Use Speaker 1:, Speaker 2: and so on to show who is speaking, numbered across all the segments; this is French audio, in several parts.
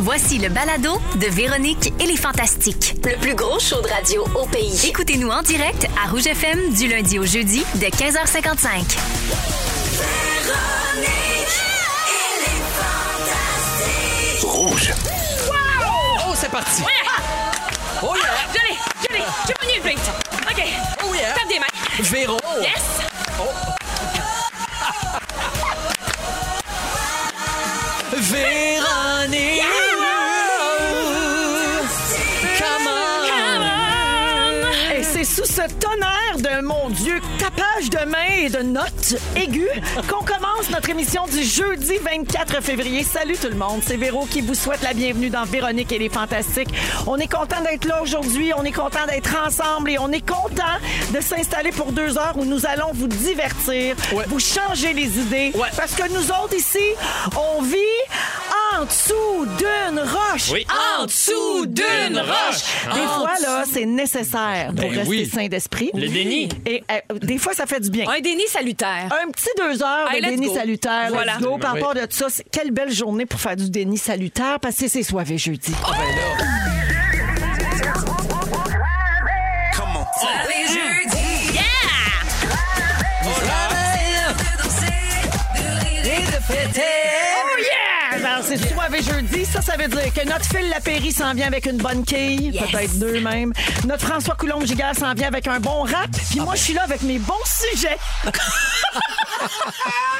Speaker 1: Voici le balado de Véronique et les Fantastiques.
Speaker 2: Le plus gros show de radio au pays.
Speaker 1: Écoutez-nous en direct à Rouge FM du lundi au jeudi de 15h55.
Speaker 3: Rouge.
Speaker 4: Oh, c'est parti.
Speaker 5: Ah!
Speaker 4: Oh yeah. Ah.
Speaker 5: Je l'ai, je l'ai, j'ai pogné le print. OK.
Speaker 4: Oh yeah.
Speaker 5: Tape des mains.
Speaker 4: Véro.
Speaker 5: Yes.
Speaker 4: Véronique. Come on.
Speaker 6: Et c'est sous ce tonnerre de, mon Dieu, tapage de main et de notes aiguës qu'on commence notre émission du jeudi 24 février. Salut tout le monde, c'est Véro qui vous souhaite la bienvenue dans Véronique et les Fantastiques. On est content d'être là aujourd'hui, on est content d'être ensemble et on est content de s'installer pour deux heures où nous allons vous divertir,
Speaker 4: Ouais.
Speaker 6: vous changer les idées.
Speaker 4: Ouais.
Speaker 6: Parce que nous autres ici, on vit en dessous d'une roche.
Speaker 4: Oui.
Speaker 6: En dessous d'une roche. Des fois, là, c'est nécessaire pour
Speaker 4: Ben
Speaker 6: rester
Speaker 4: oui.
Speaker 6: sain d'esprit.
Speaker 4: Le déni.
Speaker 6: Et euh, des fois, ça fait du bien.
Speaker 5: Un déni salutaire.
Speaker 6: Un petit deux heures
Speaker 5: Hey,
Speaker 6: de
Speaker 5: let's
Speaker 6: déni
Speaker 5: go.
Speaker 6: salutaire.
Speaker 5: Voilà.
Speaker 6: Let's go. Par
Speaker 4: Oui.
Speaker 6: rapport à ça, c'est- quelle belle journée pour faire du déni salutaire parce que c'est soivé jeudi.
Speaker 3: Comment
Speaker 6: Oh yeah! Alors, c'est soivé jeudi. Ça, ça veut dire que notre Phil Lapéry s'en vient avec une bonne quille, peut-être deux même. Notre François Coulombe-Gigard s'en vient avec un bon rap. Puis moi, je suis là avec mes bons sujets.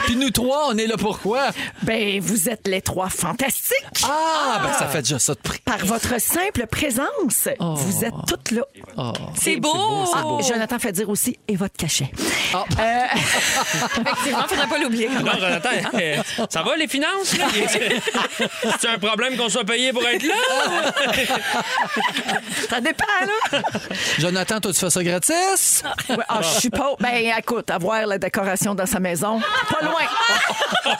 Speaker 4: Puis nous trois, on est là pourquoi?
Speaker 6: Ben, vous êtes les trois fantastiques.
Speaker 4: Ah, ben ça fait déjà ça de prix.
Speaker 6: Par votre simple présence, vous êtes toutes là.
Speaker 5: Oh. C'est beau. Oh.
Speaker 6: Ah, Jonathan fait dire aussi et votre cachet. Euh,
Speaker 5: Effectivement, faudrait pas l'oublier.
Speaker 7: Non, Jonathan, euh, ça va les finances? là? C'est un problème qu'on soit payé pour être là?
Speaker 6: Ça dépend, là.
Speaker 4: Jonathan, toi, tu fais ça gratis?
Speaker 6: Ouais, ah, je suis pas. Ben, écoute, avoir la décoration dans sa maison, pas
Speaker 5: Oh.
Speaker 6: loin.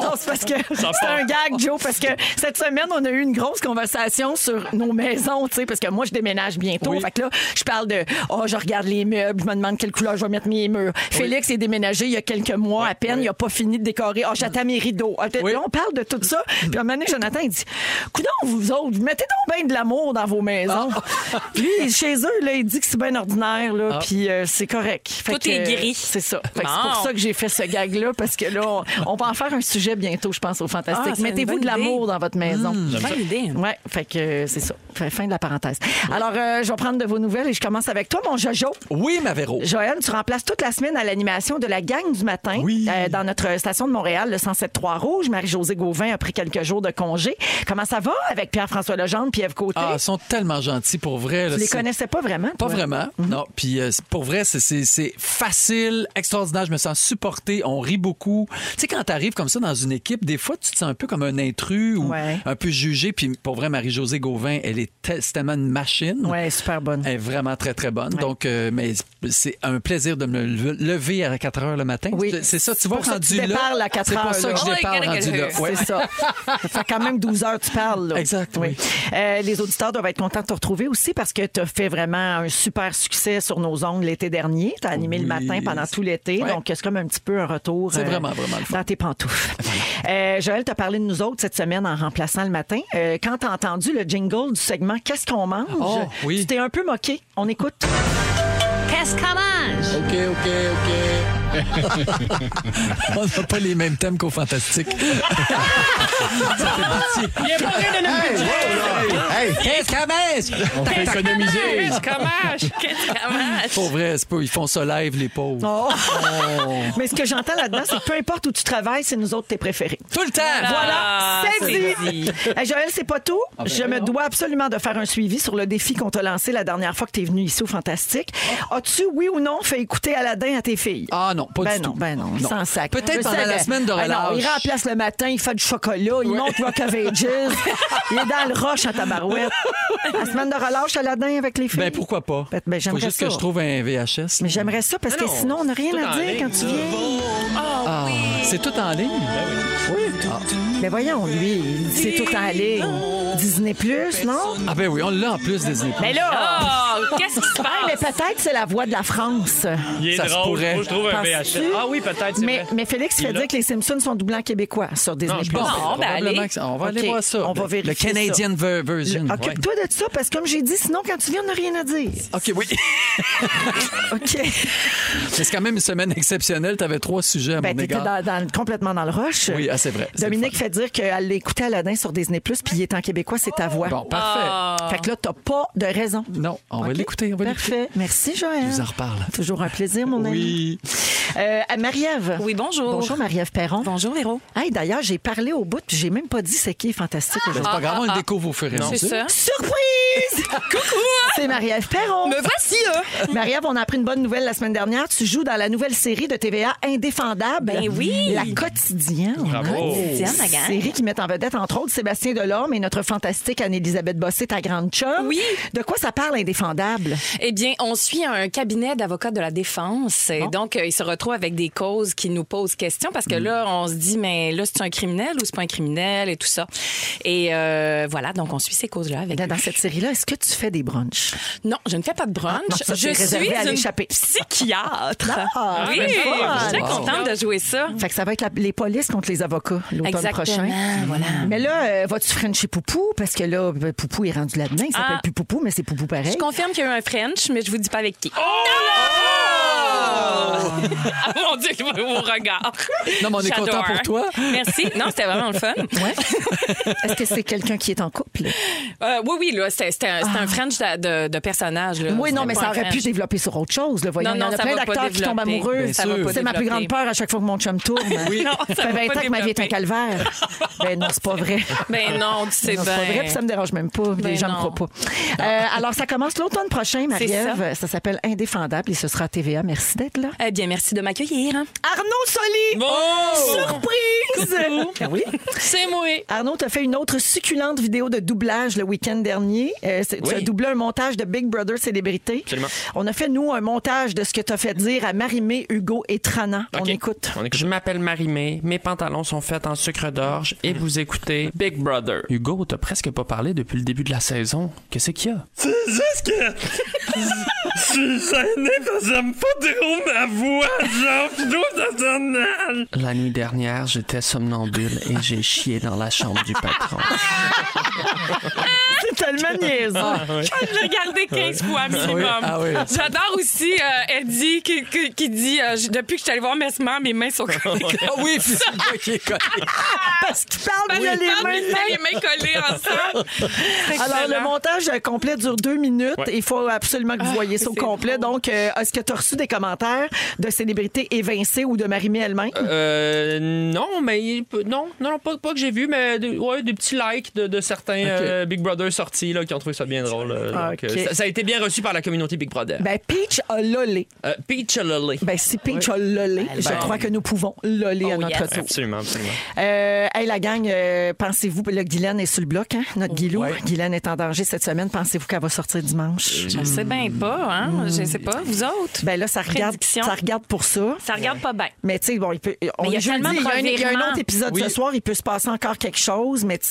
Speaker 6: non, c'est parce que c'est un gag, Joe, parce que cette semaine, on a eu une grosse conversation sur nos maisons, tu sais, parce que moi, je déménage bientôt. Fait que là, je parle de. Oh, je regarde les meubles, je me demande quelle couleur je vais mettre mes murs. Félix est déménagé il y a quelques mois à peine, il a pas fini de décorer. Oh, j'attends mes rideaux. Ah,
Speaker 4: Oui.
Speaker 6: Là, on parle de tout ça. Puis à un moment donné, Jonathan, il dit Coudon, vous autres, vous mettez donc bien de l'amour dans vos maisons.
Speaker 5: Ah.
Speaker 6: Puis chez eux, là, il dit que c'est bien ordinaire, là, puis euh, c'est correct. Fait
Speaker 5: Tout est gris.
Speaker 6: C'est ça. Fait que c'est
Speaker 5: Bon.
Speaker 6: pour ça que j'ai fait ce gag-là, parce que là, on, on va en faire un sujet bientôt, je pense, au
Speaker 5: Ah,
Speaker 6: Fantastique.
Speaker 5: c'est une
Speaker 6: Mettez-vous
Speaker 5: bonne
Speaker 6: de l'amour dans votre maison.
Speaker 4: Mmh,
Speaker 5: Bonne idée.
Speaker 6: Ouais, fait que euh, c'est ça. Fin- Fin de la parenthèse. Alors, euh, je vais prendre de vos nouvelles et je commence avec toi, mon Jojo.
Speaker 4: Oui, ma Véro.
Speaker 6: Joël, tu remplaces toute la semaine à l'animation de la gang du matin
Speaker 4: Oui.
Speaker 6: euh, dans notre station de Montréal, le 107-3 Rouge. Marie-Josée Gauvin a pris quelques jours de congé. Comment ça va avec Pierre-François Legendre, Pierre Côté?
Speaker 4: Ah, ils sont tellement gentils pour vrai. là.
Speaker 6: tu les
Speaker 4: C'est-
Speaker 6: connaissais pas vraiment?
Speaker 4: Pas
Speaker 6: toi?
Speaker 4: vraiment,
Speaker 6: Mhm.
Speaker 4: non. Puis euh, c'est- pour vrai, c'est- c'est c'est facile, extraordinaire. Je me sens supporté. On rit beaucoup. Tu sais, quand t'arrives comme ça dans une équipe, des fois, tu te sens un peu comme un intrus ou
Speaker 6: Ouais.
Speaker 4: un peu jugé. Puis pour vrai, Marie-Josée Gauvin, elle est te- c'est tellement une machine.
Speaker 6: Ouais, super bonne.
Speaker 4: Elle est vraiment très, très bonne. Donc, euh, mais c'est un plaisir de me leve- lever à 4 heures le matin.
Speaker 6: Oui.
Speaker 4: C'est- C'est ça, tu
Speaker 6: C'est
Speaker 4: vois,
Speaker 6: pour ça que
Speaker 4: rendu
Speaker 6: tu
Speaker 4: là.
Speaker 6: déparles à 4
Speaker 4: C'est
Speaker 6: heures,
Speaker 4: pour ça que
Speaker 6: là.
Speaker 4: je
Speaker 5: Oh,
Speaker 4: déparle
Speaker 5: il y a
Speaker 4: rendu
Speaker 5: quelque
Speaker 4: là.
Speaker 5: chose.
Speaker 4: Ouais.
Speaker 6: Euh, C'est ça. ça fait quand même 12 heures que tu parles. Là.
Speaker 4: Exact, oui.
Speaker 6: Euh, les auditeurs doivent être contents de te retrouver aussi parce que tu as fait vraiment un super succès sur nos ondes l'été dernier. Tu as animé le
Speaker 4: Oui.
Speaker 6: matin pendant tout l'été.
Speaker 4: Ouais.
Speaker 6: Donc, c'est comme un petit peu un retour euh,
Speaker 4: C'est vraiment, vraiment le fun.
Speaker 6: dans tes pantoufles. Euh, Joël, tu as parlé de nous autres cette semaine en remplaçant le matin. Euh, quand tu as entendu le jingle du segment Qu'est-ce qu'on mange?
Speaker 4: Oh, oui.
Speaker 6: Tu t'es un peu moqué. On écoute.
Speaker 1: Qu'est-ce qu'on mange?
Speaker 4: OK, OK, OK. On n'a pas les mêmes thèmes qu'au Fantastique. Qu'est-ce
Speaker 8: On peut économiser.
Speaker 4: Pour vrai, c'est pas- ils font ça live, les pauvres.
Speaker 6: Oh. Mais ce que j'entends là-dedans, c'est que peu importe où tu travailles, c'est nous autres tes préférés.
Speaker 4: Tout le temps!
Speaker 6: Voilà,
Speaker 7: Ah,
Speaker 6: c'est
Speaker 5: c'est
Speaker 6: dit. Hey, Joël, c'est pas tout.
Speaker 4: Ah, ben
Speaker 6: Je me dois absolument de faire un suivi sur le défi qu'on t'a lancé la dernière fois que t'es venu ici au Fantastique. As-tu, oui ou non, fait écouter Aladdin à tes filles?
Speaker 4: Ah non, pas
Speaker 6: ben
Speaker 4: du
Speaker 6: non,
Speaker 4: tout.
Speaker 6: Ben non, il
Speaker 4: Non.
Speaker 6: s'en sac.
Speaker 4: Peut-être
Speaker 6: Je
Speaker 4: pendant
Speaker 6: sais,
Speaker 4: la
Speaker 6: ben-
Speaker 4: semaine de
Speaker 6: ben non,
Speaker 4: relâche.
Speaker 6: il remplace le matin, il fait du chocolat, il monte Rock of Ages, il est dans le roche à tabarouette. La semaine de relâche, Aladdin avec les filles.
Speaker 4: Ben pourquoi pas?
Speaker 6: Ben, ben,
Speaker 4: Faut
Speaker 6: j'aimerais
Speaker 4: juste
Speaker 6: ça.
Speaker 4: que je trouve un VHS.
Speaker 6: Mais j'aimerais ça parce que
Speaker 7: Ben Non,
Speaker 6: sinon, on n'a rien
Speaker 7: c'est
Speaker 6: à
Speaker 7: tout en
Speaker 6: dire
Speaker 7: ligne,
Speaker 6: quand tu
Speaker 7: ça.
Speaker 6: viens.
Speaker 4: Ah, C'est tout en ligne?
Speaker 6: Ah. Mais voyons, lui, il dit c'est tout en ligne. Disney Plus, non?
Speaker 4: Ah ben oui, on l'a en plus, Disney+.
Speaker 6: Mais là,
Speaker 5: Oh, qu'est-ce qui se
Speaker 6: hey, mais
Speaker 5: passe?
Speaker 6: peut-être c'est la voix de la France.
Speaker 7: Il est
Speaker 4: Ça se
Speaker 7: drôle.
Speaker 4: pourrait.
Speaker 7: Moi, je trouve un
Speaker 6: Penses-tu?
Speaker 7: VHS. Ah oui, peut-être, c'est
Speaker 6: Mais,
Speaker 7: vrai.
Speaker 6: mais Félix
Speaker 7: Il
Speaker 6: fait
Speaker 7: l'a.
Speaker 6: dire que les Simpsons sont doublés en québécois sur Disney+.
Speaker 7: je
Speaker 6: Plus.
Speaker 7: pense
Speaker 5: Bon, ben
Speaker 4: Ah, Probablement
Speaker 5: allez.
Speaker 4: que ça- on va aller
Speaker 6: OK,
Speaker 4: voir ça.
Speaker 6: on va vérifier
Speaker 4: Le Canadian ver- version. ouais.
Speaker 6: Occupe-toi de ça, parce que comme j'ai dit, sinon, quand tu viens, on n'a rien à dire.
Speaker 4: OK, oui.
Speaker 6: OK.
Speaker 4: C'est quand même une semaine exceptionnelle. Tu avais trois sujets à
Speaker 6: Ben,
Speaker 4: mon
Speaker 6: t'étais dans,
Speaker 4: égard.
Speaker 6: dans- complètement dans le rush.
Speaker 4: Oui, ah, c'est vrai. C'est
Speaker 6: Dominique
Speaker 4: le
Speaker 6: fait dire qu'elle l'écoutait Aladdin sur Disney+, puis il est en québécois, c'est ta voix.
Speaker 4: fun. Bon, parfait.
Speaker 6: Fait que là, t'as pas de raison.
Speaker 4: Non, on va
Speaker 6: OK?
Speaker 4: l'écouter. On va l'écouter.
Speaker 6: Parfait. Merci, Joël.
Speaker 4: Je vous en reparle.
Speaker 6: Toujours un plaisir, mon ami.
Speaker 4: Oui.
Speaker 6: Euh, à Marie-Ève.
Speaker 5: Oui, bonjour.
Speaker 6: Bonjour, Marie-Ève Perron.
Speaker 5: Bonjour, Véro.
Speaker 6: Hey, D'ailleurs, j'ai parlé au bout, puis j'ai même pas dit c'est qui est fantastique
Speaker 5: Ah,
Speaker 4: Ben,
Speaker 6: aujourd'hui.
Speaker 4: c'est pas grave, on le découvre au fur et à
Speaker 5: C'est
Speaker 4: mesure.
Speaker 5: ça.
Speaker 6: Surprise! Coucou! C'est Marie-Ève Perron.
Speaker 5: Me voici, eux.
Speaker 6: Marie-Ève, on a appris une bonne nouvelle la semaine dernière. Tu joues dans la nouvelle série de TVA Indéfendable.
Speaker 5: Ben oui.
Speaker 6: La quotidienne.
Speaker 7: Bravo.
Speaker 5: Diane, la gang.
Speaker 6: Série qui met en vedette, entre autres, Sébastien Delorme et notre fantastique Anne-Élisabeth Bossé, ta grande chum.
Speaker 5: Oui.
Speaker 6: De quoi ça parle, Indéfendable?
Speaker 5: Eh bien, on suit un cabinet d'avocats de la défense. Et donc, euh, ils se retrouvent avec des causes qui nous posent question parce
Speaker 6: Mm.
Speaker 5: que là, on se dit, mais là, c'est un criminel ou c'est pas un criminel et tout ça. Et euh, voilà, donc on suit ces causes-là avec.
Speaker 6: Dans
Speaker 5: eux.
Speaker 6: dans cette série-là, est-ce que tu fais des brunchs?
Speaker 5: Non, je ne fais pas de brunch.
Speaker 6: Ah, non, ça,
Speaker 5: je
Speaker 6: c'est réservé
Speaker 5: suis
Speaker 6: à
Speaker 5: une
Speaker 6: l'échappée.
Speaker 5: psychiatre.
Speaker 6: Ah,
Speaker 5: oui,
Speaker 6: ben,
Speaker 5: je suis
Speaker 6: fun.
Speaker 5: très
Speaker 4: Wow.
Speaker 5: contente de jouer ça.
Speaker 6: Fait que ça va être la- les polices contre les avocats l'automne
Speaker 5: Exactement,
Speaker 6: prochain.
Speaker 5: voilà.
Speaker 6: Mais là, euh, vas-tu Frencher Poupou? Parce que là, ben, Poupou est rendu là-dedans. Il s'appelle
Speaker 5: Ah.
Speaker 6: plus Poupou, mais c'est Poupou pareil.
Speaker 5: Je confirme qu'il y a eu un French, mais je vous dis pas avec qui. Oh! ah, mon Dieu, vos regards.
Speaker 4: Non, mais on est
Speaker 5: J'adore.
Speaker 4: content pour toi.
Speaker 5: Merci. Non, c'était vraiment le fun.
Speaker 6: Ouais. Est-ce que c'est quelqu'un qui est en couple?
Speaker 5: Euh, oui, oui, là, c'était c'était un, c'était
Speaker 4: Ah.
Speaker 5: un French de, de, de personnage. là.
Speaker 6: Oui, non,
Speaker 5: C'était
Speaker 6: mais
Speaker 5: pas
Speaker 6: ça
Speaker 5: un
Speaker 6: aurait pu
Speaker 5: French.
Speaker 6: développer sur autre chose. Là, voyons.
Speaker 5: Non,
Speaker 6: Il
Speaker 5: non,
Speaker 6: y en a
Speaker 5: ça
Speaker 6: plein
Speaker 5: va pas
Speaker 6: d'acteurs qui tombent
Speaker 5: développer.
Speaker 6: amoureux.
Speaker 5: Bien
Speaker 6: Ça
Speaker 5: sûr.
Speaker 6: va pas C'est ma plus grande
Speaker 5: développer.
Speaker 6: peur à chaque fois que mon chum tourne.
Speaker 5: Non, ça
Speaker 6: Ça
Speaker 5: va
Speaker 6: fait 20
Speaker 5: pas
Speaker 6: ans que ma vie est un
Speaker 5: développer.
Speaker 6: calvaire. Ben non, c'est pas vrai.
Speaker 5: Ben non, tu sais
Speaker 6: Non, c'est pas
Speaker 5: bien.
Speaker 6: vrai, puis ça me dérange même pas. les
Speaker 5: Ben
Speaker 6: gens me
Speaker 5: non.
Speaker 6: croient pas. Euh, alors, ça commence l'automne prochain, Marie-Ève. Ça, s'appelle Indéfendable et ce sera à TVA. Merci d'être là.
Speaker 5: Eh bien, merci de m'accueillir.
Speaker 6: Arnaud Soli!
Speaker 7: Oh! Bon!
Speaker 6: Surprise! Ben oui.
Speaker 5: C'est moi.
Speaker 6: Arnaud, t'as fait une autre succulente vidéo de doublage le week-end dernier. Euh, c'est- Tu
Speaker 7: Oui.
Speaker 6: as doublé un montage de Big Brother Célébrité.
Speaker 7: Absolument.
Speaker 6: On a fait, nous, un montage de ce que t'as fait dire à Marimé, Hugo et Trana. On
Speaker 7: OK.
Speaker 6: écoute.
Speaker 7: On écoute.
Speaker 9: Je m'appelle Marie-Mé, mes pantalons sont faits en sucre d'orge
Speaker 6: Mm-hmm.
Speaker 9: et vous écoutez Big Brother. Hugo, t'as presque pas parlé depuis le début de la saison. Qu'est-ce qu'il y a?
Speaker 8: C'est juste que. Je suis gêné parce que j'aime pas trop ma voix, genre, je trouve ça dommage.
Speaker 9: La nuit dernière, j'étais somnambule et j'ai chié dans la chambre du patron.
Speaker 6: C'est tellement niaiseux.
Speaker 7: Ah,
Speaker 5: Je l'ai regardé 15 fois minimum.
Speaker 4: Ah oui, ah oui.
Speaker 5: J'adore aussi euh, Eddie qui, qui- qui dit euh, j- Depuis que je suis allée voir Mesmer, mes mains sont collées.
Speaker 4: Ah oui, puis c'est le gars qui est collé.
Speaker 6: Parce qu'il parle
Speaker 7: Ben,
Speaker 5: Parce
Speaker 6: de
Speaker 5: que
Speaker 6: les
Speaker 5: je parle,
Speaker 6: mains.
Speaker 5: mes mains- les mains collées ensemble. C'est
Speaker 6: Alors, le
Speaker 5: excellent.
Speaker 6: montage euh, complet dure deux minutes. Il faut absolument que vous voyez ça au
Speaker 5: c'est
Speaker 6: complet. Donc, euh, est-ce que tu as reçu des commentaires de célébrités évincées ou de Marimé elle-même?
Speaker 7: Euh, non, mais il peut- non, non, non, pas, pas que j'ai vu, mais de- ouais, des petits likes de, de certains euh, Big Brother sortis là, qui ont trouvé ça bien drôle. euh, donc,
Speaker 6: OK.
Speaker 7: euh, ça, ça a été bien reçu par la communauté Big Brother.
Speaker 6: Ben, Peach a lolé.
Speaker 7: Euh, Peach Lolly.
Speaker 6: Ben, si Peach a lolé, je crois que nous pouvons loler
Speaker 5: Ben,
Speaker 6: à
Speaker 5: Oh,
Speaker 6: notre
Speaker 5: yes.
Speaker 6: tour.
Speaker 7: Absolument, absolument.
Speaker 6: Euh, hey, la gang, euh, pensez-vous, là, Guylaine est sur le bloc, hein, notre Guilou. Guylaine est en danger cette semaine. Pensez-vous qu'elle va sortir
Speaker 4: Euh,
Speaker 6: dimanche?
Speaker 4: Mm.
Speaker 5: Je sais bien pas, hein. Je sais pas. Vous autres?
Speaker 6: Ben là, ça regarde,
Speaker 5: Prédiction.
Speaker 6: ça regarde pour ça.
Speaker 5: ça regarde pas bien.
Speaker 6: Mais tu sais, bon, il peut. On
Speaker 5: il y a
Speaker 6: est jeudi,
Speaker 5: tellement de
Speaker 6: il y a un- il y a un
Speaker 5: revirements.
Speaker 6: autre épisode
Speaker 4: Oui. Ben,
Speaker 6: ce soir, il peut se passer encore quelque chose, mais tu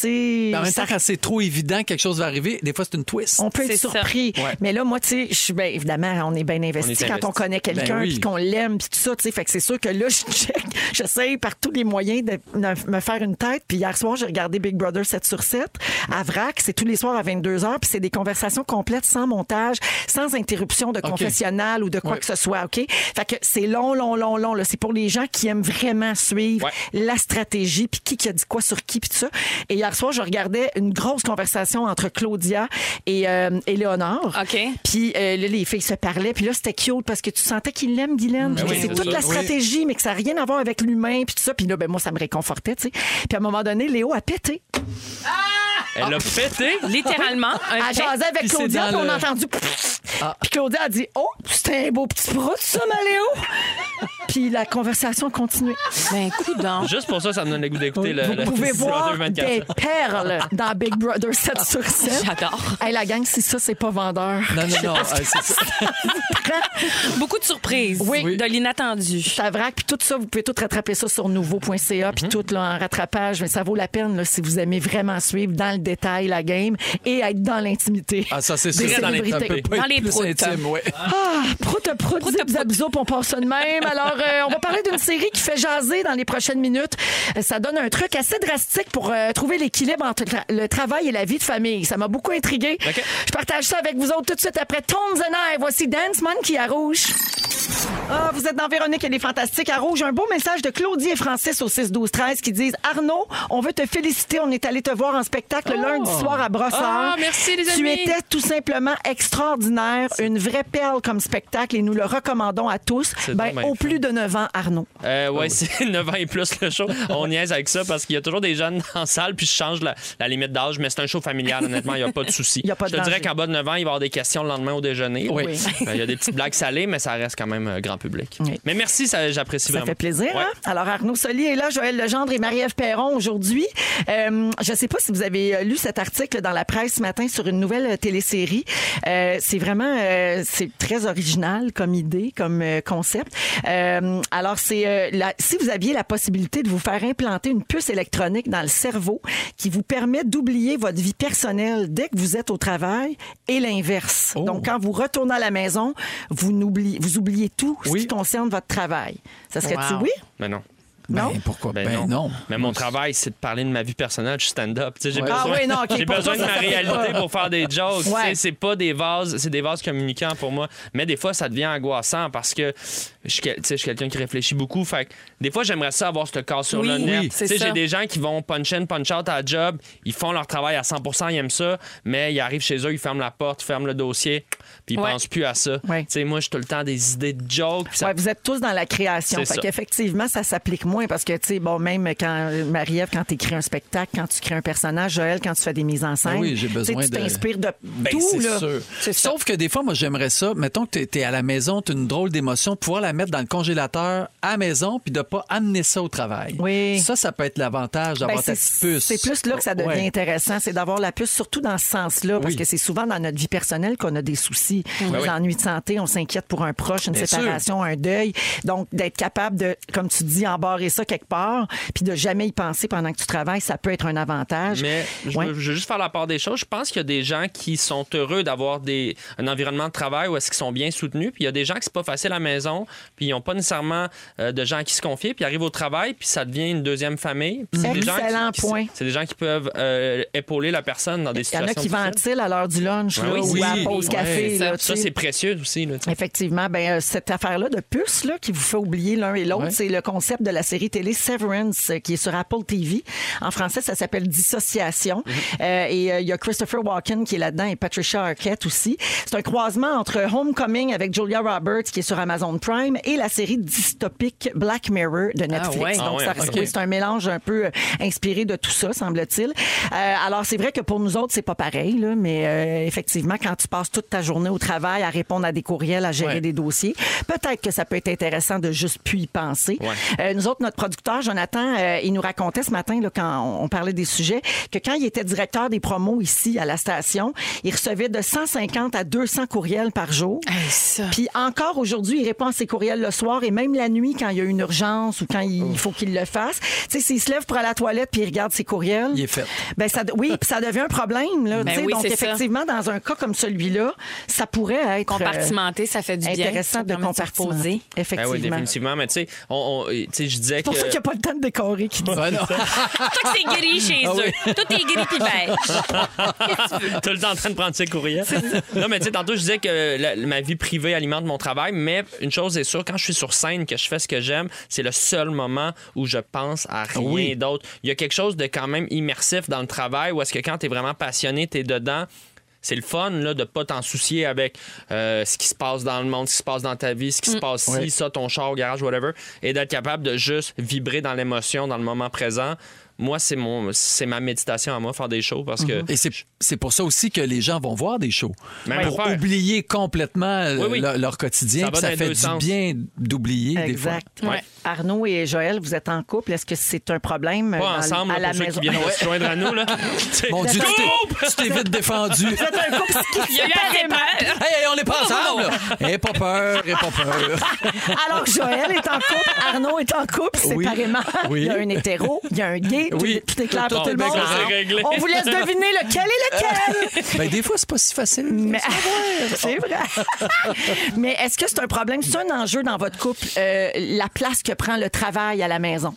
Speaker 6: sais.
Speaker 4: En même
Speaker 6: ça-
Speaker 4: temps, quand c'est trop évident, quelque chose va arriver. Des fois, c'est une twist.
Speaker 6: On peut être
Speaker 5: C'est ça.
Speaker 6: surpris. Mais là, moi, tu sais, je suis bien, évidemment, on est bien investi
Speaker 7: On est
Speaker 6: quand on
Speaker 7: investi.
Speaker 6: connaît quelqu'un,
Speaker 4: Ben oui.
Speaker 6: puis qu'on l'aime, puis tout ça, tu sais. Fait que c'est sûr que là, je check, j'essaye par tous les moyens de de me faire une tête. Puis hier soir, j'ai regardé Big Brother 7 sur 7 à Vrac. C'est tous les soirs à 22h, puis c'est des conversations complètes, sans montage, sans interruption de confessionnal ou de quoi
Speaker 4: Ouais.
Speaker 6: que ce soit, OK? Fait que c'est long, long, long, long. là. C'est pour les gens qui aiment vraiment suivre la stratégie, puis qui, qui a dit quoi sur qui, puis tout ça. Et hier soir, je regardais une grosse conversation entre Claudia et, euh, et Léonore.
Speaker 5: OK.
Speaker 6: Puis euh, là, les filles se parlaient. Puis là, c'était cute parce que tu sentais qu'ils l'aiment, Guylaine. puis que
Speaker 4: Ben oui,
Speaker 6: c'est
Speaker 4: c'est
Speaker 6: toute
Speaker 4: ça.
Speaker 6: la
Speaker 4: Oui.
Speaker 6: stratégie, mais que ça n'a rien à voir avec l'humain, puis tout ça. Puis là, ben, moi, ça me réconfortait, tu sais. Puis à un moment donné, Léo a pété. Ah.
Speaker 7: Elle a pété.
Speaker 5: Littéralement, un
Speaker 4: Ah,
Speaker 6: Elle
Speaker 5: fait.
Speaker 6: jasait avec
Speaker 4: Puis c'est
Speaker 6: Claudia, puis
Speaker 4: dans
Speaker 6: on
Speaker 4: le- Ah.
Speaker 6: a entendu. Puis Claudia a dit Oh, c'était un beau petit prout, ça, ma Léo. puis la conversation continue.
Speaker 5: Ben, coup d'ange.
Speaker 7: Juste pour ça, ça me donne le goût d'écouter le,
Speaker 6: Vous
Speaker 7: le
Speaker 6: pouvez
Speaker 7: Brother
Speaker 6: voir
Speaker 7: 24.
Speaker 6: des perles dans Big Brother 7 sur 7.
Speaker 5: J'adore.
Speaker 6: Hey, la gang, si ça, c'est pas vendeur.
Speaker 4: Non, non, non. ah, c'est ça.
Speaker 5: Beaucoup de surprises.
Speaker 6: Oui.
Speaker 5: De l'inattendu.
Speaker 6: Tavrac, puis tout ça, vous pouvez tout rattraper ça sur nouveau.ca,
Speaker 4: Mhm.
Speaker 6: puis tout là, en rattrapage. Mais ça vaut la peine là, si vous aimez vraiment suivre dans le détail la game et être dans l'intimité.
Speaker 4: Ah, ça, c'est
Speaker 6: Des
Speaker 4: sûr.
Speaker 6: célébrités.
Speaker 4: Ça peut pas
Speaker 5: Dans
Speaker 4: être
Speaker 5: les
Speaker 4: plus
Speaker 5: proutes.
Speaker 4: intime, ouais.
Speaker 6: Ah, prout, prout, zip, zap, zoup, on passe ça de même. Alors, euh, on va parler d'une série qui fait jaser dans les prochaines minutes. Euh, Ça donne un truc assez drastique pour euh, trouver l'équilibre entre tra- le travail et la vie de famille. Ça m'a beaucoup intrigué. Je partage ça avec vous autres tout de suite après Tones and I. Voici Dance Monkey à Rouge. Ah, vous êtes dans Véronique, elle est fantastique à Rouge. Un beau message de Claudie et Francis au 6-12-13 qui disent Arnaud, on veut te féliciter. On est allé te voir en spectacle lundi soir à Brossard.
Speaker 7: Ah, merci, les
Speaker 6: Tu
Speaker 7: amis.
Speaker 6: étais tout simplement extraordinaire, une vraie perle comme spectacle et nous le recommandons à tous.
Speaker 7: C'est
Speaker 6: Ben,
Speaker 7: dommage.
Speaker 6: au plus de 9 ans, Arnaud.
Speaker 7: Euh, ouais, c'est 9 ans et plus le show. On niaise avec ça parce qu'il y a toujours des jeunes en salle, puis je change la, la limite d'âge, mais c'est un show familial, honnêtement, il n'y a pas de souci.
Speaker 6: Il y a pas de
Speaker 7: je te dirais
Speaker 6: danger.
Speaker 7: qu'en bas de 9 ans, il va y avoir des questions le lendemain au déjeuner.
Speaker 4: Oui.
Speaker 7: Ben, Il y a des petites blagues salées, mais ça reste quand même euh, grand public.
Speaker 6: Oui.
Speaker 7: Mais merci, ça- j'apprécie
Speaker 6: Ça
Speaker 7: vraiment.
Speaker 6: fait plaisir,
Speaker 7: Ouais.
Speaker 6: hein? Alors, Arnaud Soli est là, Joël Legendre et Marie-Ève Perron aujourd'hui. Euh, je ne sais pas si vous avez euh, lu cet article dans la presse ce matin sur une nouvelle euh, télésérie. Euh, c'est vraiment, euh, c'est très original comme idée, comme euh, concept. Euh, alors, c'est euh, la- si vous aviez la possibilité de vous faire implanter une puce électronique dans le cerveau qui vous permet d'oublier votre vie personnelle dès que vous êtes au travail et l'inverse. Donc, quand vous retournez à la maison, vous, n'oubliez- vous oubliez tout ce
Speaker 4: Oui.
Speaker 6: qui concerne votre travail. Ça serait-tu
Speaker 5: Wow.
Speaker 6: oui?
Speaker 7: Mais non.
Speaker 6: Non?
Speaker 4: Ben, pourquoi?
Speaker 7: Ben,
Speaker 4: Ben,
Speaker 7: non.
Speaker 4: non.
Speaker 7: Mais mon travail, c'est de parler de ma vie personnelle, je suis stand-up. Tu sais, J'ai
Speaker 4: Ouais.
Speaker 7: besoin,
Speaker 6: Ah oui, non, OK,
Speaker 7: j'ai
Speaker 6: pour
Speaker 7: besoin
Speaker 6: toi,
Speaker 7: de
Speaker 6: ça
Speaker 7: ma
Speaker 6: s'appelle
Speaker 7: réalité
Speaker 6: pas.
Speaker 7: pour faire des jokes. Tu sais,
Speaker 6: Ouais.
Speaker 7: C'est pas des vases, c'est des vases communicants pour moi. Mais des fois, ça devient angoissant parce que je suis quel- tu sais, je suis quelqu'un qui réfléchit beaucoup. Fait que des fois, j'aimerais ça avoir ce cas sur
Speaker 5: Oui,
Speaker 7: le net.
Speaker 5: oui,
Speaker 7: Tu
Speaker 5: c'est
Speaker 7: sais,
Speaker 5: ça.
Speaker 7: J'ai des gens qui vont punch in, punch out à la job. Ils font leur travail à 100 ils aiment ça. Mais ils arrivent chez eux, ils ferment la porte, ils ferment le dossier, puis ils
Speaker 5: Ouais.
Speaker 7: pensent plus à ça.
Speaker 6: Ouais.
Speaker 7: Tu sais, Moi, j'ai tout le temps des idées de jokes. puis ça-
Speaker 6: Ouais, vous êtes tous dans la création.
Speaker 7: C'est
Speaker 6: Fait
Speaker 7: ça.
Speaker 6: qu'effectivement, ça s'applique moins parce que, tu sais, bon, même quand, Marie-Ève, quand tu écris un spectacle, quand tu crées un personnage, Joël, quand tu fais des mises en scène,
Speaker 4: Ben oui, j'ai
Speaker 6: tu sais,
Speaker 4: besoin
Speaker 6: tu
Speaker 4: de-
Speaker 6: t'inspires de
Speaker 4: Ben,
Speaker 6: tout,
Speaker 4: c'est
Speaker 6: là.
Speaker 4: sûr.
Speaker 6: C'est ça.
Speaker 4: Sauf que des fois, moi, j'aimerais ça. Mettons que tu es à la maison, tu une drôle d'émotion, pouvoir la mettre dans le congélateur à la maison, puis de pas amener ça au travail.
Speaker 6: Oui.
Speaker 4: Ça, ça peut être l'avantage
Speaker 6: Ben,
Speaker 4: d'avoir ta
Speaker 6: c'est
Speaker 4: petite puce.
Speaker 6: c'est plus là que ça devient
Speaker 4: Ouais.
Speaker 6: intéressant, c'est d'avoir la puce, surtout dans ce sens-là, parce
Speaker 4: Oui. Ben
Speaker 6: que c'est souvent dans notre vie personnelle qu'on a des soucis, des
Speaker 7: oui.
Speaker 6: ennuis de santé, on s'inquiète pour un proche, une
Speaker 4: Bien sûr.
Speaker 6: séparation, un deuil. Donc, d'être capable de, comme tu dis, embarrer ça quelque part, puis de jamais y penser pendant que tu travailles, ça peut être un avantage.
Speaker 7: Mais je,
Speaker 6: Ouais.
Speaker 7: veux, je veux juste faire la part des choses. Je pense qu'il y a des gens qui sont heureux d'avoir des, un environnement de travail où est-ce qu'ils sont bien soutenus. Puis il y a des gens qui c'est pas facile à la maison, puis ils n'ont pas nécessairement euh, de gens qui se confient, puis ils arrivent au travail, puis ça devient une deuxième famille. Puis c'est des gens qui-
Speaker 6: Excellent
Speaker 7: qui,
Speaker 6: point.
Speaker 7: C'est des gens qui peuvent euh, épauler la personne dans des
Speaker 6: Il y
Speaker 7: situations
Speaker 6: en a qui
Speaker 7: difficiles.
Speaker 6: ventilent à l'heure du lunch
Speaker 7: Ouais,
Speaker 6: là,
Speaker 7: oui,
Speaker 6: ou
Speaker 7: oui.
Speaker 6: à la pause
Speaker 7: Ouais.
Speaker 6: café.
Speaker 5: Ça,
Speaker 6: là, tu
Speaker 7: Ça,
Speaker 6: sais.
Speaker 7: c'est précieux aussi. Là, tu sais.
Speaker 6: Effectivement, ben, euh, cette affaire-là de puce là, qui vous fait oublier l'un et l'autre,
Speaker 4: Ouais.
Speaker 6: c'est le concept de la série télé Severance euh, qui est sur Apple TV. En français, ça s'appelle Dissociation.
Speaker 7: Mhm.
Speaker 6: Euh, et euh, il y a Christopher Walken qui est là-dedans et Patricia Arquette aussi. C'est un croisement entre Homecoming avec Julia Roberts qui est sur Amazon Prime et la série dystopique Black Mirror de Netflix.
Speaker 5: ouais.
Speaker 6: Donc,
Speaker 7: Ah ouais,
Speaker 6: ça-
Speaker 7: ok.
Speaker 6: oui, c'est un mélange un peu euh, inspiré de tout ça, semble-t-il. Euh, alors, c'est vrai que pour nous autres, c'est pas pareil, là, mais euh, effectivement, quand tu passes toute ta journée au travail à répondre à des courriels, à gérer
Speaker 4: Ouais.
Speaker 6: des dossiers, peut-être que ça peut être intéressant de juste plus y penser.
Speaker 7: Ouais.
Speaker 6: Euh, nous autres, notre producteur, Jonathan, euh, il nous racontait ce matin, là, quand on, on parlait des sujets, que quand il était directeur des promos ici à la station, il recevait de 150 à 200 courriels par jour.
Speaker 5: Hey, ça.
Speaker 4: euh,
Speaker 6: Puis encore aujourd'hui, il répond à ses courriels le soir et même la nuit quand il y a une urgence ou quand il faut qu'il le fasse. Tu sais, s'il se lève pour aller à la toilette puis il regarde ses courriels.
Speaker 4: Il est fait.
Speaker 6: Ben ça, oui, puis ça devient un problème. Là,
Speaker 5: Ben
Speaker 6: tu sais.
Speaker 5: oui,
Speaker 6: donc,
Speaker 5: c'est ça.
Speaker 6: effectivement, dans un cas comme celui-là, ça pourrait être. euh,
Speaker 5: Compartimenter, ça fait du bien.
Speaker 6: Intéressant
Speaker 5: Ça
Speaker 6: de
Speaker 5: permet se
Speaker 6: compartimenter.
Speaker 5: reposer.
Speaker 7: Ben oui,
Speaker 6: Effectivement.
Speaker 7: définitivement. Mais tu sais, on, on- tu sais, je disais
Speaker 6: c'est pour ça
Speaker 7: que.
Speaker 6: qu'il n'y a pas le temps de décorer. qui dit.
Speaker 4: Ben non.
Speaker 5: Tout c'est gris chez
Speaker 4: Ah
Speaker 5: eux.
Speaker 4: oui.
Speaker 5: Tout est gris puis beige.
Speaker 7: Tout le temps en train de prendre ses courriels. Non, mais tu sais, tantôt, je disais que la- ma vie privée alimente mon travail, mais une chose est sûre, quand je suis sur scène, que je fais ce que j'aime, c'est le seul moment où je pense à rien
Speaker 4: Oui.
Speaker 7: d'autre. Il y a quelque chose de quand même immersif dans le travail où est-ce que quand tu es vraiment passionné, tu es dedans. C'est le fun là, de pas t'en soucier avec euh, ce qui se passe dans le monde, ce qui se passe dans ta vie, ce qui se passe ici, ça, ton char au garage, whatever, et d'être capable de juste vibrer dans l'émotion, dans le moment présent. moi, c'est mon, c'est ma méditation à moi, faire des shows parce que.
Speaker 4: Et c'est, c'est pour ça aussi que les gens vont voir des shows.
Speaker 7: Même
Speaker 4: pour
Speaker 7: affaire.
Speaker 4: oublier complètement euh,
Speaker 7: Oui, oui.
Speaker 4: Leur, leur quotidien.
Speaker 7: Ça va
Speaker 4: puis Ça,
Speaker 7: dans les
Speaker 4: fait
Speaker 7: deux
Speaker 4: du
Speaker 7: sens.
Speaker 4: bien d'oublier des fois.
Speaker 6: Exact. Ouais. Arnaud et Joël, vous êtes en couple. Est-ce que c'est un problème euh,
Speaker 7: Pas
Speaker 6: dans-
Speaker 7: ensemble,
Speaker 6: à
Speaker 7: là,
Speaker 6: la
Speaker 7: pour ceux
Speaker 6: maison?
Speaker 7: qui viennent se joindre à nous. Là.
Speaker 4: Mon Dieu, tu
Speaker 7: Coupe!
Speaker 4: t'es- tu t'es vite défendu.
Speaker 6: Vous êtes un couple qui
Speaker 5: Il y a eu un départ.
Speaker 4: Hey, hey, on n'est pas ensemble! là. Aie pas peur, aie pas peur.
Speaker 6: Alors, Joël est en couple, Arnaud est en couple
Speaker 4: Oui.
Speaker 6: séparément.
Speaker 4: Oui.
Speaker 6: Il y a un hétéro, il y a un gay. Tout-
Speaker 4: Oui.
Speaker 6: Tout, est clair
Speaker 4: Tout
Speaker 6: pour tout le
Speaker 4: est
Speaker 6: monde. hein.
Speaker 4: bien
Speaker 7: clair. C'est réglé.
Speaker 6: On vous laisse deviner lequel est lequel.
Speaker 4: Ben, des fois, c'est pas si facile.
Speaker 6: Mais c'est vrai. Mais est-ce que c'est un problème? C'est un enjeu dans votre couple, euh, la place que prend le travail à la maison?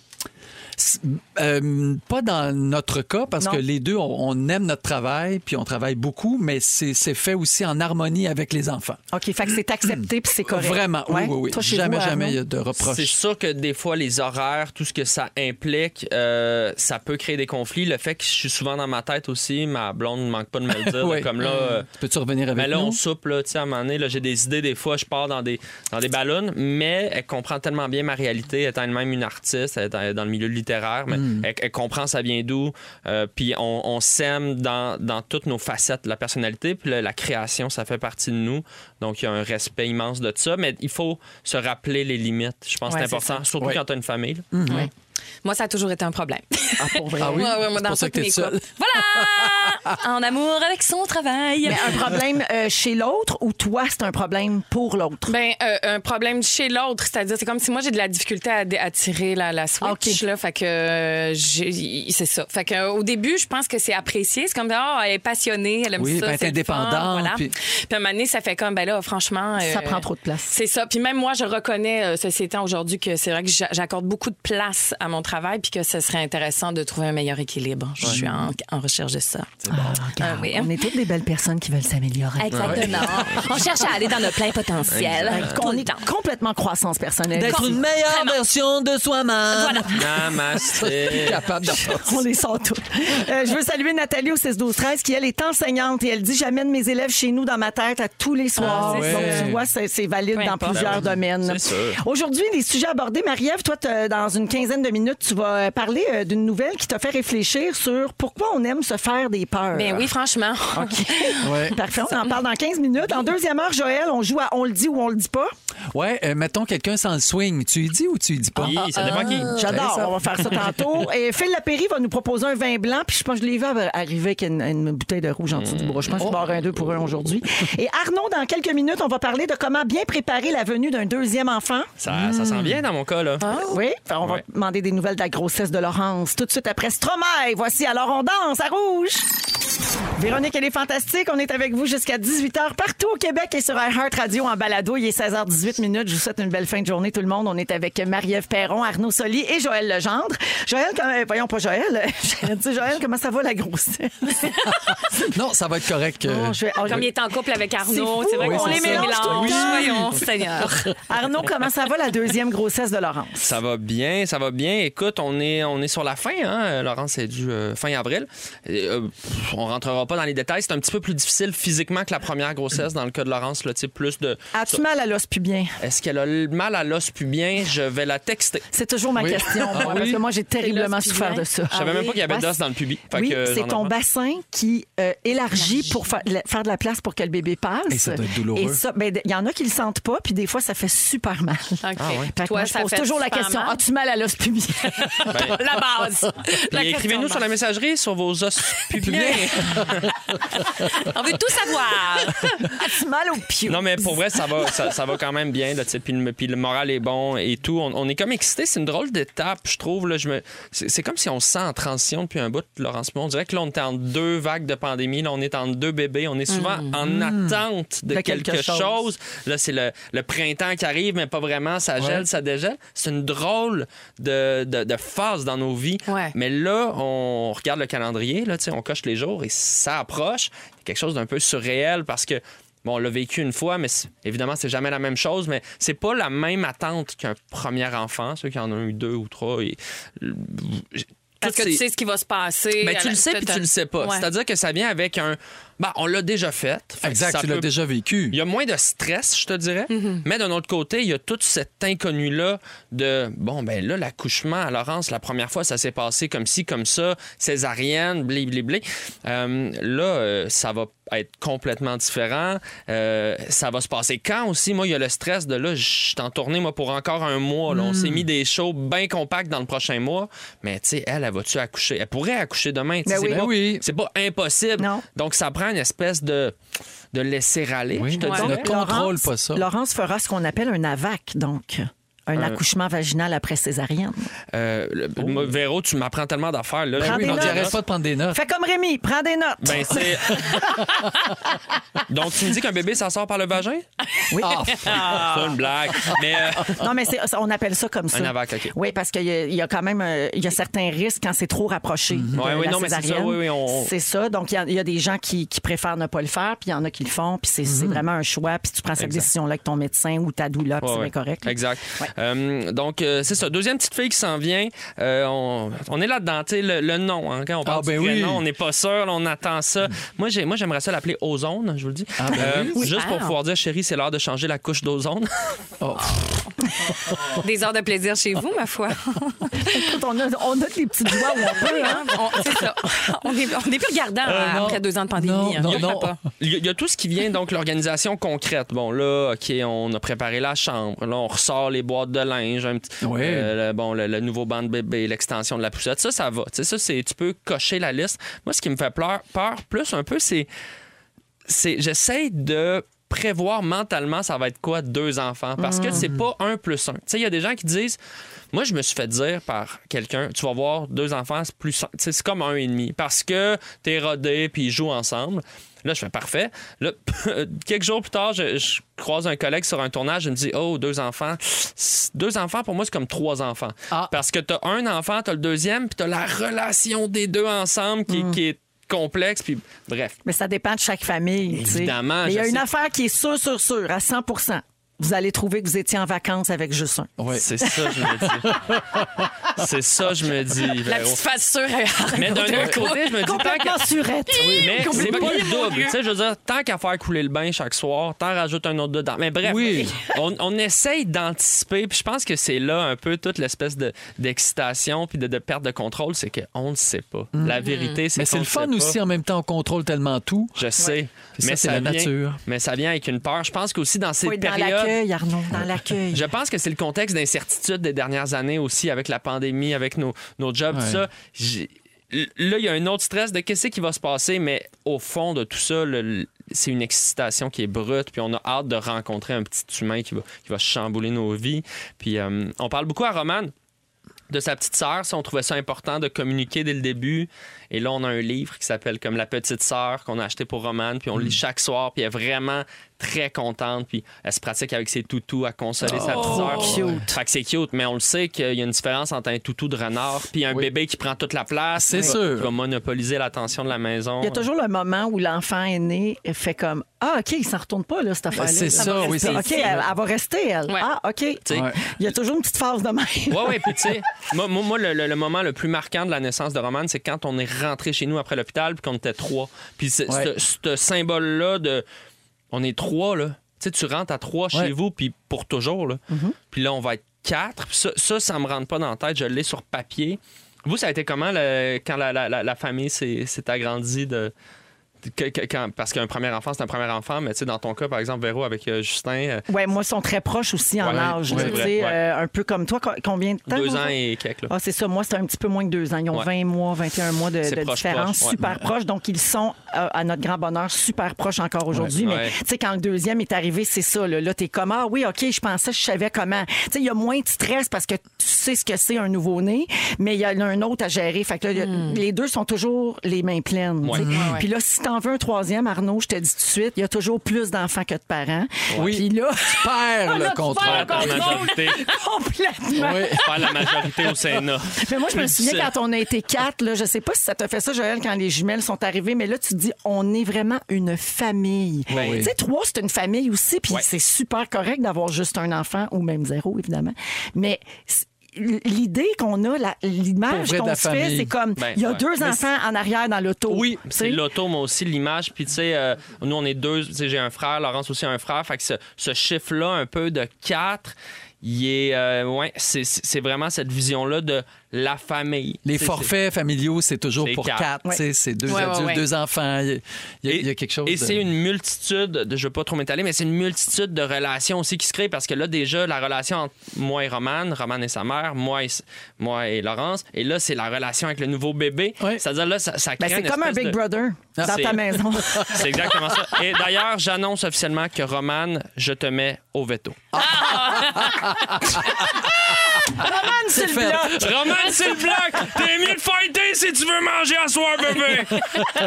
Speaker 4: C'est- euh, pas dans notre cas, parce
Speaker 6: Non.
Speaker 4: que les deux, on, on aime notre travail, puis on travaille beaucoup, mais c'est c'est fait aussi en harmonie avec les enfants.
Speaker 6: OK, fait que c'est accepté puis c'est correct.
Speaker 4: Vraiment, oui,
Speaker 6: Ouais.
Speaker 4: oui, oui.
Speaker 6: Toi, chez
Speaker 4: jamais,
Speaker 6: vous,
Speaker 4: jamais
Speaker 6: Arnaud?
Speaker 4: il y a de reproches.
Speaker 7: C'est sûr que des fois, les horaires, tout ce que ça implique, euh, ça peut créer des conflits. Le fait que je suis souvent dans ma tête aussi, ma blonde ne manque pas de me le dire.
Speaker 4: Oui.
Speaker 7: Comme là, euh,
Speaker 6: Mm.
Speaker 4: Peux-tu revenir avec
Speaker 7: mais là,
Speaker 4: nous?
Speaker 7: on soupe, là, tu sais, à un moment donné, là, j'ai des idées, des fois, je pars dans des, dans des ballons, mais elle comprend tellement bien ma réalité, étant elle-même une artiste, elle est dans- dans le milieu littéraire, mais elle, elle comprend ça vient d'où, euh, puis on, on sème dans, dans toutes nos facettes de la personnalité, puis là, la création, ça fait partie de nous, donc il y a un respect immense de ça, mais il faut se rappeler les limites, je pense
Speaker 5: Ouais,
Speaker 7: que c'est
Speaker 5: c'est
Speaker 7: important, surtout
Speaker 4: Ouais.
Speaker 7: quand tu as une famille. là.
Speaker 5: Ouais. Moi, ça a toujours été un problème.
Speaker 4: Ah oui?
Speaker 5: Ouais, ouais, moi,
Speaker 4: c'est
Speaker 5: dans
Speaker 4: pour ça
Speaker 5: toutes
Speaker 4: que t'es
Speaker 5: mes
Speaker 4: seule.
Speaker 5: couples. Voilà! en amour avec son travail.
Speaker 6: Mais un problème euh, chez l'autre ou toi, c'est un problème pour l'autre?
Speaker 5: Ben, euh, un problème chez l'autre, c'est-à-dire, c'est comme si moi j'ai de la difficulté à, dé- à tirer la, la switch,
Speaker 6: Ah, Ok.
Speaker 5: là, fait que euh, j'ai- c'est ça. Fait que, euh, au début, je pense que c'est apprécié, c'est comme, ah, elle est passionnée, elle aime
Speaker 4: Oui,
Speaker 5: ça.
Speaker 4: ben,
Speaker 5: c'est
Speaker 4: t'es
Speaker 5: le fun,
Speaker 4: indépendante,
Speaker 5: voilà.
Speaker 4: puis-
Speaker 5: Puis à un moment donné, ça fait comme, ben là, franchement.
Speaker 6: Ça
Speaker 5: euh,
Speaker 6: prend trop de place.
Speaker 5: C'est ça. Puis même moi, je reconnais, euh, ceci étant aujourd'hui, que c'est vrai que j'a- j'accorde beaucoup de place à mon travail, puis que ce serait intéressant de trouver un meilleur équilibre. Je suis en, en recherche de ça. Ah,
Speaker 4: Ben, hein?
Speaker 5: oui.
Speaker 6: On est toutes des belles personnes qui veulent s'améliorer.
Speaker 2: Exactement. On cherche à aller dans notre plein potentiel.
Speaker 6: Qu'on est complètement croissance personnelle.
Speaker 4: D'être une meilleure version de soi-même.
Speaker 7: Namasté.
Speaker 4: Capable d'en-
Speaker 6: On les sent toutes. Euh, je veux saluer Nathalie au 16 12 13 qui elle est enseignante et elle dit j'amène mes élèves chez nous dans ma tête à tous les soirs.
Speaker 5: Ah, c'est
Speaker 6: Donc
Speaker 5: ça.
Speaker 6: tu vois c'est c'est valide
Speaker 5: Peu
Speaker 6: dans
Speaker 5: importe.
Speaker 6: plusieurs
Speaker 7: Ben oui,
Speaker 6: domaines.
Speaker 7: c'est sûr.
Speaker 6: Aujourd'hui les sujets abordés Marie-Ève toi t'as- dans une quinzaine de minutes tu vas euh, parler euh, d'une nouvelle qui t'a fait réfléchir sur pourquoi on aime se faire des peurs.
Speaker 5: Ben oui, franchement.
Speaker 4: Ouais.
Speaker 6: Parfait, on en parle dans 15 minutes. En deuxième heure, Joël, on joue à On le dit ou on le dit pas.
Speaker 4: Ouais, euh, mettons quelqu'un sans le swing. Tu y dis ou tu y dis pas?
Speaker 7: Oui, ça dépend qui.
Speaker 6: J'adore, on va faire ça tantôt. Et Phil Lapéry va nous proposer un vin blanc, puis je pense que je l'ai vu arriver avec une, une bouteille de rouge en dessous du bras. Je pense que je vais avoir un deux pour un aujourd'hui. Et Arnaud, dans quelques minutes, on va parler de comment bien préparer la venue d'un deuxième enfant.
Speaker 7: Ça, ça sent bien dans mon cas, là.
Speaker 6: Oui, on va
Speaker 7: Ouais.
Speaker 6: demander des nouvelles de la grossesse de Laurence. Tout de suite après Stromae, voici Alors on danse à rouge. Véronique, elle est fantastique. On est avec vous jusqu'à 18h partout au Québec et sur iHeart Radio en balado. Il est 16h18 minutes. Je vous souhaite une belle fin de journée, tout le monde. On est avec Marie-Ève Perron, Arnaud Soli et Joël Legendre. Joël, comme- euh, voyons pas Joël. J'allais dire, Joël, comment ça va la grossesse?
Speaker 4: Non, ça va être correct. euh,
Speaker 6: Non, je vais- oh,
Speaker 5: Ah, Comme il est en couple avec Arnaud,
Speaker 6: fou,
Speaker 5: c'est vrai
Speaker 6: oui,
Speaker 5: qu'on
Speaker 6: c'est
Speaker 5: les
Speaker 6: ça.
Speaker 5: mélange.
Speaker 6: Tout le temps.
Speaker 5: Voyons, Seigneur.
Speaker 6: Arnaud, comment ça va la deuxième grossesse de Laurence?
Speaker 7: Ça va bien, ça va bien. Écoute, on est, on est sur la fin, hein? Euh, Laurent, c'est du euh, fin avril. Et, euh, pff, on rentrera pas dans les détails. C'est un petit peu plus difficile physiquement que la première grossesse dans le cas de Laurence, là, tu sais, plus de.
Speaker 6: As-tu mal à l'os pubien?
Speaker 7: Est-ce qu'elle a le mal à l'os pubien? Je vais la texter.
Speaker 6: C'est toujours ma
Speaker 4: Oui.
Speaker 6: question, moi,
Speaker 4: Ah oui?
Speaker 6: parce que moi, j'ai terriblement
Speaker 5: l'os qui
Speaker 6: souffert
Speaker 5: vient. Ah
Speaker 6: de ça.
Speaker 7: Je savais même pas qu'il y avait d'os dans le pubis. Fait
Speaker 6: Ah oui,
Speaker 7: que, euh, j'en
Speaker 6: c'est
Speaker 7: ai
Speaker 6: ton
Speaker 7: pas.
Speaker 6: bassin qui euh, élargit pour fa- la- faire de la place pour que le bébé passe.
Speaker 4: Et ça doit être douloureux.
Speaker 6: Et ça, ben, il y en a qui le sentent pas, puis des fois, ça fait super mal.
Speaker 5: Ah, OK.
Speaker 7: Ah
Speaker 6: Fait que moi, je
Speaker 5: ça
Speaker 6: pose
Speaker 5: fait
Speaker 6: toujours la
Speaker 5: super
Speaker 6: question
Speaker 5: mal.
Speaker 6: as-tu mal à l'os pubien
Speaker 7: Ben,
Speaker 5: La base. La
Speaker 7: puis écrivez-nous sur la messagerie sur vos os pubiens.
Speaker 5: On veut tout savoir.
Speaker 6: As-tu mal au pied
Speaker 7: Non, mais pour vrai, ça va, ça, ça va quand même bien. Là, tu sais, puis, le, puis le moral est bon et tout. On, on est comme excités. C'est une drôle d'étape, je trouve. Là, je me... c'est, c'est comme si on se sent en transition depuis un bout, Laurence Simon. On dirait que là, on est en deux vagues de pandémie. Là, on est en deux bébés. On est souvent en attente Mm. de,
Speaker 6: De quelque
Speaker 7: quelque,
Speaker 6: chose.
Speaker 7: chose. Là, c'est le, le printemps qui arrive, mais pas vraiment. Ça gèle, ça dégèle. C'est une drôle de, de- de phase dans nos vies.
Speaker 5: Ouais.
Speaker 7: Mais là, on regarde le calendrier, là, tu sais, on coche les jours et ça approche. Quelque chose d'un peu surréel parce que, bon, on l'a vécu une fois, mais c'est- évidemment, c'est jamais la même chose, mais c'est pas euh, la même attente qu'un premier enfant, ceux qui en ont eu deux ou trois. et-
Speaker 5: Parce que
Speaker 7: toutes
Speaker 5: tu
Speaker 7: ces-
Speaker 5: sais ce qui va se passer.
Speaker 7: Ben,
Speaker 5: à
Speaker 7: tu
Speaker 5: la-
Speaker 7: le sais puis tu le sais pas.
Speaker 5: Ouais.
Speaker 7: C'est-à-dire que ça vient avec un. Ben, on l'a déjà fait. Fait que
Speaker 4: Exact,
Speaker 7: ça
Speaker 4: tu l'as
Speaker 7: peut-
Speaker 4: déjà vécu.
Speaker 7: Il y a moins de stress, je te dirais.
Speaker 6: Mm-hmm.
Speaker 7: Mais d'un autre côté, il y a tout cet inconnu-là de bon, ben là, l'accouchement à Laurence, la première fois, ça s'est passé comme ci, comme ça, césarienne, blé, blé, blé. Euh, là, euh, ça va être complètement différent. Euh, ça va se passer quand aussi? Moi, il y a le stress de là, je suis en tournée, moi, pour encore un mois.
Speaker 6: Mm.
Speaker 7: là. On s'est mis des shows bien compacts dans le prochain mois. Mais tu sais, elle, elle va-tu accoucher? Elle pourrait accoucher demain. tu sais,
Speaker 6: Ben
Speaker 7: c'est
Speaker 6: oui.
Speaker 7: pas-
Speaker 4: Ben oui.
Speaker 7: c'est pas impossible.
Speaker 6: Non.
Speaker 7: Donc, ça prend une espèce de, de laisser aller.
Speaker 4: Oui.
Speaker 7: je te
Speaker 4: Ouais.
Speaker 7: dirais.
Speaker 4: Ne contrôle
Speaker 6: Laurence-
Speaker 4: pas ça.
Speaker 6: Laurence fera ce qu'on appelle un AVAC, donc. Un accouchement vaginal après césarienne.
Speaker 7: Euh, le- moi, Véro, tu m'apprends tellement d'affaires. Là,
Speaker 6: Prends
Speaker 7: Je-
Speaker 6: des
Speaker 4: Ben Oui, donc,
Speaker 6: notes.
Speaker 4: il arrête pas de prendre des notes.
Speaker 6: Fais comme Rémi, prends des notes.
Speaker 7: Ben, c'est- Donc, tu me dis qu'un bébé, ça sort par le vagin?
Speaker 6: Oui.
Speaker 7: ah,
Speaker 6: Ah.
Speaker 7: C'est une blague. Mais euh,
Speaker 6: Non, mais c'est- on appelle ça comme ça.
Speaker 7: Un AVAC, OK.
Speaker 6: Oui, parce qu'il y, a- il y a quand même euh, il y a certains risques quand c'est trop rapproché. de
Speaker 7: Mhm. Ouais, oui,
Speaker 6: la
Speaker 7: non, mais c'est ça,
Speaker 6: césarienne.
Speaker 7: oui, oui, on-
Speaker 6: C'est ça. Donc, il y a- il y, a des gens qui, qui préfèrent ne pas le faire, puis il y en a qui le font, puis c'est c'est vraiment un choix, puis tu prends cette
Speaker 7: Exact.
Speaker 6: décision-là avec ton médecin ou ta doula, puis
Speaker 7: Ouais,
Speaker 6: c'est
Speaker 7: ouais.
Speaker 6: bien correct. là.
Speaker 7: Exact. Euh, donc, euh, c'est ça. Deuxième petite fille qui s'en vient. Euh, on, on est là-dedans. Tu sais, le, le nom. hein, quand on parle
Speaker 4: Ah, ben
Speaker 7: du prénom,
Speaker 4: oui.
Speaker 7: on n'est pas sûr. là, on attend ça. Moi, j'ai, moi, j'aimerais ça l'appeler ozone, je vous le dis. Euh, Juste
Speaker 6: Ah.
Speaker 7: pour pouvoir dire, chérie, c'est l'heure de changer la couche d'ozone.
Speaker 5: Des heures de plaisir chez vous, ma foi.
Speaker 6: Écoute, on, a, on a des petites joies où on peut. hein.
Speaker 5: On- c'est ça. On est, on est plus regardant hein,
Speaker 4: non.
Speaker 5: après deux ans de pandémie.
Speaker 4: Non,
Speaker 5: hein.
Speaker 4: non,
Speaker 5: Je comprends
Speaker 4: non.
Speaker 5: pas.
Speaker 7: Il y a- il y a tout ce qui vient donc l'organisation concrète. Bon là, ok, on a préparé la chambre. Là, on ressort les boîtes de linge, un petit,
Speaker 4: Oui.
Speaker 7: euh, le- bon le, le nouveau banc de bébé, l'extension de la poussette. Ça, ça va. Tu sais, ça, c'est tu peux cocher la liste. Moi, ce qui me fait pleur- peur plus un peu, c'est c'est j'essaie de prévoir mentalement ça va être quoi deux enfants parce que c'est pas un plus un. Tu sais, il y a des gens qui disent moi je me suis fait dire par quelqu'un tu vas voir deux enfants c'est plus simple. Tu sais, c'est comme un et demi parce que t'es rodé puis ils jouent ensemble. Là, je fais parfait. Là, quelques jours plus tard, je, je croise un collègue sur un tournage. Je me dis, oh, deux enfants. C'est- Deux enfants, pour moi, c'est comme trois enfants. Parce que t'as un enfant, t'as le deuxième, puis t'as la relation des deux ensemble qui, qui est complexe. Puis bref.
Speaker 6: Mais ça dépend de chaque famille. tu sais.
Speaker 7: Évidemment,
Speaker 6: Mais il y a
Speaker 7: je
Speaker 6: une
Speaker 7: sais.
Speaker 6: affaire qui est sûre, sûre, sûre, à 100 Vous allez trouver que vous étiez en vacances avec juste un.
Speaker 4: Ouais.
Speaker 7: C'est ça, je me dis. C'est ça, je me dis.
Speaker 5: La
Speaker 7: Véro.
Speaker 5: petite face sûre. elle-
Speaker 7: Mais d'un autre côté, je me dis tant
Speaker 6: Complètement hein.
Speaker 7: qu'à.
Speaker 6: surette.
Speaker 7: Mais c'est
Speaker 5: complètement.
Speaker 7: pas le double. Tu sais, je veux dire, tant qu'à faire couler le bain chaque soir, t'en rajoutes un autre dedans. Mais bref,
Speaker 4: Oui.
Speaker 7: on, on essaye d'anticiper. Puis je pense que c'est là un peu toute l'espèce de- d'excitation puis de, de perte de contrôle. C'est qu'on ne sait pas. La vérité, c'est
Speaker 4: Mm. Mais c'est
Speaker 7: qu'on
Speaker 4: le
Speaker 7: sait
Speaker 4: fun
Speaker 7: pas.
Speaker 4: aussi, en même temps, on contrôle tellement tout.
Speaker 7: Je sais.
Speaker 4: Ça,
Speaker 7: Mais
Speaker 4: c'est
Speaker 7: ça,
Speaker 4: la
Speaker 7: vient,
Speaker 4: nature.
Speaker 7: Mais ça vient avec une peur. Je pense qu'aussi dans ces
Speaker 6: Faut être dans
Speaker 7: périodes.
Speaker 6: l'accueil, Arnaud, dans l'accueil.
Speaker 7: Je pense que c'est le contexte d'incertitude des dernières années aussi, avec la pandémie, avec nos, nos jobs, tout
Speaker 4: Ouais.
Speaker 7: ça. J'ai- Là, il y a un autre stress de qu'est-ce qui va se passer, mais au fond de tout ça, le- c'est une excitation qui est brute, puis on a hâte de rencontrer un petit humain qui va, qui va chambouler nos vies. Puis euh, on parle beaucoup à Romane de sa petite sœur, ça, on trouvait ça important de communiquer dès le début. Et là, on a un livre qui s'appelle comme La petite sœur qu'on a acheté pour Romane, puis on le
Speaker 4: Mm.
Speaker 7: lit chaque soir, puis elle est vraiment très contente, puis elle se pratique avec ses toutous à consoler sa petite sœur.
Speaker 6: Oh, cute.
Speaker 7: Fait que c'est cute, mais on le sait qu'il y a une différence entre un toutou de renard puis un bébé qui prend toute la place.
Speaker 4: C'est
Speaker 7: qui va-
Speaker 4: sûr.
Speaker 7: Qui va monopoliser l'attention de la maison.
Speaker 6: Il y a toujours le moment où l'enfant est né et fait comme Ah, OK, il s'en retourne pas, là,
Speaker 7: Ben,
Speaker 6: cette affaire-là.
Speaker 4: c'est ça,
Speaker 6: va
Speaker 4: oui,
Speaker 6: rester.
Speaker 4: c'est-
Speaker 6: OK, elle, elle va rester, elle.
Speaker 5: Ouais.
Speaker 6: Ah, OK.
Speaker 7: sais.
Speaker 4: Ouais.
Speaker 6: Il y a toujours une petite phase de même.
Speaker 7: Ouais, ouais, puis tu sais, moi, moi, moi, le, le- le moment le plus marquant de la naissance de Romane, c'est quand on est rentré chez nous après l'hôpital puis qu'on était trois. Puis c'est-
Speaker 4: Ouais.
Speaker 7: ce ce symbole-là de. On est trois, là. Tu sais, tu rentres à trois
Speaker 4: Ouais.
Speaker 7: chez vous, puis pour toujours, là. Puis là, on va être quatre. Puis ça, ça, ça me rentre pas dans la tête. Je l'ai sur papier. Vous, ça a été comment le- quand la, la- la- la famille s'est s'est agrandie de. de- que- que- quand- parce qu'un premier enfant, c'est un premier enfant, mais tu sais, dans ton cas, par exemple, Véro avec euh, Justin, euh,
Speaker 6: Ouais, moi, ils sont très proches aussi en
Speaker 7: Ouais,
Speaker 6: âge.
Speaker 7: ouais,
Speaker 6: là, tu
Speaker 7: ouais, ouais.
Speaker 6: sais, euh, un peu comme toi, co- combien de temps?
Speaker 7: deux
Speaker 6: mon
Speaker 7: ans
Speaker 6: frère?
Speaker 7: et quelques. là.
Speaker 6: Ah, c'est ça. Moi, c'est un petit peu moins que deux ans. Ils ont
Speaker 7: Ouais.
Speaker 6: 20 mois, 21 mois de,
Speaker 7: C'est
Speaker 6: de
Speaker 7: proche,
Speaker 6: différence,
Speaker 7: proche, ouais.
Speaker 6: super proches. Donc, ils sont, euh, à notre grand bonheur, super proches encore aujourd'hui.
Speaker 7: Ouais.
Speaker 6: Mais,
Speaker 7: Ouais.
Speaker 6: tu sais, quand le deuxième est arrivé, c'est ça. Là, là t'es comme, ah oui, OK, je pensais, je savais comment. Tu sais, il y a moins de stress parce que tu sais ce que c'est un nouveau-né, mais il y en a un autre à gérer. Fait que là, il y a- les deux sont toujours les mains pleines. tu sais.
Speaker 7: Ouais.
Speaker 6: Puis là, si t'en veux un troisième, Arnaud, je te dis tout de suite, il y a toujours plus d'enfants que de parents. Puis là,
Speaker 4: Perd le
Speaker 7: Faire
Speaker 4: contrôle.
Speaker 7: la majorité,
Speaker 6: complètement.
Speaker 4: Oui.
Speaker 7: faire la majorité au Sénat.
Speaker 6: Mais moi, je me souviens quand on a été quatre, là, je sais pas si ça t'a fait ça, Joël, quand les jumelles sont arrivées, mais là, tu te dis, on est vraiment une famille.
Speaker 7: Ben oui.
Speaker 6: Tu sais, trois, c'est une famille aussi, puis
Speaker 7: Ouais.
Speaker 6: c'est super correct d'avoir juste un enfant, ou même zéro, évidemment. Mais c- l'idée qu'on a, la-
Speaker 4: Pour
Speaker 6: l'image
Speaker 4: vrai de
Speaker 6: qu'on
Speaker 4: la
Speaker 6: se fait,
Speaker 4: famille.
Speaker 6: c'est comme
Speaker 7: Ben,
Speaker 6: il y a
Speaker 7: ouais.
Speaker 6: deux
Speaker 7: Mais
Speaker 6: enfants en arrière dans l'auto.
Speaker 4: Oui,
Speaker 6: Tu sais?
Speaker 7: C'est l'auto, moi aussi, l'image. Puis, tu sais, euh, nous, on est deux. Tu sais, j'ai un frère, Laurence aussi a un frère. Fait que ce, ce chiffre-là, un peu de 4, il est. euh, ouais, c'est- c'est c'est vraiment cette vision-là de la famille.
Speaker 4: Les
Speaker 7: C'est-
Speaker 4: forfaits familiaux, c'est toujours
Speaker 7: C'est
Speaker 4: pour
Speaker 7: quatre.
Speaker 4: quatre.
Speaker 6: Ouais.
Speaker 4: tu sais, C'est deux
Speaker 5: Ouais, ouais,
Speaker 4: adultes,
Speaker 5: ouais.
Speaker 4: deux enfants. Il y a- il y, a- il y a quelque chose.
Speaker 7: Et
Speaker 4: de-
Speaker 7: c'est une multitude, de, je veux pas trop m'étaler, mais c'est une multitude de relations aussi qui se créent parce que là, déjà, la relation entre moi et Romane, Romane et sa mère, moi et, moi et Laurence, et là, c'est la relation avec le nouveau bébé.
Speaker 4: Ouais.
Speaker 7: C'est-à-dire, là, ça, ça crée
Speaker 6: Ben, c'est
Speaker 7: une
Speaker 6: comme un
Speaker 7: espèce
Speaker 6: Big
Speaker 7: de-
Speaker 6: Brother dans
Speaker 7: c'est-
Speaker 6: ta maison.
Speaker 7: C'est exactement ça. Et d'ailleurs, j'annonce officiellement que Romane, je te mets au veto.
Speaker 6: c'est le
Speaker 4: fait.
Speaker 6: bloc.
Speaker 7: Romane, c'est le bloc! T'es mieux de fighter si tu veux manger à soir, bébé!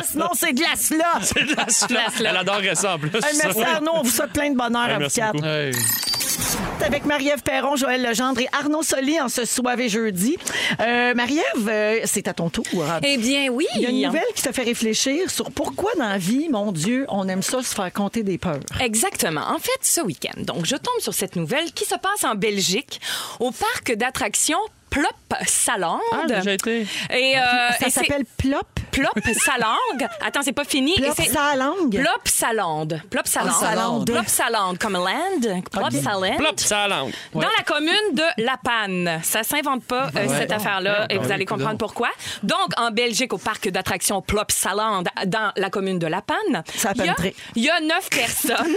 Speaker 6: Sinon, c'est de la slop.
Speaker 7: Elle adorerait ça, en plus.
Speaker 6: Hey, merci Arnaud, on vous souhaite plein de bonheur à vous
Speaker 7: merci
Speaker 6: quatre.
Speaker 4: Ouais.
Speaker 6: Avec Marie-Ève Perron, Joël Legendre et Arnaud Soli en ce soir et jeudi. Euh, Marie-Ève, euh, c'est à ton tour.
Speaker 2: Eh bien, oui.
Speaker 6: Il y a une nouvelle qui te fait réfléchir sur pourquoi dans la vie, mon Dieu, on aime ça se faire compter des peurs.
Speaker 5: Euh, Exactement. En fait, ce week-end, donc, je tombe sur cette nouvelle qui se passe en Belgique, au parc d'attractions Plop Salande.
Speaker 7: J'ai été.
Speaker 5: et, euh,
Speaker 6: Ah, Ça
Speaker 5: et c'est
Speaker 6: s'appelle plop,
Speaker 5: Plop Salangue. Attends, c'est pas fini. Et
Speaker 6: plop
Speaker 5: c'est-
Speaker 6: sa langue.
Speaker 5: Plop Salande. Plop Salande.
Speaker 6: Salande.
Speaker 5: Plop Salande, comme land. Plop Salande.
Speaker 7: Plop, ça langue.
Speaker 4: Ouais.
Speaker 5: Dans la commune de La Panne. Ça s'invente pas, euh,
Speaker 4: Ouais.
Speaker 5: cette affaire-là, et
Speaker 4: ouais,
Speaker 5: vous allez
Speaker 4: coudonc.
Speaker 5: comprendre pourquoi. Donc, en Belgique, au parc d'attractions Plopsaland, dans la commune de La Panne,
Speaker 6: Ça a
Speaker 5: il y a-
Speaker 6: penetré.
Speaker 5: il y, a neuf personnes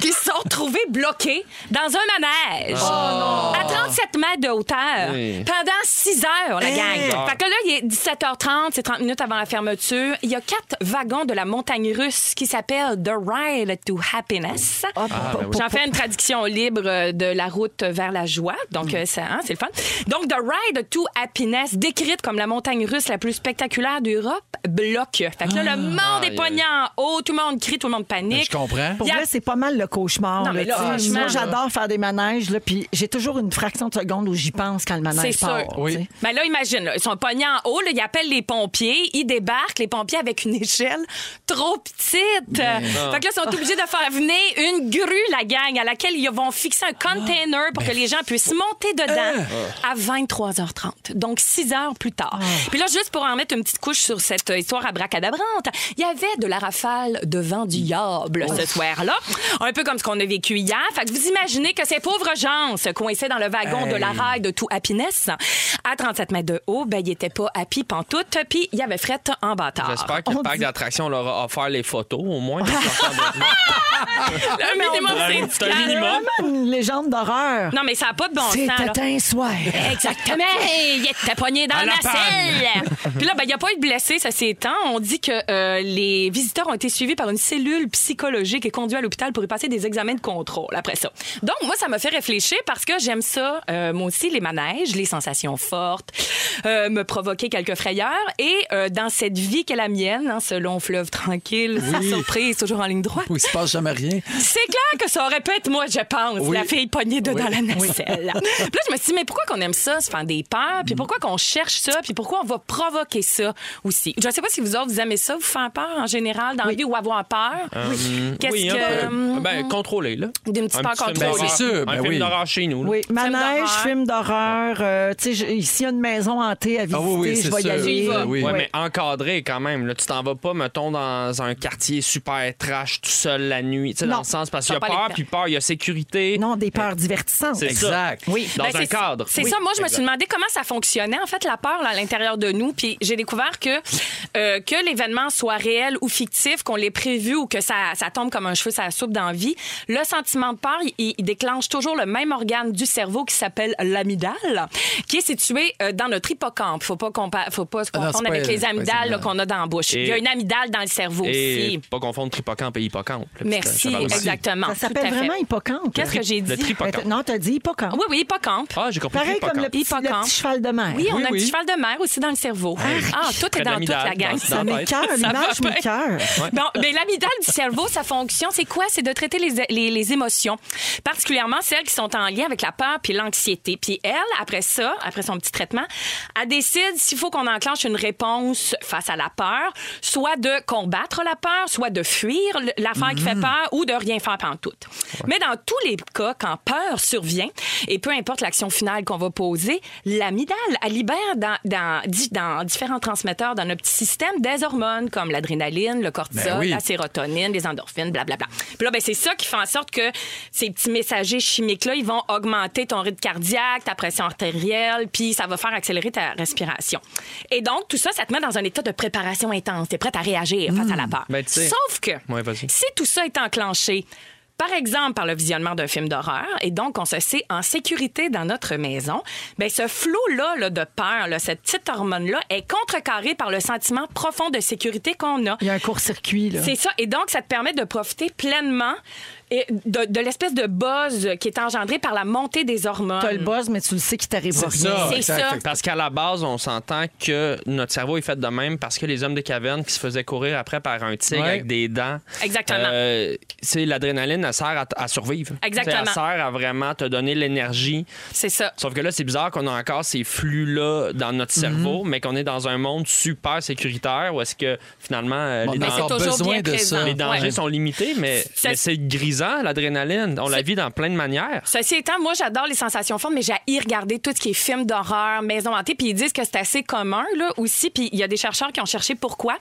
Speaker 5: qui se sont retrouvées bloquées dans un manège à 37 mètres de hauteur
Speaker 7: Oui.
Speaker 5: pendant 6 heures, la gang. Fait que là, il est 17h30, c'est 30 minutes avant la fermeture. Il y a quatre wagons de la montagne russe qui s'appellent The Ride to Happiness.
Speaker 6: Ah, pour- pour-
Speaker 5: J'en fais une traduction libre euh, de la route vers la joie. Donc, euh, ça, hein, c'est le fun. Donc, The Ride to Happiness, décrite comme la montagne russe la plus spectaculaire d'Europe, bloque. Fait que là, le monde est
Speaker 7: Aïe.
Speaker 5: pogné en haut. Tout le monde crie, tout le monde panique.
Speaker 4: Je comprends.
Speaker 6: Pour
Speaker 5: Il y a-
Speaker 6: vrai, c'est pas mal le cauchemar.
Speaker 5: Non,
Speaker 6: là,
Speaker 5: mais là,
Speaker 6: tu sais.
Speaker 5: franchement,
Speaker 6: Moi,
Speaker 5: là.
Speaker 6: j'adore faire des manèges, là, puis j'ai toujours une fraction de seconde où j'y pense quand le manège
Speaker 5: C'est
Speaker 6: part.
Speaker 5: sûr.
Speaker 4: Oui.
Speaker 6: tu sais.
Speaker 5: Mais là, imagine, là, ils sont pognés en haut, là, ils appellent les pompiers, ils débarquent, les pompiers avec une échelle trop petite. Fait que là, ils sont obligés de faire venir une grue, la gang, à laquelle ils vont fixer un container pour que les gens puissent monter dedans à 23h30. Donc, 6 heures plus tard. Puis là, juste pour en mettre une petite couche sur cette euh, histoire abracadabrante, il y avait de la rafale de vent du diable ce soir-là. Un peu comme ce qu'on a vécu hier. Fait que vous imaginez que ces pauvres gens se coinçaient dans le wagon de la rail de tout happiness. À 37 mètres de haut, ben, ils étaient pas happy pantoute, puis il y avait fret en bâtard.
Speaker 7: J'espère que le parc d'attractions leur a offert les photos, au moins.
Speaker 5: Le minimum
Speaker 7: C'est
Speaker 5: syndical.
Speaker 7: un minimum.
Speaker 6: Vraiment Ah, une légende d'horreur.
Speaker 5: Non, mais ça n'a pas de bon sens. là.
Speaker 6: C'était un soir.
Speaker 5: Exactement. Il était pogné dans
Speaker 7: À la
Speaker 5: la selle. Puis là, ben, il n'y a pas eu de blessé, ça s'étend. On dit que euh, les visiteurs ont été suivis par une cellule psychologique et conduits à l'hôpital pour y passer des examens de contrôle après ça. Donc, moi, ça m'a fait réfléchir parce que j'aime ça, euh, moi aussi, les manèges, les sensations fortes, euh, me provoquer quelques frayeurs. Et euh, dans cette vie qu'est la mienne, hein, ce long fleuve tranquille, sans surprise, toujours en ligne droite,
Speaker 4: Où il se passe jamais rien.
Speaker 5: c'est clair que ça aurait pu être moi, je pense,
Speaker 4: Oui.
Speaker 5: la fille pognée dedans
Speaker 4: Oui.
Speaker 5: la nacelle. puis là, je me suis dit, mais pourquoi qu'on aime ça, se faire des peurs, puis pourquoi qu'on cherche ça, puis pourquoi on va provoquer ça aussi? Je ne sais pas si vous autres, vous aimez ça, vous faire peur en général dans la vie ou avoir peur. Qu'est-ce
Speaker 7: Ah. oui, un
Speaker 5: que... hum,
Speaker 7: peu. Ben, contrôlé, là.
Speaker 5: D'une petite
Speaker 7: Un
Speaker 5: peur
Speaker 7: petit film
Speaker 5: contrôlée.
Speaker 7: d'horreur.
Speaker 4: C'est sûr, ben
Speaker 7: Un
Speaker 4: oui.
Speaker 7: film d'horreur chez nous. là.
Speaker 6: Oui, manège,
Speaker 5: d'horreur.
Speaker 6: film d'horreur. euh, tu sais, je- ici, il y a une maison hantée à visiter.
Speaker 4: Ah oui, oui,
Speaker 6: je
Speaker 4: c'est
Speaker 6: vais y
Speaker 4: sûr.
Speaker 6: aller.
Speaker 4: Ah oui.
Speaker 7: Ouais, mais encadré quand même. Là, tu t'en vas pas, mettons, dans un quartier super trash tout seul la nuit. Tu sais,
Speaker 6: Non.
Speaker 7: dans le sens, parce qu'il y a
Speaker 5: T'as pas
Speaker 7: peur,
Speaker 5: les-
Speaker 7: puis peur, il y a sécurité.
Speaker 6: Non, des peurs divertissantes.
Speaker 7: C'est ça.
Speaker 4: Exact.
Speaker 6: Oui.
Speaker 7: Dans
Speaker 5: Ben,
Speaker 7: un
Speaker 5: c'est-
Speaker 7: cadre.
Speaker 5: C'est
Speaker 7: Oui.
Speaker 5: ça. Moi, je me suis
Speaker 7: Exact.
Speaker 5: demandé comment ça fonctionnait, en fait, la peur là, à l'intérieur de nous. Puis j'ai découvert que, euh, que l'événement soit réel ou fictif, qu'on l'ait prévu ou que ça, ça tombe comme un cheveu sur la soupe dans la vie, le sentiment de peur, il, il déclenche toujours le même organe du cerveau qui s'appelle l'amygdale, qui est situé euh, dans notre hippocampe. Faut pas, compa- faut pas se
Speaker 4: Ah non,
Speaker 5: confondre
Speaker 4: c'est pas
Speaker 5: avec
Speaker 4: elle,
Speaker 5: les
Speaker 4: c'est pas
Speaker 5: amygdales là,
Speaker 4: celle-là.
Speaker 5: qu'on a dans la bouche.
Speaker 7: Et-
Speaker 5: Il y a une amygdale dans le cerveau
Speaker 7: Et
Speaker 5: aussi.
Speaker 7: pas confondre tripocampe et hippocampe. le petit, euh,
Speaker 5: Merci,
Speaker 7: cheval aussi.
Speaker 5: exactement.
Speaker 6: Ça
Speaker 5: Tout à
Speaker 6: s'appelle
Speaker 5: fait.
Speaker 6: vraiment hippocampe.
Speaker 5: Qu'est-ce que j'ai dit?
Speaker 7: Le tripocampe.
Speaker 6: Mais t- Non, t'as dit hippocampe.
Speaker 5: Oui, oui, hippocampe.
Speaker 7: Ah, j'ai compris.
Speaker 6: Pareil comme le
Speaker 7: hippocampe.
Speaker 6: petit, le
Speaker 5: Hippocampe.
Speaker 6: petit cheval de mer.
Speaker 5: Oui, on
Speaker 4: Oui,
Speaker 5: a un
Speaker 4: oui.
Speaker 5: petit cheval de mer aussi dans le cerveau. Ah, tout
Speaker 7: Près de
Speaker 5: est dans toute
Speaker 7: l'amygdale,
Speaker 5: la gang.
Speaker 7: dans-
Speaker 6: Ça
Speaker 7: dans la tête.
Speaker 6: m'écoeure, l'image
Speaker 5: va bien.
Speaker 6: m'écoeure.
Speaker 5: Bon, ben, l'amygdale du cerveau, sa fonction, c'est quoi? C'est de traiter les, les- les émotions, particulièrement celles qui sont en lien avec la peur puis l'anxiété. Puis elle, après ça, après son petit traitement, elle décide s'il faut qu'on enclenche une réponse face à la peur, soit de combattre la peur, soit de fuir l- l'affaire qui fait peur ou de rien faire pantoute. Mais dans tous les cas, quand peur survient, et peu importe l'action finale qu'on va poser, l'amidale, elle libère dans, dans, di- dans différents transmetteurs dans notre petit système des hormones comme l'adrénaline, le cortisol,
Speaker 4: Ben oui.
Speaker 5: la sérotonine, les endorphines, blablabla. Puis là, ben, c'est ça qui fait en sorte que ces petits messagers chimiques-là, ils vont augmenter ton rythme cardiaque, ta pression artérielle, puis ça va faire accélérer ta respiration. Et donc, tout ça, ça te met dans un état de préparation intense. T'es prête à réagir face à la peur.
Speaker 7: Ben, tu sais-
Speaker 5: Sauf que
Speaker 7: Ouais, vas-y.
Speaker 5: si tout ça est enclenché, par exemple, par le visionnement d'un film d'horreur, et donc on se sait en sécurité dans notre maison, ben ce flot-là là, de peur, là, cette petite hormone-là, est contrecarré par le sentiment profond de sécurité qu'on a.
Speaker 6: Il y a un court-circuit, là.
Speaker 5: C'est ça. Et donc, ça te permet de profiter pleinement et de, de l'espèce de buzz qui est engendré par la montée des hormones.
Speaker 6: T'as le buzz, mais tu le sais qu'il t'arrivera
Speaker 4: C'est
Speaker 6: rien.
Speaker 4: ça.
Speaker 5: C'est
Speaker 4: exact.
Speaker 5: ça.
Speaker 4: Fait que
Speaker 7: Parce qu'à la base, on s'entend que notre cerveau est fait de même parce que les hommes de caverne qui se faisaient courir après par un tigre
Speaker 4: Ouais.
Speaker 7: avec des dents.
Speaker 5: Exactement.
Speaker 7: euh, c'est l'adrénaline, elle sert à, t- à survivre.
Speaker 5: Exactement.
Speaker 7: Elle sert à vraiment te donner l'énergie.
Speaker 5: C'est ça.
Speaker 7: Sauf que là, c'est bizarre qu'on a encore ces flux-là dans
Speaker 6: Mhm.
Speaker 7: notre cerveau, mais qu'on est dans un monde super sécuritaire où est-ce que finalement euh,
Speaker 4: On
Speaker 7: les,
Speaker 4: a
Speaker 7: dangers-
Speaker 4: encore
Speaker 5: toujours
Speaker 4: besoin
Speaker 5: bien
Speaker 4: de
Speaker 5: présent.
Speaker 4: ça.
Speaker 7: les dangers
Speaker 5: Ouais.
Speaker 7: sont limités, mais
Speaker 5: Ça-
Speaker 7: mais c'est grisant, l'adrénaline. On la vit dans plein de manières.
Speaker 5: Ceci étant, moi, j'adore les sensations fortes, mais j'ai y regarder tout ce qui est film d'horreur, maison hantée, puis ils disent que c'est assez commun, là, aussi, puis il y a des chercheurs qui ont cherché pourquoi.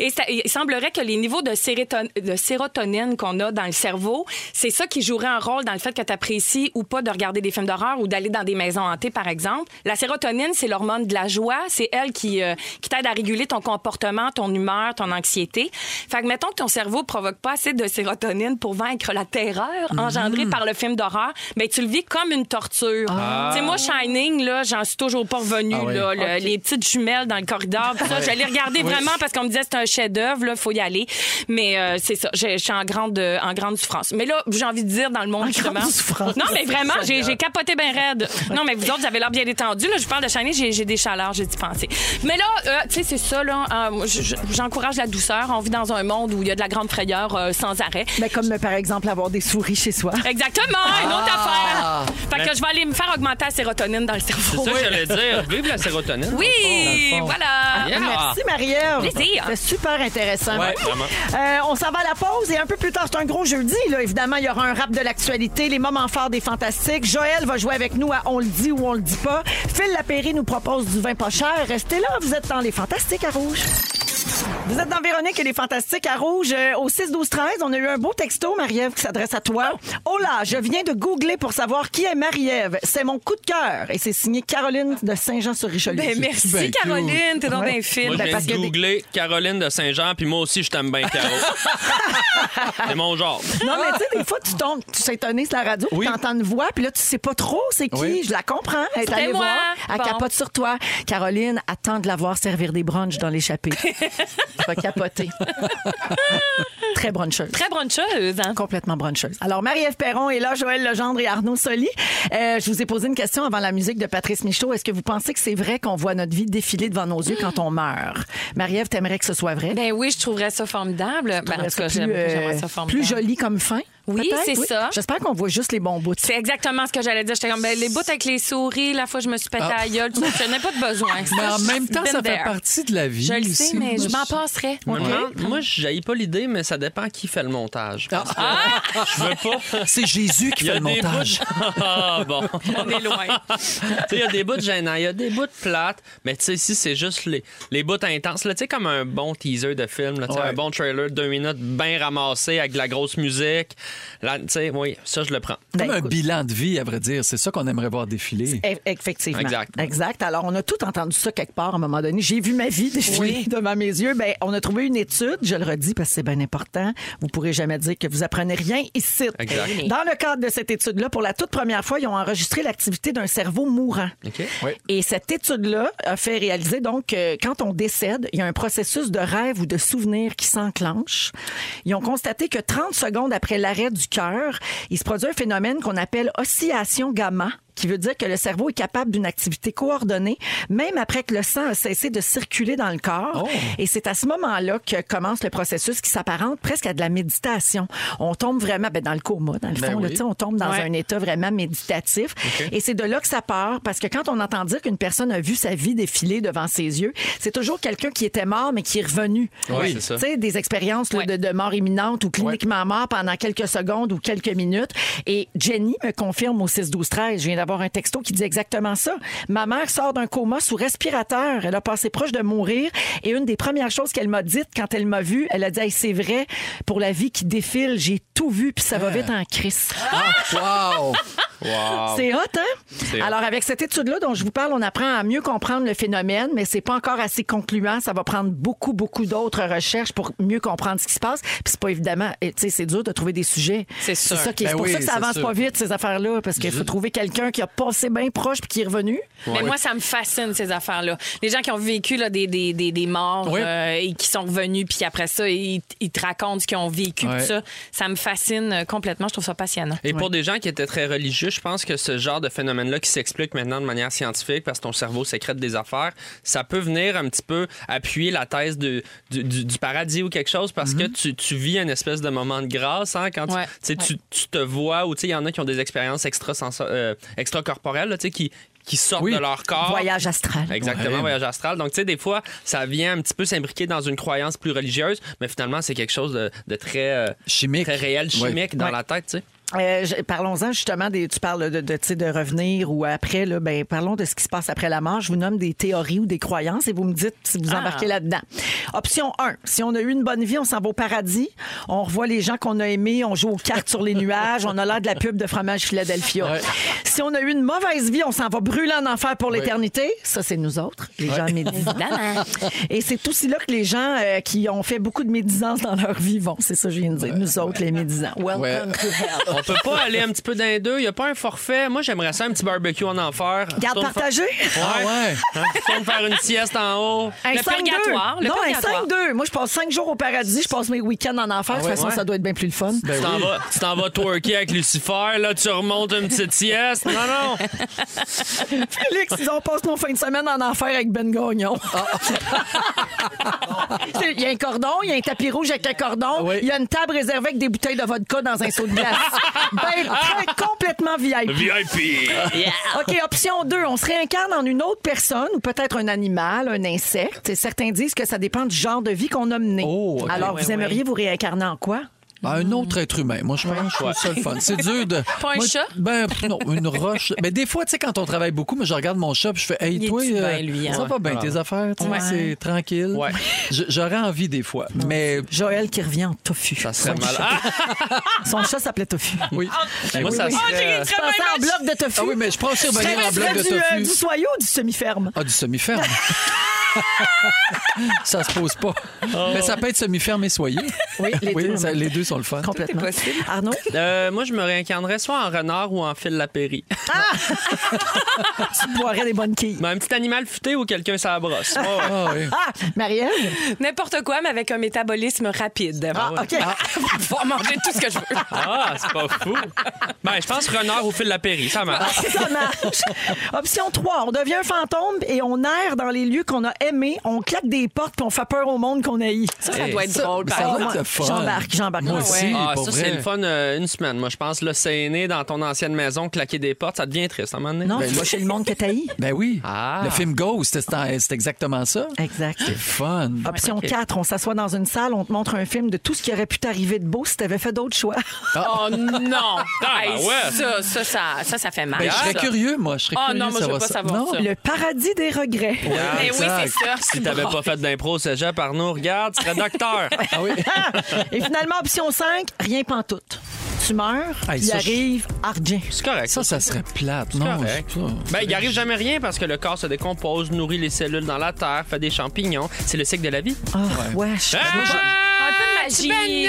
Speaker 5: Et ça- il semblerait que les niveaux de, séréton- de sérotonine qu'on a dans le cerveau, c'est ça qui jouerait un rôle dans le fait que tu apprécies ou pas de regarder des films d'horreur ou d'aller dans des maisons hantées, par exemple. La sérotonine, c'est l'hormone de la joie, c'est elle qui, euh, qui t'aide à réguler ton comportement, ton humeur, ton anxiété. Fait que mettons que ton cerveau provoque pas assez de sérotonine pour vaincre la terreur engendrée par le film d'horreur, ben tu le vis comme une torture. Tu sais moi Shining là, j'en suis toujours pas revenue
Speaker 4: Ah oui.
Speaker 5: là, le- les petites jumelles dans le corridor, pis ça, je l'ai regardé vraiment parce qu'on me disait c'est un chef-d'œuvre là, faut y aller. Mais euh, c'est ça, je je suis en grande euh, en grande souffrance. Mais là, j'ai envie de dire dans le monde
Speaker 6: En
Speaker 5: justement.
Speaker 6: grande souffrance.
Speaker 5: Non, mais vraiment, j'ai j'ai capoté bien raide. Non, mais vous autres, vous avez l'air bien détendu. Là, je vous parle de Shining, j'ai j'ai des chaleurs, j'ai dépensé. Mais là, euh, tu sais, c'est ça, là. euh, moi, je- je- J'encourage la douceur. On vit dans un monde où il y a de la grande frayeur euh, sans arrêt.
Speaker 6: Mais comme, euh, par exemple, avoir des souris chez soi.
Speaker 5: Exactement, une autre affaire. Fait que je vais aller me faire augmenter la sérotonine dans le cerveau.
Speaker 7: C'est ça que j'allais dire. Vive la sérotonine.
Speaker 5: Oui, voilà.
Speaker 7: Yeah.
Speaker 6: Merci, Marie-Ève.
Speaker 5: Ah. Plaisir.
Speaker 6: C'est super intéressant.
Speaker 7: Ouais, vraiment.
Speaker 6: Euh, on s'en va à la pause et un peu plus tard, c'est un gros jeudi. Là. Évidemment, il y aura un rap de l'actualité, les moments forts des fantastiques. Joël va jouer avec nous à On le dit ou on le dit pas. Phil Lapéry nous propose du vin pas cher. Restez là, vous êtes dans les fantastiques à rouge. Vous êtes dans Véronique et les Fantastiques à Rouge. Euh, Au 6-12-13, on a eu un beau texto, Marie-Ève, qui s'adresse à toi. Oh là, je viens de googler pour savoir qui est Marie-Ève. C'est mon coup de cœur. Et c'est signé Caroline de Saint-Jean-sur-Richelieu.
Speaker 5: Ben, merci,
Speaker 4: Ben, cute.
Speaker 5: Caroline. T'es dans
Speaker 6: Ouais.
Speaker 5: un film.
Speaker 7: Moi, je
Speaker 6: Ben,
Speaker 7: viens
Speaker 6: parce
Speaker 7: de
Speaker 6: que des-
Speaker 7: googler Caroline de Saint-Jean, puis moi aussi, je t'aime bien, Caro. c'est mon genre.
Speaker 6: Non, mais tu sais, des fois, tu tombes, tu sais, étonné sur la radio,
Speaker 4: Oui.
Speaker 6: tu entends une voix, puis là, tu sais pas trop c'est qui.
Speaker 4: Oui.
Speaker 6: Je la comprends. Elle est
Speaker 5: C'était
Speaker 6: allée
Speaker 5: moi.
Speaker 6: voir. Elle
Speaker 5: Bon.
Speaker 6: capote sur toi. Caroline, attends de la voir servir des brunchs dans l'échappée. tu vas capoter. Très bruncheuse.
Speaker 5: Très bruncheuse, hein?
Speaker 6: Complètement bruncheuse. Alors, Marie-Ève Perron est là, Joël Legendre et Arnaud Soli. Euh, je vous ai posé une question avant la musique de Patrice Michaud. Est-ce que vous pensez que c'est vrai qu'on voit notre vie défiler devant nos yeux quand on meurt? Marie-Ève, t'aimerais que ce soit vrai?
Speaker 5: Ben oui, je trouverais ça formidable. Ben, en tout
Speaker 6: Est-ce
Speaker 5: cas,
Speaker 6: que
Speaker 5: j'aime-
Speaker 6: plus, euh,
Speaker 5: j'aimerais ça formidable.
Speaker 6: plus joli comme fin.
Speaker 5: Oui,
Speaker 6: peut-être?
Speaker 5: c'est ça.
Speaker 6: J'espère qu'on voit juste les bons bouts.
Speaker 5: C'est exactement ce que j'allais dire. J'étais comme, ben, les bouts avec les souris, la fois je me suis pété à la gueule, tout ça, je n'ai pas de besoin.
Speaker 4: Ah. Mais en même temps, ça fait
Speaker 5: partie.
Speaker 4: partie de la vie.
Speaker 5: Je le
Speaker 4: aussi.
Speaker 5: sais, mais je m'en passerai.
Speaker 7: Maintenant, Moi, je n'aille pas l'idée, mais ça dépend qui fait le montage.
Speaker 6: Ah,
Speaker 7: Parce que Je
Speaker 5: Ah!
Speaker 7: veux pas.
Speaker 4: Ah, C'est Jésus qui
Speaker 7: Il y
Speaker 4: fait
Speaker 7: a
Speaker 4: le
Speaker 7: des
Speaker 4: montage.
Speaker 7: bouts. Ah, bon.
Speaker 5: On est loin.
Speaker 7: Tu sais, il y a des bouts gênants, il y a des bouts plates, mais tu sais, ici, c'est juste les, les bouts intenses. Là, tu sais, comme un bon teaser de film, là, tu sais,
Speaker 4: Ouais.
Speaker 7: un bon trailer de deux minutes bien ramassé avec de la grosse musique. Là, tu sais, oui, ça, je le prends.
Speaker 4: Comme
Speaker 6: Ben,
Speaker 4: un
Speaker 6: écoute.
Speaker 4: bilan de vie, à vrai dire. C'est ça qu'on aimerait voir défiler.
Speaker 6: Eff- Effectivement.
Speaker 7: Exact.
Speaker 6: Exact. Alors, on a tout entendu ça quelque part à un moment donné. J'ai vu ma vie défiler devant mes yeux. Ben, on a trouvé une étude, je le redis parce que c'est bien important. Vous pourrez jamais dire que vous apprenez rien ici.
Speaker 7: Exact.
Speaker 6: Dans le cadre de cette étude-là, pour la toute première fois, ils ont enregistré l'activité d'un cerveau mourant.
Speaker 7: OK?
Speaker 6: Et cette étude-là a fait réaliser donc que quand on décède, il y a un processus de rêve ou de souvenir qui s'enclenche. Ils ont constaté que 30 secondes après l'arrêt du cœur, il se produit un phénomène qu'on appelle oscillation gamma qui qui veut dire que le cerveau est capable d'une activité coordonnée, même après que le sang a cessé de circuler dans le corps.
Speaker 7: Oh.
Speaker 6: Et c'est à ce moment-là que commence le processus qui s'apparente presque à de la méditation. On tombe vraiment ben, dans le coma, dans le
Speaker 4: Ben
Speaker 6: fond. là,
Speaker 4: oui.
Speaker 6: tu sais, on tombe dans un état vraiment méditatif. Et c'est de là que ça part, parce que quand on entend dire qu'une personne a vu sa vie défiler devant ses yeux, c'est toujours quelqu'un qui était mort, mais qui est revenu.
Speaker 7: Oui, c'est ça.
Speaker 6: Tu sais, des expériences là, de, de mort imminente ou cliniquement mort pendant quelques secondes ou quelques minutes. Et Jenny me confirme au 6-12-13, je viens d'avoir un texto qui dit exactement ça. Ma mère sort d'un coma sous respirateur. Elle a passé proche de mourir. Et une des premières choses qu'elle m'a dites quand elle m'a vue, elle a dit Hey, c'est vrai, pour la vie qui défile, j'ai tout vu, puis ça va vite en crise.
Speaker 4: Ah, wow!
Speaker 7: Ah.
Speaker 6: C'est hot, hein? Alors, avec cette étude-là dont je vous parle, on apprend à mieux comprendre le phénomène, mais c'est pas encore assez concluant. Ça va prendre beaucoup, beaucoup d'autres recherches pour mieux comprendre ce qui se passe. Puis c'est pas évidemment, eh, tu sais, c'est dur de trouver des sujets.
Speaker 5: C'est sûr.
Speaker 6: ça qui est
Speaker 4: Ben
Speaker 6: c'est pour
Speaker 4: oui,
Speaker 6: ça que ça
Speaker 4: c'est
Speaker 6: avance
Speaker 4: sûr.
Speaker 6: pas vite, ces affaires-là, parce qu'il faut trouver quelqu'un qui a passé bien proche puis qui est revenu.
Speaker 5: Mais moi, ça me fascine, ces affaires-là. Les gens qui ont vécu là, des, des, des, des morts
Speaker 4: Oui.
Speaker 5: euh, et qui sont revenus, puis après ça, ils, ils te racontent ce qu'ils ont vécu,
Speaker 4: Ouais.
Speaker 5: tout ça. Ça me fascine euh, complètement. Je trouve ça passionnant.
Speaker 7: Et pour des gens qui étaient très religieux, je pense que ce genre de phénomène-là qui s'explique maintenant de manière scientifique parce que ton cerveau sécrète des affaires, ça peut venir un petit peu appuyer la thèse de- du, du- du paradis ou quelque chose parce que tu, tu vis une espèce de moment de grâce hein, quand tu-
Speaker 5: Ouais.
Speaker 7: tu, sais, tu- tu te vois ou tu sais, il y en a qui ont des expériences extrasenso- euh, extracorporelles là, tu sais, qui, qui sortent
Speaker 4: Oui.
Speaker 7: de leur corps.
Speaker 6: Voyage astral.
Speaker 7: Exactement,
Speaker 4: Ouais.
Speaker 7: voyage astral. Donc, tu sais, des fois, ça vient un petit peu s'imbriquer dans une croyance plus religieuse, mais finalement, c'est quelque chose de, de très, euh,
Speaker 4: Chimique.
Speaker 7: très réel, chimique dans
Speaker 6: Ouais.
Speaker 7: la tête, tu sais.
Speaker 6: Euh, je- Parlons-en justement des. Tu parles de, de, tu sais, de revenir ou après, là, ben, parlons de ce qui se passe après la mort. Je vous nomme des théories ou des croyances et vous me dites si vous embarquez là-dedans. Option 1. Si on a eu une bonne vie, on s'en va au paradis. On revoit les gens qu'on a aimés, on joue aux cartes sur les nuages, on a l'air de la pub de fromage Philadelphia. Si on a eu une mauvaise vie, on s'en va brûler en enfer pour l'éternité. Ça, c'est nous autres, les gens médisants. Et c'est aussi là que les gens euh, qui ont fait beaucoup de médisance dans leur vie vont. C'est ça, que je viens de dire. nous autres, les médisants. Welcome
Speaker 4: Ouais.
Speaker 6: to hell.
Speaker 7: On peut pas aller un petit peu dans les deux. Il n'y a pas un forfait. Moi, j'aimerais ça un petit barbecue en enfer.
Speaker 6: Garde
Speaker 7: Retourne
Speaker 6: partagée.
Speaker 7: faire-
Speaker 4: Ah ouais!
Speaker 7: Hein, retourne faire une sieste en haut.
Speaker 6: Un
Speaker 5: Le
Speaker 6: 5-2.
Speaker 5: purgatoire, le
Speaker 6: non,
Speaker 5: purgatoire.
Speaker 6: un 5-2. Moi, je passe 5 jours au paradis, je passe mes week-ends en enfer. de toute façon,
Speaker 7: Ah ouais.
Speaker 6: ça doit être bien plus le fun.
Speaker 4: Ben
Speaker 7: Tu t'en vas, tu t'en vas twerker avec Lucifer, là, tu remontes une petite sieste. Non, non.
Speaker 4: Ben
Speaker 6: Félix, ils ont passé nos fins de semaine en enfer avec Ben Gagnon.
Speaker 4: Ah.
Speaker 6: il y a un cordon, il y a un tapis rouge avec un cordon,
Speaker 4: Oui.
Speaker 6: il y a une table réservée avec des bouteilles de vodka dans un seau de glace. ben, très- complètement VIP.
Speaker 8: VIP.
Speaker 6: OK, option 2, on se réincarne en une autre personne ou peut-être un animal, un insecte. Et certains disent que ça dépend du genre de vie qu'on a mené.
Speaker 4: Oh, ok.
Speaker 6: Alors, vous aimeriez vous réincarner en quoi?
Speaker 4: Ah, un autre être humain. Moi, je pense que c'est ça le fun. C'est dur de.
Speaker 5: Pas un
Speaker 4: Moi,
Speaker 5: chat?
Speaker 4: Ben, non, une roche. Mais des fois, tu sais, quand on travaille beaucoup, moi, je regarde mon chat puis je fais, hey,
Speaker 5: Il
Speaker 4: toi, euh,
Speaker 5: est-tu bien, lui, hein?
Speaker 4: ça va bien tes affaires, tu sais, c'est tranquille.
Speaker 7: Ouais.
Speaker 4: Je- J'aurais envie des fois. Mais
Speaker 6: Joël qui revient en tofu.
Speaker 7: Ça serait mal. Ah,
Speaker 6: Son chat s'appelait Tofu.
Speaker 4: oui. Ben
Speaker 7: moi, ça
Speaker 5: Oh,
Speaker 6: Oh,
Speaker 7: serait. euh,
Speaker 6: Je pensais en bloc de tofu.
Speaker 4: Ah oui, mais je pense aussi revenir
Speaker 6: Très
Speaker 4: en bloc
Speaker 6: près
Speaker 4: de
Speaker 6: du, euh, du
Speaker 4: tofu.
Speaker 6: soyau ou du semi-ferme?
Speaker 4: Ah, du semi-ferme. ça se pose pas. Mais ça peut être semi-ferme et soyeux.
Speaker 6: Oui, les deux.
Speaker 4: ça- les deux sont le fun.
Speaker 6: Complètement. Arnaud,
Speaker 7: Euh, moi, je me réincarnerais soit en renard ou en fil lapéry.
Speaker 6: tu boirais des bonnes quilles.
Speaker 7: Mais Ben, un petit animal futé ou quelqu'un ça brosse. Ouais, ouais.
Speaker 4: Ah oui.
Speaker 6: Ah, Marielle?
Speaker 5: N'importe quoi, mais avec un métabolisme rapide.
Speaker 6: Ah, OK.
Speaker 5: Pour pouvoir manger tout ce que je veux.
Speaker 7: Ah, c'est pas fou. Ben, je pense renard ou fil lapéry. Ça marche.
Speaker 4: Ah,
Speaker 6: Ça marche. Option 3, on devient un fantôme et on erre dans les lieux qu'on a aimés, on claque des portes puis on fait peur au monde qu'on haït.
Speaker 5: Ça, ça doit être drôle,
Speaker 4: Mais
Speaker 5: par
Speaker 4: ça
Speaker 5: exemple.
Speaker 4: doit être le fun.
Speaker 6: J'embarque, j'embarque.
Speaker 4: Moi
Speaker 6: Ah ouais.
Speaker 4: aussi,
Speaker 7: Ah,
Speaker 4: pour
Speaker 7: ça,
Speaker 4: vrai.
Speaker 7: c'est le fun euh, une semaine, moi, je pense. Là, saigner dans ton ancienne maison, claquer des portes, ça devient triste à un moment donné.
Speaker 6: Non,
Speaker 4: Ben,
Speaker 6: tu vas
Speaker 4: là-
Speaker 6: chez le monde que t'haïs.
Speaker 4: Ben oui.
Speaker 7: Ah.
Speaker 4: Le film Ghost, c'est c'est exactement ça.
Speaker 6: Exact.
Speaker 4: C'est fun.
Speaker 6: Option 4, on s'assoit dans une salle, on te montre un film de tout ce qui aurait pu t'arriver de beau si t'avais fait d'autres choix.
Speaker 5: Oh non!
Speaker 7: Ah,
Speaker 5: Hey,
Speaker 7: ouais.
Speaker 5: ça, ça, ça, ça, ça fait mal.
Speaker 4: Ben, je serais
Speaker 5: ça.
Speaker 4: curieux, moi. Je serais
Speaker 5: Ah,
Speaker 4: curieux
Speaker 5: non,
Speaker 4: de
Speaker 5: moi, je veux pas savoir
Speaker 4: Non?
Speaker 5: ça.
Speaker 6: Le paradis des regrets.
Speaker 5: Mais oui, c'est
Speaker 4: Exact.
Speaker 5: ça.
Speaker 7: Si t'avais pas fait d'impro au cégep, Arnaud, regarde, tu serais docteur.
Speaker 4: Ah oui.
Speaker 6: Et finalement, option 5, rien pantoute. Tu meurs,
Speaker 4: Hey,
Speaker 6: il
Speaker 4: ça,
Speaker 6: arrive argent.
Speaker 7: C'est correct.
Speaker 4: Ça, ça serait plate. Non,
Speaker 7: correct.
Speaker 4: je sais pas.
Speaker 7: Ben, il arrive jamais rien parce que le corps se décompose, nourrit les cellules dans la terre, fait des champignons. C'est le cycle de la vie. Hein?
Speaker 6: Ah, wesh. Moi, je-
Speaker 5: Un peu de magie.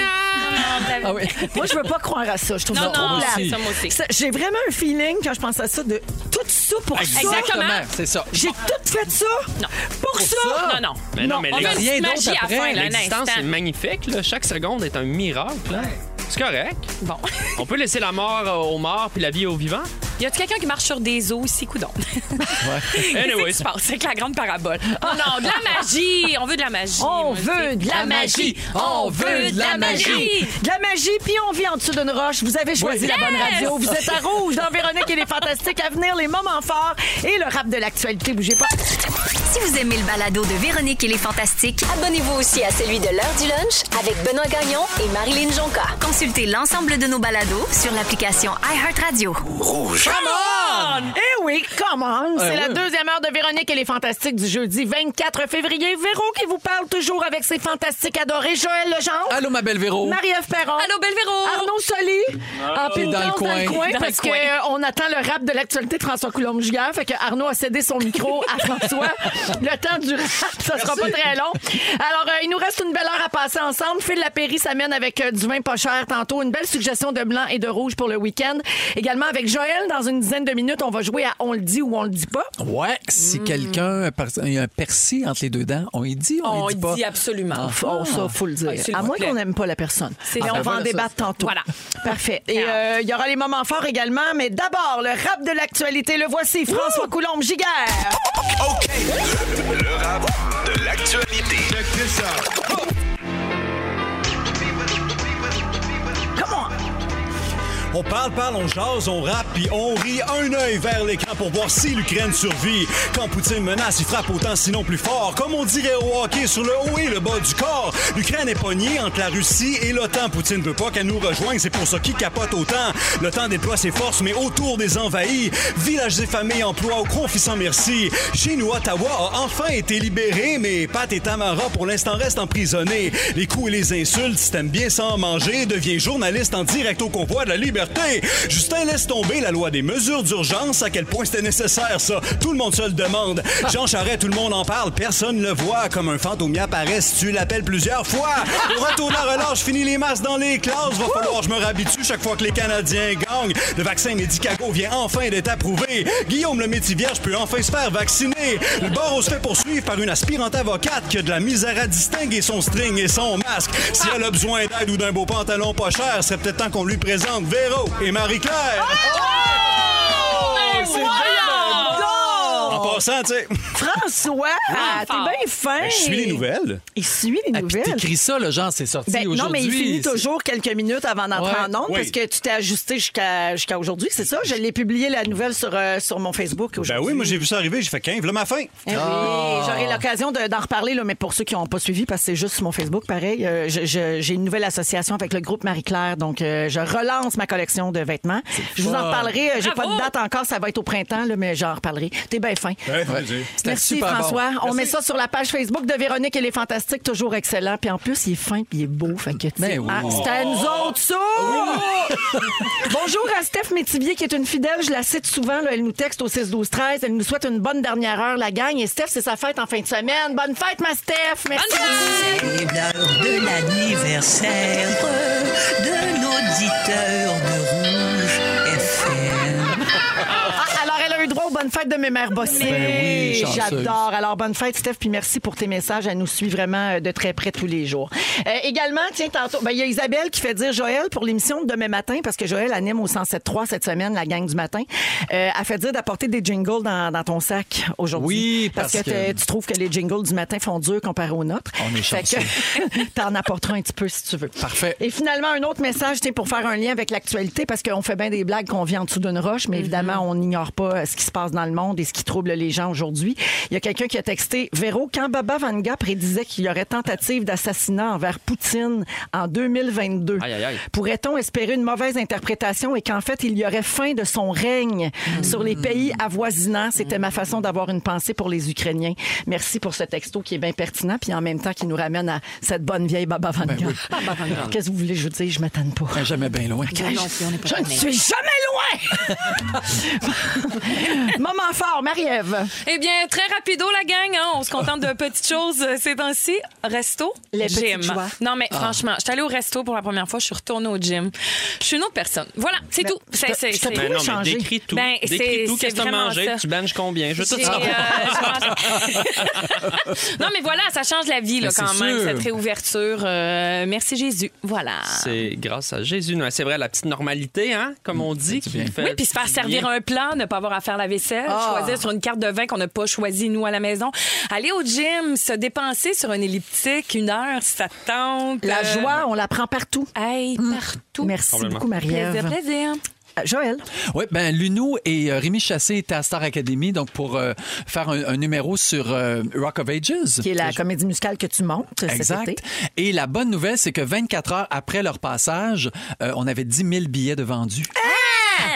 Speaker 4: Ah oui.
Speaker 6: Moi, je veux pas croire à ça. Je trouve
Speaker 5: Non,
Speaker 6: ça trop
Speaker 5: non,
Speaker 6: plate.
Speaker 5: c'est ça, moi aussi.
Speaker 6: Ça, J'ai vraiment un feeling quand je pense à ça de tout ça pour ça.
Speaker 5: Exactement.
Speaker 4: C'est ça.
Speaker 6: J'ai tout fait ça pour, ça.
Speaker 5: Non, non.
Speaker 7: Mais non, mais
Speaker 5: on
Speaker 7: les-
Speaker 5: a une
Speaker 4: rien
Speaker 5: petite
Speaker 4: d'autre
Speaker 5: magie à la
Speaker 4: après.
Speaker 5: fin, là, un
Speaker 7: L'existence
Speaker 5: instant.
Speaker 7: est magnifique. là. Chaque seconde est un miracle. là. C'est correct.
Speaker 5: Bon.
Speaker 7: On peut laisser la mort euh, aux morts puis la vie aux vivants.
Speaker 5: Y a-tu quelqu'un qui marche sur des eaux ici, coudon? Qu'est-ce
Speaker 7: Anyway.
Speaker 5: qui se passe avec la grande parabole? Oh non, de la magie! On veut de la magie.
Speaker 6: On
Speaker 5: moi, je
Speaker 6: veut
Speaker 5: sais.
Speaker 6: de la magie! On veut de la magie! De la magie, puis on vit en dessous d'une roche. Vous avez choisi la bonne radio. Vous êtes à rouge dans Véronique et les Fantastiques à venir, les moments forts et le rap de l'actualité. Bougez pas.
Speaker 1: Si vous aimez le balado de Véronique et les Fantastiques,
Speaker 2: Abonnez-vous aussi à celui de l'heure du lunch avec Benoît Gagnon et Marilyn Jonca.
Speaker 1: consultez l'ensemble de nos balados sur l'application iHeartRadio.
Speaker 3: Rouge.
Speaker 6: Eh oui, comment? C'est
Speaker 4: Eh
Speaker 6: la
Speaker 4: oui.
Speaker 6: deuxième heure de Véronique et les Fantastiques du jeudi 24 février. Véro qui vous parle toujours avec ses fantastiques adorés. Joël Legendre.
Speaker 4: Allô, ma belle Véro.
Speaker 6: Marie-Ève Perron.
Speaker 5: Allô, belle Véro!
Speaker 6: Arnaud Soli. En
Speaker 4: Qui Ah. est dans le
Speaker 6: pénitence
Speaker 4: coin.
Speaker 5: Dans
Speaker 6: parce
Speaker 5: le coin.
Speaker 6: qu'on attend le rap de l'actualité de François coulombe giguère Fait que Arnaud a cédé son micro à François. Le temps du rap, ça sera pas très long. Alors, euh, il nous reste une belle heure à passer ensemble. Phil Lapéry s'amène avec euh, du vin pas cher tantôt. Une belle suggestion de blanc et de rouge pour le week-end. Également avec Joël, dans une dizaine de minutes, on va jouer à On le dit ou on le dit pas.
Speaker 4: Ouais, si
Speaker 6: Mm.
Speaker 4: quelqu'un a par- a un persil entre les deux dents, on y dit, on,
Speaker 5: On
Speaker 4: y dit pas.
Speaker 5: dit absolument.
Speaker 6: F- oh, ça, faut le dire.
Speaker 5: Ah, s'il
Speaker 6: à
Speaker 5: vous
Speaker 6: moins
Speaker 5: plaît.
Speaker 6: qu'on n'aime pas la personne.
Speaker 5: C'est-
Speaker 6: Mais
Speaker 5: Ah,
Speaker 6: on
Speaker 5: ben
Speaker 6: va en
Speaker 4: voilà, ça,
Speaker 6: débattre tantôt.
Speaker 5: Voilà.
Speaker 6: Parfait. Et euh, il y aura les moments forts également, mais d'abord, le rap de l'actualité. Le voici, François coulombe giguère
Speaker 3: OK. Le rap de l'actualité.
Speaker 6: Comment?
Speaker 10: On parle, parle, on jase, on rappe, puis on rit un œil vers l'écran pour voir si l'Ukraine survit. Quand Poutine menace, il frappe autant sinon plus fort. Comme on dirait au hockey sur le haut et le bas du corps. L'Ukraine est pognée entre la Russie et l'OTAN. Poutine veut pas qu'elle nous rejoigne, c'est pour ça qu'il capote autant. L'OTAN déploie ses forces, mais autour des envahis. Villages et familles, emplois au conflit sans merci. Chez nous, Ottawa a enfin été libéré, mais Pat et Tamara pour l'instant restent emprisonnés. Les coups et les insultes, si t'aimes bien sans en manger, deviens journaliste en direct au convoi de la liberté. Justin laisse tomber la loi des mesures d'urgence. À quel point c'était nécessaire, ça? Tout le monde se le demande. Jean Charest, tout le monde en parle. Personne le voit. Comme un fantôme y apparaît si tu l'appelles plusieurs fois. Au retour de la relâche, finis les masses dans les classes. Va falloir que je me réhabitue chaque fois que les Canadiens gagnent. Le vaccin Medicago vient enfin d'être approuvé. Guillaume le métier vierge peut enfin se faire vacciner. Le barreau se fait poursuivre par une aspirante avocate qui a de la misère à distinguer son string et son masque. Si elle a besoin d'aide ou d'un beau pantalon pas cher, c'est peut-être temps qu'on lui présente Véro et Marie-Claire.
Speaker 6: Wow! Oh!
Speaker 10: En passant, tu sais,
Speaker 6: François, ah, t'es bien fin.
Speaker 10: Oh! Ben, je suis les nouvelles.
Speaker 6: Il suit les
Speaker 4: Ah, puis
Speaker 6: nouvelles.
Speaker 4: t'écris ça, le genre, c'est sorti
Speaker 6: Ben,
Speaker 4: aujourd'hui.
Speaker 6: non, mais il finit
Speaker 4: c'est-
Speaker 6: toujours quelques minutes avant d'entrer
Speaker 4: Ouais.
Speaker 6: en ondes
Speaker 10: Oui.
Speaker 6: parce que tu t'es ajusté jusqu'à jusqu'à aujourd'hui, c'est ça? Je l'ai publié la nouvelle sur, euh, sur mon Facebook
Speaker 10: Ben
Speaker 6: aujourd'hui.
Speaker 10: oui, moi j'ai vu ça arriver, j'ai fait 15, voilà ma fin.
Speaker 6: Eh oui, j'aurai l'occasion de- d'en reparler, là, mais pour ceux qui n'ont pas suivi, parce que c'est juste sur mon Facebook, pareil, euh, je- je- j'ai une nouvelle association avec le groupe Marie-Claire, donc euh, je relance ma collection de vêtements. Je vous en reparlerai, euh, j'ai pas de
Speaker 5: Bravo!
Speaker 6: date encore, ça va être au printemps, là, mais j'en reparlerai. T'es bien fin.
Speaker 4: C'était
Speaker 6: Merci
Speaker 4: super bon.
Speaker 6: François. On met ça sur la page Facebook de Véronique et les Fantastiques, toujours excellent. Puis en plus, il est fin puis il est beau. Fait que, tu sais,
Speaker 4: Ben oui.
Speaker 6: hein, c'est à nous autres, ça! Bonjour à Steph Métivier, qui est une fidèle. Je la cite souvent. là. Elle nous texte au 6-12-13. Elle nous souhaite une bonne dernière heure, la gang. Et Steph, c'est sa fête en fin de semaine. Bonne fête, ma Steph! Merci
Speaker 11: C'est l'heure de l'anniversaire de l'auditeur de Rouge FM.
Speaker 6: Ah, alors, elle a eu droit aux bonnes fêtes de mes mères bossées.
Speaker 4: Ben oui, chanceuse.
Speaker 6: J'adore. Alors, bonne fête, Steph, puis merci pour tes messages. Elle nous suit vraiment euh, de très près tous les jours. Euh, également, tiens, tantôt, ben, il y a Isabelle qui fait dire Joël pour l'émission de demain matin, parce que Joël anime au 107.3 cette semaine, la gang du matin. Euh, elle fait dire d'apporter des jingles dans, dans ton sac aujourd'hui.
Speaker 4: Oui, parce
Speaker 6: que,
Speaker 4: que-
Speaker 6: t'es- tu trouves que les jingles du matin font dur comparé aux nôtres.
Speaker 4: On est
Speaker 6: Fait que t'en apporteras un petit peu si tu veux.
Speaker 4: Parfait.
Speaker 6: Et finalement, un autre message, c'est pour faire un lien avec l'actualité, parce qu'on fait bien des blagues qu'on vit en dessous d'une roche, mais évidemment,
Speaker 7: Mhm.
Speaker 6: on n'ignore pas euh, ce qui se passe dans le monde et ce qui trouble les gens aujourd'hui. Il y a quelqu'un qui a texté Véro, quand Baba Vanga prédisait qu'il y aurait tentative d'assassinat envers Poutine en 2022,
Speaker 7: Aïe, aïe, aïe.
Speaker 6: pourrait-on espérer une mauvaise interprétation et qu'en fait, il y aurait fin de son règne sur les pays avoisinants? C'était ma façon d'avoir une pensée pour les Ukrainiens. Merci pour ce texto qui est bien pertinent, puis en même temps qui nous ramène à cette bonne vieille Baba Vanga. Qu'est-ce que vous voulez que je vous dise? Je m'attends pas.
Speaker 4: Ben, Jamais bien loin.
Speaker 6: Je ne suis jamais loin! Moment fort, Marie-Ève.
Speaker 5: Eh bien, très rapido, la gang. hein. On se contente de petites choses euh, ces temps-ci. Resto,
Speaker 6: Les
Speaker 5: gym.
Speaker 6: petites joies.
Speaker 5: Non,
Speaker 7: Ah.
Speaker 5: mais franchement, je suis allée au resto pour la première fois. Je suis retournée au gym. Je suis une autre personne. Voilà, c'est tout. C'est-
Speaker 6: te-
Speaker 5: c'est-
Speaker 6: je te
Speaker 5: c'est-
Speaker 6: prouve-
Speaker 7: Ben non, mais
Speaker 6: changer.
Speaker 7: décris tout.
Speaker 5: Ben, c'est-
Speaker 7: décris tout.
Speaker 5: c'est
Speaker 7: Qu'est-ce que t'as
Speaker 5: vraiment
Speaker 7: mangé?
Speaker 5: ça.
Speaker 7: Tu banges combien? Je veux tout
Speaker 5: J'ai,
Speaker 7: savoir.
Speaker 5: euh, j'ai mangé- non, mais voilà, ça change la vie là,
Speaker 4: Mais
Speaker 5: quand
Speaker 4: c'est
Speaker 5: même,
Speaker 4: sûr.
Speaker 5: cette réouverture. Euh, merci Jésus. Voilà. Mm.
Speaker 7: C'est grâce à Jésus. Non, c'est vrai, la petite normalité, hein, comme on dit, qui le fait.
Speaker 5: Oui, puis se faire
Speaker 7: si
Speaker 5: servir
Speaker 7: bien.
Speaker 5: un plan, ne pas avoir à faire la vaisselle,
Speaker 7: Ah.
Speaker 5: choisir sur une carte de vin qu'on n'a pas choisi, nous, à la maison. Aller au gym, se dépenser sur un elliptique, une heure, si ça te tente.
Speaker 6: La
Speaker 5: Euh,
Speaker 6: joie, Mm. on la prend partout.
Speaker 5: Hey, partout.
Speaker 6: Merci
Speaker 4: Complètement.
Speaker 6: beaucoup, marie
Speaker 5: Plaisir, plaisir.
Speaker 6: Joël.
Speaker 4: Oui, ben Luno et euh, Rémi Chassé étaient à Star Academy donc pour euh, faire un, un numéro sur euh, Rock of Ages.
Speaker 6: Qui est la comédie musicale que tu montes cet
Speaker 4: Exact.
Speaker 6: été.
Speaker 4: Et la bonne nouvelle, c'est que 24 heures après leur passage, euh, on avait 10 000 billets de vendus.
Speaker 6: Ah!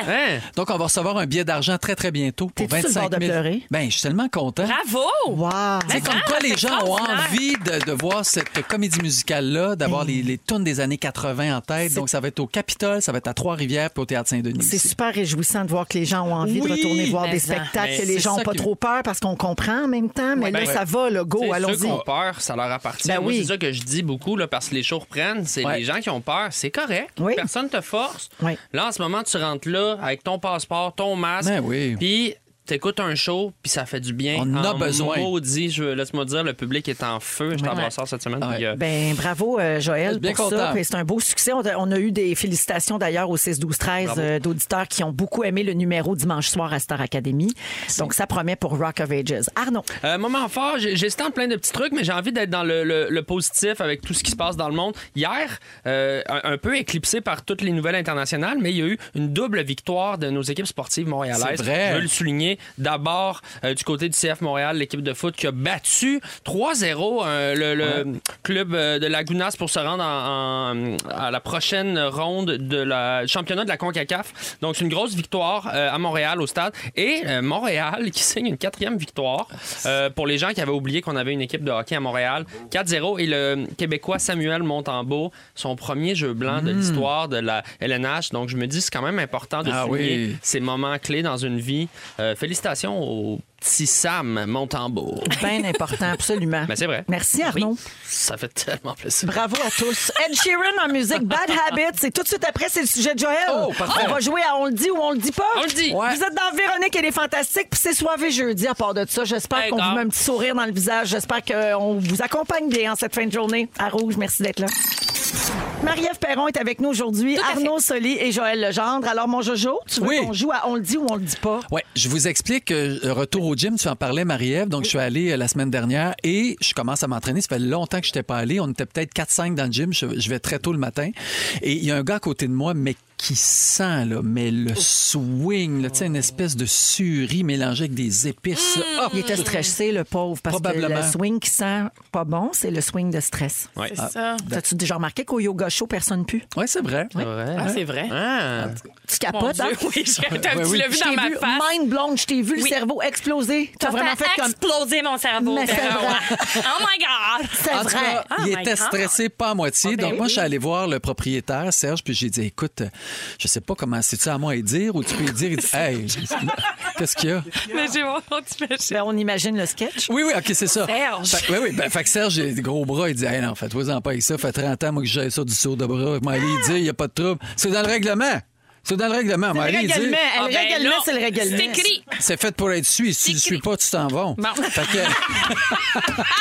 Speaker 7: Hein?
Speaker 4: Donc, on va recevoir un billet d'argent très, très bientôt pour
Speaker 6: T'es-tu sur le
Speaker 4: 25 000.
Speaker 6: bord de pleurer?
Speaker 4: Ben, je suis tellement content.
Speaker 5: Bravo!
Speaker 6: Wow.
Speaker 4: C'est comme
Speaker 6: Ah,
Speaker 4: quoi les gens ont envie de, de voir cette comédie musicale-là, d'avoir
Speaker 6: Mm.
Speaker 4: les, les tunes des années 80 en tête. Donc, ça va être au Capitole, ça va être à Trois-Rivières puis au Théâtre Saint-Denis.
Speaker 6: C'est
Speaker 4: aussi.
Speaker 6: super réjouissant de voir que les gens ont envie de
Speaker 4: Oui, Ben,
Speaker 6: retourner voir
Speaker 5: mais
Speaker 7: Ben,
Speaker 6: des
Speaker 5: ça.
Speaker 6: spectacles,
Speaker 7: Mais
Speaker 6: que les
Speaker 4: c'est
Speaker 6: gens n'ont
Speaker 4: ça
Speaker 6: pas
Speaker 4: que-
Speaker 6: trop peur parce qu'on comprend en même temps. Mais là,
Speaker 7: ben,
Speaker 6: ça va, le go,
Speaker 7: Tu sais, Ceux
Speaker 6: allons-y.
Speaker 7: qui ont peur, ça leur appartient.
Speaker 6: Ben
Speaker 7: Moi,
Speaker 6: oui.
Speaker 7: c'est ça que je dis beaucoup, là, parce que les shows reprennent. C'est
Speaker 4: Ouais.
Speaker 7: les gens qui ont peur. C'est correct.
Speaker 6: Oui.
Speaker 7: Personne te force.
Speaker 6: Oui.
Speaker 7: Là, en ce moment, tu rentres là avec ton passeport, ton masque.
Speaker 4: Ben oui.
Speaker 7: Puis t'écoutes un show, puis ça fait du bien.
Speaker 4: On en a
Speaker 7: En
Speaker 4: besoin.
Speaker 7: Maudit, je, laisse-moi dire, le public est en feu. Je t'en brasseur cette semaine.
Speaker 4: Ouais.
Speaker 7: puis, euh,
Speaker 6: Ben bravo euh,
Speaker 4: Je
Speaker 6: Joël
Speaker 4: suis bien
Speaker 6: pour ça.
Speaker 4: content.
Speaker 6: Puis C'est un beau succès. On a, on a eu des félicitations d'ailleurs au 6 12 13
Speaker 7: Bravo.
Speaker 6: d'auditeurs qui ont beaucoup aimé le numéro dimanche soir à Star Academy. Donc ça promet pour Rock of Ages. Arnaud,
Speaker 7: Euh, moment fort, j'ai- j'hésite en plein de petits trucs, mais j'ai envie d'être dans le, le- le positif avec tout ce qui se passe dans le monde. Hier, euh, un, un peu éclipsé par toutes les nouvelles internationales, mais il y a eu une double victoire de nos équipes sportives montréalaises.
Speaker 4: C'est vrai.
Speaker 7: Je veux le souligner. D'abord, euh, du côté du CF Montréal, l'équipe de foot qui a battu 3-0 euh, le, le club euh, de Lagunas pour se rendre en- en- à la prochaine ronde de la du championnat de la CONCACAF. Donc, c'est une grosse victoire euh, à Montréal au stade. Et euh, Montréal qui signe une quatrième victoire euh, pour les gens qui avaient oublié qu'on avait une équipe de hockey à Montréal. 4-0 et le Québécois Samuel Montembeau, son premier jeu blanc
Speaker 4: Hmm.
Speaker 7: de l'histoire de la LNH. Donc, je me dis, c'est quand même important de
Speaker 4: Ah
Speaker 7: souligner
Speaker 4: oui.
Speaker 7: ces moments clés dans une vie. Euh, félicitations au petit Sam Montembeau.
Speaker 4: Ben,
Speaker 6: bien important absolument.
Speaker 7: Mais Ben, c'est vrai.
Speaker 6: Merci Arnaud.
Speaker 7: Oui, ça fait tellement plaisir.
Speaker 6: Bravo à tous. Ed Sheeran en musique, Bad Habits. Et tout de suite après, c'est le sujet de Joël.
Speaker 4: Oh, parfait.
Speaker 6: On va jouer à On le dit ou on le dit pas.
Speaker 7: On le dit.
Speaker 4: Ouais.
Speaker 6: Vous êtes dans Véronique et les Fantastiques, puis c'est soirée jeudi à part de ça. J'espère
Speaker 7: Hey,
Speaker 6: qu'on
Speaker 7: gars.
Speaker 6: vous met un petit sourire dans le visage. J'espère qu'on vous accompagne bien en cette fin de journée. À Rouge, merci d'être là. Marie-Ève Perron est avec nous aujourd'hui, Arnaud Soli et Joël Legendre. Alors, mon Jojo, tu veux
Speaker 4: Oui.
Speaker 6: qu'on joue à On le dit ou on le dit pas?
Speaker 4: Oui, je vous explique. euh, retour au gym, tu en parlais, Marie-Ève. Donc, je suis allé euh, la semaine dernière et je commence à m'entraîner. Ça fait longtemps que je n'étais pas allé. On était peut-être 4-5 dans le gym. Je, je vais très tôt le matin. Et il y a un gars à côté de moi, mais qui sent, là, mais le swing, là, tu sais, une espèce de surie mélangée avec des épices. là. Ah,
Speaker 6: Mm. Il était stressé, le pauvre, parce que
Speaker 4: Probablement.
Speaker 6: le swing qui sent pas bon, c'est le swing de stress. Ah.
Speaker 7: Ouais.
Speaker 5: C'est ça.
Speaker 6: T'as-tu déjà remarqué qu'au yoga show, personne pue?
Speaker 4: Oui, c'est vrai.
Speaker 5: Ah, c'est vrai.
Speaker 7: Ah.
Speaker 6: Tu
Speaker 5: Mon
Speaker 6: capotes,
Speaker 5: Dieu,
Speaker 6: hein?
Speaker 5: oui, j'ai- t'as-
Speaker 4: Ouais,
Speaker 5: tu
Speaker 4: oui.
Speaker 5: l'as vu
Speaker 6: Je
Speaker 5: dans
Speaker 6: t'ai
Speaker 5: ma
Speaker 6: vu
Speaker 5: face.
Speaker 6: Mind blown, je t'ai vu le
Speaker 5: Oui.
Speaker 6: cerveau exploser. T'as vraiment fait comme.
Speaker 5: exploser mon cerveau.
Speaker 6: Mais c'est
Speaker 5: Véro.
Speaker 6: vrai.
Speaker 5: oh my God!
Speaker 6: C'est
Speaker 4: En tout
Speaker 6: vrai.
Speaker 4: cas,
Speaker 5: Oh
Speaker 4: il
Speaker 5: my
Speaker 4: était
Speaker 5: God.
Speaker 4: stressé, pas à moitié.
Speaker 5: Ah, ben
Speaker 4: Donc, moi,
Speaker 5: oui.
Speaker 4: je suis allé voir le propriétaire, Serge, puis j'ai dit Écoute, euh, je sais pas comment c'est-tu à moi à dire ou tu peux y dire. Il dit Hey, qu'est-ce qu'il y a
Speaker 5: Mais j'ai mon t'imagines.
Speaker 6: Ben, on imagine le sketch.
Speaker 4: Oui, oui, OK, c'est ça.
Speaker 5: Serge.
Speaker 4: Fait, oui, oui, ben, fait que Serge, il a des gros bras, il dit, hey, non, faites-vous en pas avec ça, fait 30 ans, moi, que j'ai ça du saut de bras. Moi, il dit, il n'y a pas de trouble. C'est dans le règlement. C'est dans le règlement. Moi,
Speaker 6: Le
Speaker 4: il dit,
Speaker 6: règlement,
Speaker 5: Ah,
Speaker 6: le
Speaker 5: ben
Speaker 6: règlement,
Speaker 5: là,
Speaker 6: c'est le règlement.
Speaker 5: C'est écrit.
Speaker 4: c'est fait pour être su. Si tu ne suis pas, tu t'en vas.
Speaker 5: Bon.
Speaker 4: Fait que.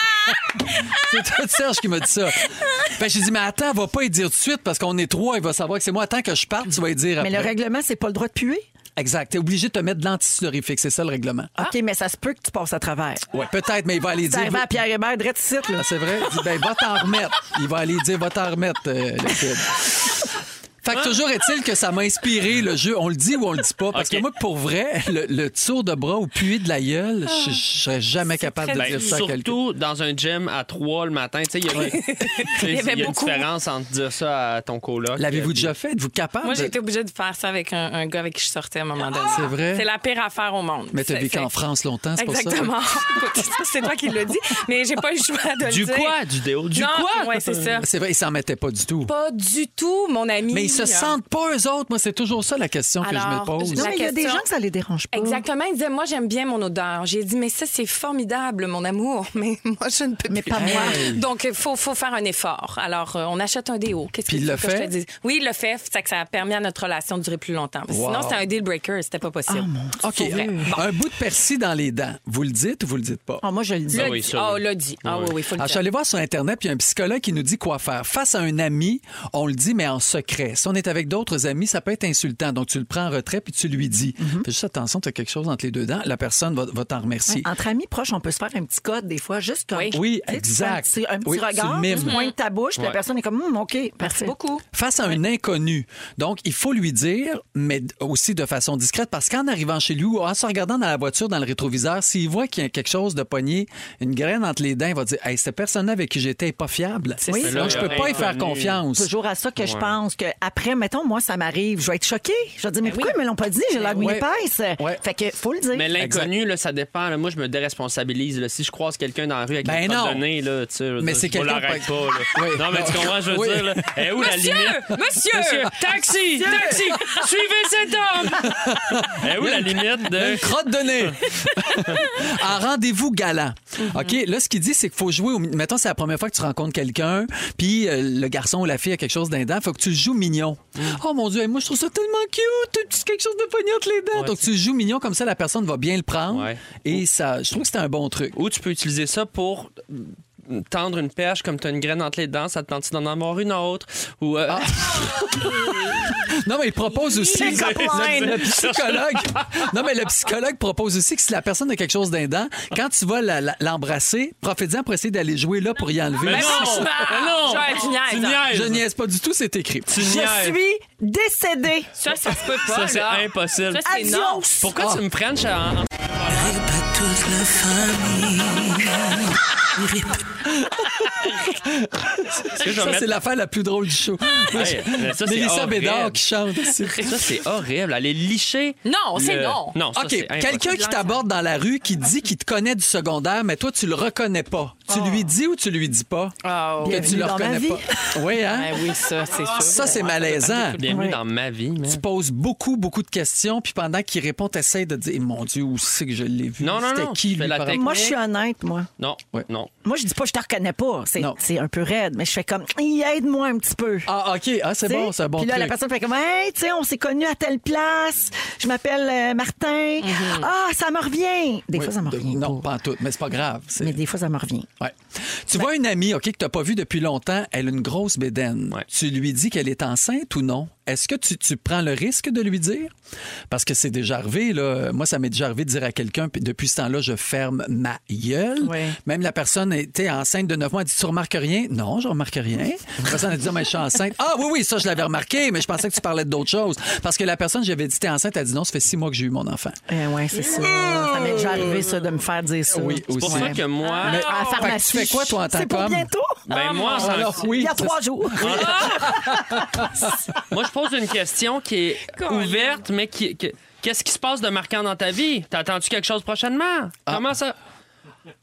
Speaker 4: c'est toi, Serge, qui m'a dit ça. Fait que j'ai dit, mais attends, va pas y dire tout de suite parce qu'on est trois, il va savoir que c'est moi. Attends que je parte, tu vas y dire
Speaker 6: Mais
Speaker 4: après.
Speaker 6: le règlement, c'est pas le droit de puer.
Speaker 4: Exact. T'es obligé de te mettre de l'antislorifique, c'est ça le règlement.
Speaker 5: Ah.
Speaker 6: OK, mais ça se peut que tu passes à travers.
Speaker 4: Ouais, peut-être, mais il va aller
Speaker 6: C'est
Speaker 4: dire.
Speaker 6: arrivé à Pierre Hébert, direct ici, là.
Speaker 4: Ah, c'est vrai? Il dit, ben, va t'en remettre. Il va aller dire, va t'en remettre, euh, le kid. Fait
Speaker 5: Ah.
Speaker 4: que toujours est-il que ça m'a inspiré le jeu. On le dit ou on le dit pas. Parce
Speaker 7: Ok.
Speaker 4: que moi, pour vrai, le, le tour de bras ou puits de la gueule,
Speaker 5: Ah.
Speaker 4: je, je serais jamais capable de
Speaker 7: Ben,
Speaker 4: dire ça à quelqu'un.
Speaker 7: surtout dans un gym à 3 le matin. Tu sais, il y a, tu sais,
Speaker 5: y avait
Speaker 7: il y a une
Speaker 5: beaucoup.
Speaker 7: différence entre dire ça à ton coloc.
Speaker 4: L'avez-vous déjà fait? Êtes-vous capable?
Speaker 5: Moi,
Speaker 4: de-
Speaker 5: j'ai été obligée de faire ça avec un, un gars avec qui je sortais à un moment donné.
Speaker 4: Ben, C'est vrai?
Speaker 5: C'est la pire affaire au monde.
Speaker 4: Mais t'as
Speaker 5: C'est-
Speaker 4: vécu
Speaker 5: c'est-
Speaker 4: en France longtemps, c'est pour ça?
Speaker 5: Exactement. Écoute, ça, c'est toi qui le dis, mais j'ai pas eu le choix de
Speaker 7: Du
Speaker 5: le dire.
Speaker 7: quoi? Du déo? Du
Speaker 5: non,
Speaker 7: quoi?
Speaker 5: Ouais, c'est ça.
Speaker 4: C'est vrai, ils s'en mettaient pas du tout.
Speaker 5: Pas du tout, mon ami.
Speaker 4: Euh, Mais ils se sentent pas, eux autres. Moi, c'est toujours ça la question que je me
Speaker 5: Alors,
Speaker 4: pose.
Speaker 5: La
Speaker 6: Non, mais il y a des
Speaker 5: question-
Speaker 6: gens que ça les dérange pas.
Speaker 5: Exactement. Il disait, moi, j'aime bien mon odeur. J'ai dit, mais ça, c'est formidable, mon amour. Mais moi, je ne peux
Speaker 6: Mais
Speaker 5: plus.
Speaker 4: Hein?
Speaker 6: pas moi.
Speaker 5: Donc, il faut, faut faire un effort. Alors, euh, on achète un déo. Qu'est-ce
Speaker 4: Puis
Speaker 5: que
Speaker 4: il
Speaker 5: tu
Speaker 4: le
Speaker 5: veux que
Speaker 4: fait?
Speaker 5: je te dise? Oui, il le fait. C'est que ça a permis à notre relation de durer plus longtemps. Parce que
Speaker 4: Wow. Ah,
Speaker 5: Sinon, c'était un deal breaker. C'était pas possible.
Speaker 4: OK.
Speaker 5: Pour vrai. Bon.
Speaker 4: Un bout de persil dans les dents. Vous le dites ou vous le dites pas?
Speaker 6: Ah, moi, je le dis.
Speaker 5: Le
Speaker 7: oui,
Speaker 5: dit.
Speaker 7: ça,
Speaker 5: Ah,
Speaker 7: oui.
Speaker 5: le dit. Ah, oui, oui, faut le
Speaker 4: Alors, je suis
Speaker 5: dire.
Speaker 4: allé voir sur Internet, puis il y a un psychologue qui nous dit quoi faire. Face à un ami, on le dit, mais en secret. Ça, Si on est avec d'autres amis, ça peut être insultant. Donc, tu le prends en retrait puis tu lui dis.
Speaker 6: Mhm.
Speaker 4: Fais juste attention, tu as quelque chose entre les deux dents. La personne va, va t'en remercier.
Speaker 6: Ouais, entre amis proches, on peut se faire un petit code des fois, juste comme.
Speaker 4: Oui. Oui,
Speaker 6: Tu sais, tu fais un
Speaker 4: exact.
Speaker 6: petit- Un petit,
Speaker 4: Oui, tu
Speaker 6: regard,
Speaker 4: mimes.
Speaker 6: tu pointes ta bouche, puis la
Speaker 4: Ouais.
Speaker 6: personne est comme, Hum, OK, merci beaucoup.
Speaker 4: Face à un inconnu. Donc, il faut lui dire, mais aussi de façon discrète, parce qu'en arrivant chez lui ou en se regardant dans la voiture, dans le rétroviseur, s'il voit qu'il y a quelque chose de pogné, une graine entre les dents, il va dire Hey, cette personne avec qui j'étais est pas fiable.
Speaker 6: Oui.
Speaker 4: Donc, je peux pas y faire confiance.
Speaker 6: Toujours à ça que je
Speaker 4: Ouais.
Speaker 6: pense que après, mettons, moi, ça m'arrive, je vais être choquée. Je vais
Speaker 4: Ben
Speaker 6: dire, mais pourquoi ils me l'ont pas dit? J'ai l'air d'une
Speaker 7: Ouais.
Speaker 6: épaisse. Fait que faut le dire.
Speaker 7: Mais l'inconnu, là, ça dépend. là. Moi, je me déresponsabilise. là. Si je croise quelqu'un dans la rue avec
Speaker 6: Ben
Speaker 7: une
Speaker 6: non.
Speaker 7: pote de nez, là, tu sais, je veux
Speaker 4: Mais
Speaker 7: dire,
Speaker 4: c'est
Speaker 7: je
Speaker 4: quelqu'un
Speaker 7: l'arrête
Speaker 4: pas-
Speaker 7: pas. là.
Speaker 4: Oui.
Speaker 7: Non, mais tu comprends, je veux
Speaker 4: Oui.
Speaker 7: dire. là. Eh, où
Speaker 4: Monsieur!
Speaker 7: la limite?
Speaker 4: Monsieur!
Speaker 7: Taxi!
Speaker 4: Monsieur!
Speaker 7: Taxi! Suivez cet homme! Eh, où la limite de.
Speaker 4: Une crotte de nez. Mm-hmm. en Euh, rendez-vous galant. OK, là, ce qu'il dit, c'est qu'il faut jouer au. mi- Mettons, c'est la première fois que tu rencontres quelqu'un, puis euh, le garçon ou la fille a quelque chose d'indent, faut que tu joues mignon. Oh mon Dieu, moi, je trouve ça tellement cute, un petit quelque chose de pognon entre les dents. Donc, tu joues mignon, comme ça, la personne va bien le prendre. Et ça, je trouve que c'est un bon truc.
Speaker 7: Ou tu peux utiliser ça pour euh, tendre une perche comme t'as une graine entre les dents, ça te tente d'en avoir une autre. Ou
Speaker 4: Ah,
Speaker 7: euh,
Speaker 4: Non, mais il propose aussi.
Speaker 7: Les copains.
Speaker 4: Le, le psychologue. Non, mais le psychologue propose aussi que si la personne a quelque chose d'indent, quand tu vas la- la- l'embrasser, profite-en pour essayer d'aller jouer là pour y enlever.
Speaker 6: Mais non! Mais non! Joël, tu niaises. Tu niaises.
Speaker 4: Je niaise pas du tout, c'est écrit.
Speaker 6: Je suis décédée.
Speaker 5: Ça, ça se peut
Speaker 7: ça, c'est impossible.
Speaker 6: Ça, c'est non. Adios.
Speaker 7: Pourquoi
Speaker 6: Ah.
Speaker 7: tu me prennes en...
Speaker 4: Ça, c'est l'affaire la plus drôle du show.
Speaker 7: Hey, Ah, mais ça, c'est
Speaker 4: Mélissa
Speaker 7: horrible.
Speaker 4: Bédard qui chante.
Speaker 7: Ça, c'est horrible. Aller licher.
Speaker 5: Non, c'est
Speaker 7: le-
Speaker 5: non.
Speaker 7: Non, ça,
Speaker 4: OK,
Speaker 7: c'est impossible.
Speaker 4: quelqu'un qui t'aborde dans la rue, qui dit qu'il te connaît du secondaire, mais toi, tu le reconnais pas. Tu
Speaker 6: Oh.
Speaker 4: lui dis ou tu lui dis pas
Speaker 5: Oh.
Speaker 4: que tu
Speaker 5: Bienvenue
Speaker 4: le
Speaker 5: dans ma
Speaker 4: reconnais
Speaker 5: vie.
Speaker 4: pas. Oui, hein?
Speaker 5: Ben oui, ça, c'est
Speaker 7: Ah,
Speaker 5: sûr.
Speaker 4: Ça, c'est malaisant.
Speaker 7: Bienvenue dans ma vie. mais-
Speaker 4: Tu poses beaucoup, beaucoup de questions, puis pendant qu'il répond, t'essayes de dire Mon Dieu, où c'est que je l'ai vu
Speaker 7: Non, non,
Speaker 4: C'était
Speaker 7: non,
Speaker 4: qui
Speaker 7: tu fais
Speaker 4: lui,
Speaker 7: la
Speaker 4: par-
Speaker 7: technique.
Speaker 6: Moi, je suis honnête, moi.
Speaker 7: Non, non.
Speaker 6: Moi, je dis pas je te reconnais pas. C'est, c'est un peu raide, mais je fais comme, Hey, aide-moi un petit peu.
Speaker 4: Ah, OK. Ah, c'est
Speaker 6: Tu sais?
Speaker 4: bon, c'est un bon
Speaker 6: Puis là,
Speaker 4: truc.
Speaker 6: la personne fait comme, hey, tu sais, on s'est connus à telle place. Je m'appelle euh, Martin. Ah, ça me revient. Des
Speaker 4: Oui,
Speaker 6: fois, ça me
Speaker 4: Mm-hmm. de-
Speaker 6: revient.
Speaker 4: Non, pas en tout, mais c'est pas grave.
Speaker 6: Mais des fois, ça me revient.
Speaker 4: Ouais. Tu vois une amie, OK, que t'as pas vue depuis longtemps, elle a une grosse bédaine. Tu lui dis qu'elle est enceinte ou non? Est-ce que tu, tu prends le risque de lui dire? Parce que c'est déjà arrivé, là. Moi, ça m'est déjà arrivé de dire à quelqu'un, puis depuis ce temps-là, je ferme ma gueule. Même la personne était enceinte de 9 mois, elle dit, tu remarques rien? Non, je remarque rien. La personne a dit, Ah, mais je suis enceinte. Ah oui, oui, ça, je l'avais remarqué, mais je pensais que tu parlais d'autre chose. Parce que la personne, j'avais dit, t'es enceinte, elle dit, non, ça fait six mois que j'ai eu mon enfant.
Speaker 6: Eh ouais, c'est ça. Ça m'est déjà arrivé, ça, de me faire dire ça.
Speaker 4: Oui, C'est pour aussi. ça que
Speaker 7: moi-
Speaker 5: Ah.
Speaker 4: Mais-
Speaker 6: à la
Speaker 4: Fait que
Speaker 6: pharmacie,
Speaker 4: tu fais quoi, toi, en tant
Speaker 6: C'est pour
Speaker 4: qu'homme?
Speaker 6: bientôt.
Speaker 7: Ben, moi, ça-
Speaker 6: Alors,
Speaker 7: oui,
Speaker 6: Il y a
Speaker 7: ça-
Speaker 6: trois jours. Ah,
Speaker 7: Moi, je pose une question qui est ouverte, mais qui. qui- Qu'est-ce qui se passe de marquant dans ta vie? T'as attendu quelque chose prochainement?
Speaker 4: Ah.
Speaker 7: Comment ça?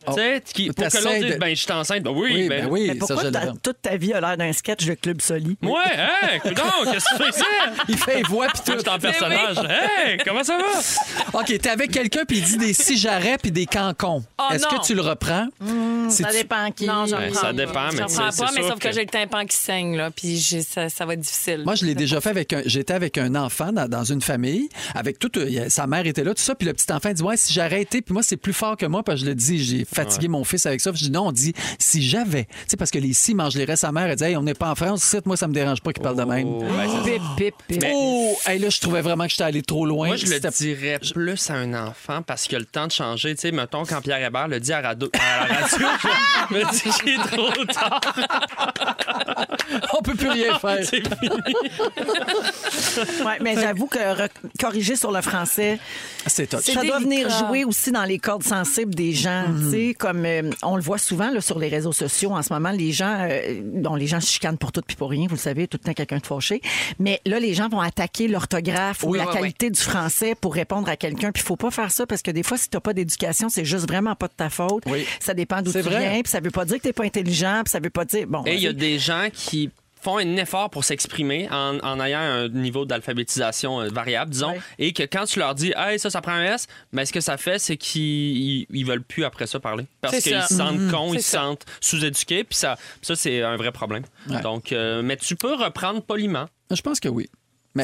Speaker 7: Tu sais, qui- pour que l'autre
Speaker 6: T'essayes
Speaker 7: dise,
Speaker 6: de-
Speaker 7: ben, je suis enceinte. Ben oui, ben,
Speaker 6: Mais pourquoi t'as- toute ta vie a l'air d'un sketch de Club Soli?
Speaker 7: Ouais, hein, coudonc, qu'est-ce que tu fais ici?
Speaker 4: Il fait voix pis
Speaker 7: Ah,
Speaker 4: tout.
Speaker 7: Je suis en personnage. Hey, comment ça va?
Speaker 4: OK, t'es avec quelqu'un puis il dit des si j'arrête puis des cancons.
Speaker 5: Oh,
Speaker 4: Est-ce
Speaker 5: non. Mmh,
Speaker 4: que tu le reprends? C'est
Speaker 5: ça
Speaker 4: tu-
Speaker 5: dépend qui. Non, j'en
Speaker 4: Ouais,
Speaker 5: prends
Speaker 4: ça
Speaker 5: pas.
Speaker 4: dépend, mais
Speaker 5: J'en
Speaker 4: tu sais,
Speaker 5: prends
Speaker 4: c'est
Speaker 5: pas, mais
Speaker 4: sûr
Speaker 5: sauf que,
Speaker 4: que-
Speaker 5: j'ai le tympan qui saigne, là, puis j'ai- ça, ça va être difficile.
Speaker 4: Moi, je l'ai déjà fait avec un. J'étais avec un enfant dans, dans une famille, avec toute. il y a- Sa mère était là, tout ça. Puis le petit enfant dit Ouais, si j'arrêtais, puis moi, c'est plus fort que moi, parce que je le dis, j'ai fatigué
Speaker 7: Ouais.
Speaker 4: mon fils avec ça. Puis je dis Non, on dit si j'avais. Tu sais, parce que les si mangent les restes. Sa mère, elle dit Hey, on n'est pas en France, ici, moi, ça me dérange pas qu'il parle de même.
Speaker 7: ben, ça- Pip,
Speaker 4: pip,
Speaker 7: pip.
Speaker 4: Oh, hey, là, je trouvais vraiment que j'étais allé trop loin.
Speaker 7: Moi, je le
Speaker 4: C'était-
Speaker 7: dirais plus à un enfant parce qu'il a le temps de changer. Tu sais, mettons, quand Pierre Hébert le dit à, rado- à la radio, je me dis qu'il est trop tard.
Speaker 4: On peut plus rien faire.
Speaker 6: Ouais, mais j'avoue que re- corriger sur le français,
Speaker 4: Ah, C'est top.
Speaker 6: ça doit venir jouer aussi dans les cordes sensibles des gens.
Speaker 4: Mhm.
Speaker 6: Tu sais, comme euh, on le voit souvent là, sur les réseaux sociaux en ce moment, les gens, euh, bon, les gens se chicanent pour tout puis pour rien, vous le savez, tout le temps quelqu'un de fâché. Mais là, les gens vont attaquer l'orthographe ou
Speaker 5: Oui,
Speaker 6: la
Speaker 5: oui,
Speaker 6: qualité du français pour répondre à quelqu'un. Puis faut pas faire ça parce que des fois, si t'as pas d'éducation, c'est juste vraiment pas de ta faute. Ça dépend d'où tu
Speaker 7: C'est vrai.
Speaker 6: viens. Puis ça veut pas dire que t'es pas intelligent. Puis ça veut pas dire bon.
Speaker 7: Et il y a
Speaker 6: vas-y.
Speaker 7: des gens qui font un effort pour s'exprimer en, en ayant un niveau d'alphabétisation euh, variable, disons, et que quand tu leur dis « Hey, ça, ça prend un S », mais ce que ça fait, c'est qu'ils ils- ils veulent plus après ça parler. Parce
Speaker 9: C'est
Speaker 7: qu'ils
Speaker 9: ça.
Speaker 7: se sentent
Speaker 9: Mhm.
Speaker 7: cons,
Speaker 9: C'est
Speaker 7: ils se
Speaker 9: ça.
Speaker 7: sentent sous-éduqués, puis ça, ça c'est un vrai problème. Donc, euh, mais tu peux reprendre poliment.
Speaker 4: Je pense que oui.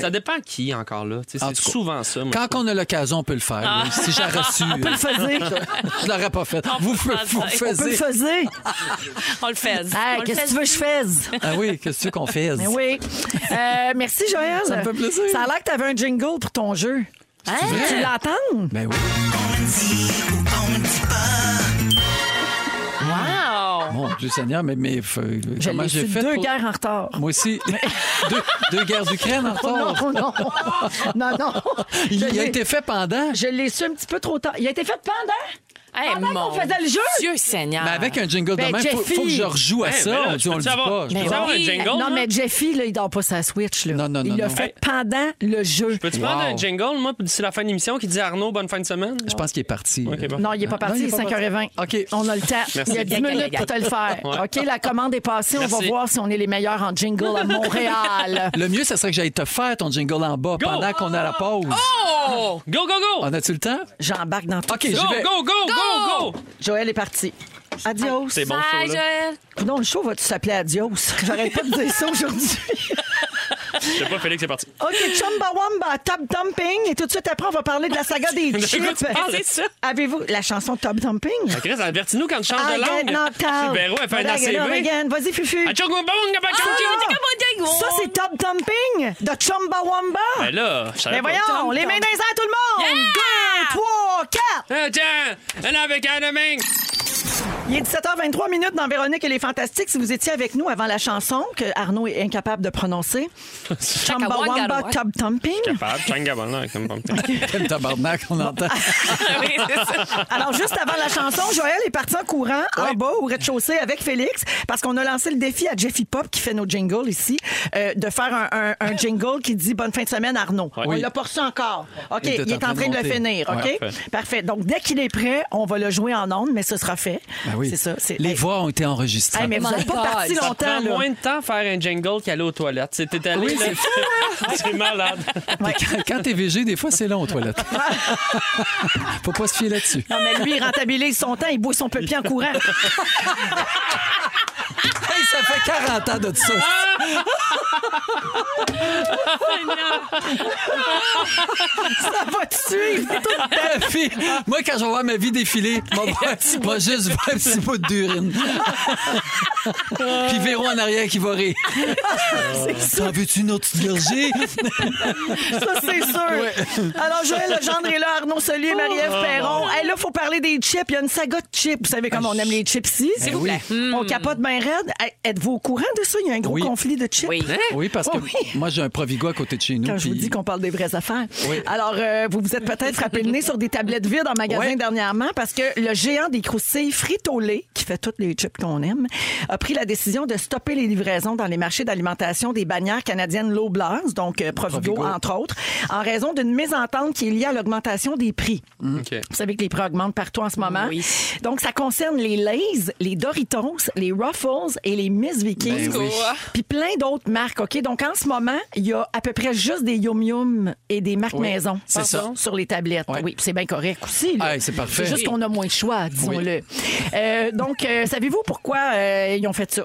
Speaker 7: Ça dépend qui encore là. Tu sais,
Speaker 4: En
Speaker 7: C'est
Speaker 4: tout cas,
Speaker 7: souvent ça. moi,
Speaker 4: Quand on a l'occasion, on peut le faire. là.
Speaker 7: Ah.
Speaker 4: Si j'avais reçu.
Speaker 7: On peut le
Speaker 6: faire.
Speaker 4: Je l'aurais pas fait. Vous, vous, vous
Speaker 6: On peut le
Speaker 4: faisiez.
Speaker 6: faisiez.
Speaker 5: On le fait.
Speaker 6: Hey, Qu'est-ce que tu veux que je fasse?
Speaker 4: Ah oui, qu'est-ce que tu veux qu'on fasse?
Speaker 6: Mais oui. Euh, merci, Joël.
Speaker 4: Ça me fait plaisir.
Speaker 6: Ça a l'air que tu avais un jingle pour ton jeu. Hein?
Speaker 4: vrai?
Speaker 6: Tu l'entends?
Speaker 4: Ben oui.
Speaker 5: Wow!
Speaker 4: Mon Dieu Seigneur, mais, mais euh,
Speaker 6: Je
Speaker 4: comment
Speaker 6: l'ai
Speaker 4: j'ai
Speaker 6: su
Speaker 4: fait?
Speaker 6: deux
Speaker 4: pour-
Speaker 6: guerres en retard.
Speaker 4: Moi aussi. deux, deux guerres d'Ukraine en
Speaker 6: Oh
Speaker 4: retard.
Speaker 6: non, non, non, non.
Speaker 4: Il
Speaker 6: Je
Speaker 4: a
Speaker 6: l'ai-
Speaker 4: été fait pendant.
Speaker 6: Je l'ai su un petit peu trop tard. Il a été fait pendant?
Speaker 5: Hey,
Speaker 6: Pendant
Speaker 5: mon
Speaker 6: qu'on faisait le jeu?
Speaker 5: Dieu Seigneur.
Speaker 4: Mais avec un jingle
Speaker 6: Ben,
Speaker 4: de même, faut,
Speaker 6: Jeffy.
Speaker 4: faut que je rejoue à
Speaker 7: Hey,
Speaker 4: ça.
Speaker 7: mais Eh, Ben, là,
Speaker 4: on
Speaker 7: je
Speaker 4: dit, on le
Speaker 7: peux-tu
Speaker 4: dit
Speaker 7: avoir-
Speaker 4: pas.
Speaker 7: je
Speaker 4: peux
Speaker 7: peux-tu
Speaker 4: pas.
Speaker 7: avoir un jingle?
Speaker 6: non,
Speaker 7: là?
Speaker 6: mais Jeffy, là, il dort pas sa Switch. Là.
Speaker 4: Non, non,
Speaker 6: il
Speaker 4: non,
Speaker 6: l'a
Speaker 4: non.
Speaker 6: fait pendant le jeu.
Speaker 7: Peux-tu prendre
Speaker 4: Wow.
Speaker 7: un jingle, moi, d'ici la fin de l'émission, qui dit Arnaud, bonne fin de semaine?
Speaker 4: Je pense qu'il est parti.
Speaker 7: Ok, bon.
Speaker 6: Non, il n'est pas parti,
Speaker 4: Non, il est
Speaker 6: il est
Speaker 4: pas
Speaker 6: 5h20.
Speaker 4: OK.
Speaker 6: On a le temps.
Speaker 7: Merci.
Speaker 6: Il y a 10
Speaker 5: Gagne,
Speaker 6: minutes pour te le faire.
Speaker 7: Ouais.
Speaker 6: OK, la commande est passée. On va
Speaker 7: Merci.
Speaker 6: voir si on est les meilleurs en jingle à Montréal.
Speaker 4: Le mieux, ça serait que j'aille te faire ton jingle en bas pendant qu'on a la pause.
Speaker 7: Oh! Go, go, go!
Speaker 4: On a-tu le temps?
Speaker 6: J'embarque dans tout
Speaker 4: OK,
Speaker 6: ça.
Speaker 4: j'y
Speaker 7: Go,
Speaker 4: vais. Ah,
Speaker 7: go, go, go, go!
Speaker 6: Joël est parti. Adios.
Speaker 7: C'est bon,
Speaker 5: Bye,
Speaker 7: show, là.
Speaker 5: Joël.
Speaker 6: Non, le show va-tu s'appeler Adios? J'arrête pas de dire ça aujourd'hui.
Speaker 7: Je sais pas, Félix, c'est parti.
Speaker 6: OK, Chumbawamba, Top Dumping. Et tout de suite après, on va parler de la saga des chips.
Speaker 7: tu parles? C'est ça.
Speaker 6: Avez-vous la chanson Top Dumping?
Speaker 7: Ah, Chris, avertis-nous quand tu changes
Speaker 6: I
Speaker 7: de
Speaker 6: get
Speaker 7: langue.
Speaker 6: knocked out.
Speaker 7: Béro, elle fait un
Speaker 6: But I get up
Speaker 7: ACV.
Speaker 6: again. Vas-y, Fufu.
Speaker 7: Ah,
Speaker 6: Ça, c'est Top Dumping de Chumbawamba.
Speaker 7: Ben là, je savais
Speaker 6: Mais
Speaker 7: pas.
Speaker 6: Ah! voyons, les mains dans les airs, tout le monde! Deux, trois, quatre!
Speaker 7: Ah, tiens, elle est avec Anna Ming.
Speaker 6: Il est 17h23 minutes dans Véronique et les Fantastiques. Si vous étiez avec nous avant la chanson que Arnaud est incapable de prononcer, Chumbawamba
Speaker 5: Chakawangaloa.
Speaker 6: Top Dumping.
Speaker 7: Capable, Changabon, là, comme pomme.
Speaker 4: Quel tabarnak on entend.
Speaker 5: Oui, c'est ça.
Speaker 6: Alors, juste avant la chanson, Joël est parti en courant en bas au rez-de-chaussée avec Félix parce qu'on a lancé le défi à Jeffy Pop qui fait nos jingles ici euh, de faire un, un- un jingle qui dit bonne fin de semaine Arnaud. On
Speaker 4: Oui.
Speaker 6: l'a pas reçu encore. OK,
Speaker 4: Il
Speaker 6: il,
Speaker 4: était
Speaker 6: est en train de, le
Speaker 4: monter.
Speaker 6: finir, OK?
Speaker 4: Ouais,
Speaker 6: parfait. Donc dès qu'il est prêt, on va le jouer en ondes, mais ce sera fait.
Speaker 4: Ben oui.
Speaker 6: C'est ça, c'est
Speaker 4: Les
Speaker 6: Hey,
Speaker 4: voix ont été enregistrées.
Speaker 6: hey, mais vous
Speaker 5: My
Speaker 6: n'êtes pas
Speaker 5: God.
Speaker 6: parti
Speaker 5: Ça
Speaker 7: Ça
Speaker 6: longtemps
Speaker 7: prend
Speaker 6: là.
Speaker 7: moins de temps faire un jingle qu'aller aux toilettes. C'est- T'es allé, là. C'est malade.
Speaker 4: Quand- Quand t'es VG, des fois, c'est long aux toilettes. Faut pas se fier là-dessus.
Speaker 6: Non, mais lui, il rentabilise son temps, il boit son pied en courant. Ah,
Speaker 4: Hey, ça fait 40 ans de ça.
Speaker 6: Ça va te suivre.
Speaker 4: Ma vie- moi, quand je vais voir ma vie défiler, je vais voir- je vais juste voir un petit bout d'urine. Puis Véro en arrière qui va rire. T'en veux-tu une autre petite gorgée?
Speaker 6: Ça, c'est sûr. Alors, Joël Legendre est là, Arnaud Solier, Marie-Ève Perron. Hey, là, il faut parler des chips. Il y a une saga de chips. Vous savez comment on aime les chips ici? S'il
Speaker 4: vous Ben oui. plaît.
Speaker 6: On capote bien raide. Hey, Êtes-vous au courant de ça? Il y a un gros
Speaker 4: Oui.
Speaker 6: conflit de chips.
Speaker 5: Oui.
Speaker 4: Oui, parce que
Speaker 6: Oh oui.
Speaker 4: moi, j'ai un provigo à côté de chez nous.
Speaker 6: Quand je vous
Speaker 4: puis-
Speaker 6: dis qu'on parle des vraies affaires. Alors, euh, vous vous êtes peut-être frappé le nez sur des tablettes vides en magasin
Speaker 4: Ouais.
Speaker 6: dernièrement parce que le géant des croustilles Frito-Lay, qui fait toutes les chips qu'on aime, a pris la décision de stopper les livraisons dans les marchés d'alimentation des bannières canadiennes Loblaws, donc euh, Provigo,
Speaker 4: Provigo.
Speaker 6: entre autres, en raison d'une mésentente qui est liée à l'augmentation des prix.
Speaker 4: Mm.
Speaker 6: Vous savez que les prix augmentent partout en ce moment.
Speaker 5: Oui.
Speaker 6: Donc, ça concerne les Lays, les Doritos, les Ruffles et les Miss Vikings.
Speaker 4: Ben oui.
Speaker 6: Puis plein d'autres marques, OK? Donc, en ce moment, il y a à peu près juste des Yum Yum et des marques
Speaker 4: Oui,
Speaker 6: maison
Speaker 4: c'est ça.
Speaker 6: sur les tablettes.
Speaker 4: Ouais.
Speaker 6: Oui, c'est bien correct aussi. là.
Speaker 4: Ah, c'est parfait.
Speaker 6: juste qu'on a moins de choix, disons-le. Euh, donc, euh, savez-vous pourquoi euh, ils ont fait ça?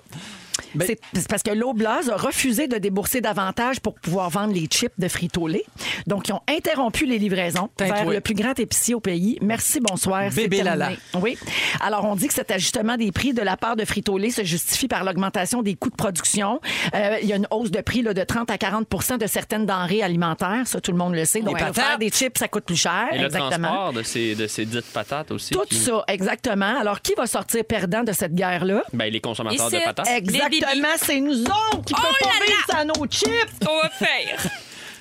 Speaker 4: Ben-
Speaker 6: C'est c'est parce que Loblaws a refusé de débourser davantage pour pouvoir vendre les chips de Frito-Lay. Donc, ils ont interrompu les livraisons
Speaker 4: Teinte,
Speaker 6: vers
Speaker 4: oui.
Speaker 6: le plus grand épicier au pays. Merci, bonsoir. c'est
Speaker 4: Bébé
Speaker 6: terminé.
Speaker 4: Lala.
Speaker 6: Oui. Alors, on dit que cet ajustement des prix de la part de Frito-Lay se justifie par l'augmentation des coûts de production. Euh, Il y a une hausse de prix là, de 30 à 40 de certaines denrées alimentaires. Ça, tout le monde le sait. Donc,
Speaker 4: Les
Speaker 6: pour faire
Speaker 4: patates.
Speaker 6: des chips, ça coûte plus cher.
Speaker 7: Et le
Speaker 6: Exactement.
Speaker 7: transport de ces, de ces dites patates aussi.
Speaker 6: Tout
Speaker 7: qui-
Speaker 6: ça, exactement. Alors, qui va sortir perdant de cette guerre-là?
Speaker 7: Ben, les consommateurs
Speaker 5: Ici.
Speaker 7: de patates.
Speaker 5: Ex- Les
Speaker 6: Exactement,
Speaker 5: bibis.
Speaker 6: c'est nous autres qui
Speaker 5: Oh
Speaker 6: peuvent pas
Speaker 5: là
Speaker 6: vivre sans nos chips.
Speaker 5: On va faire.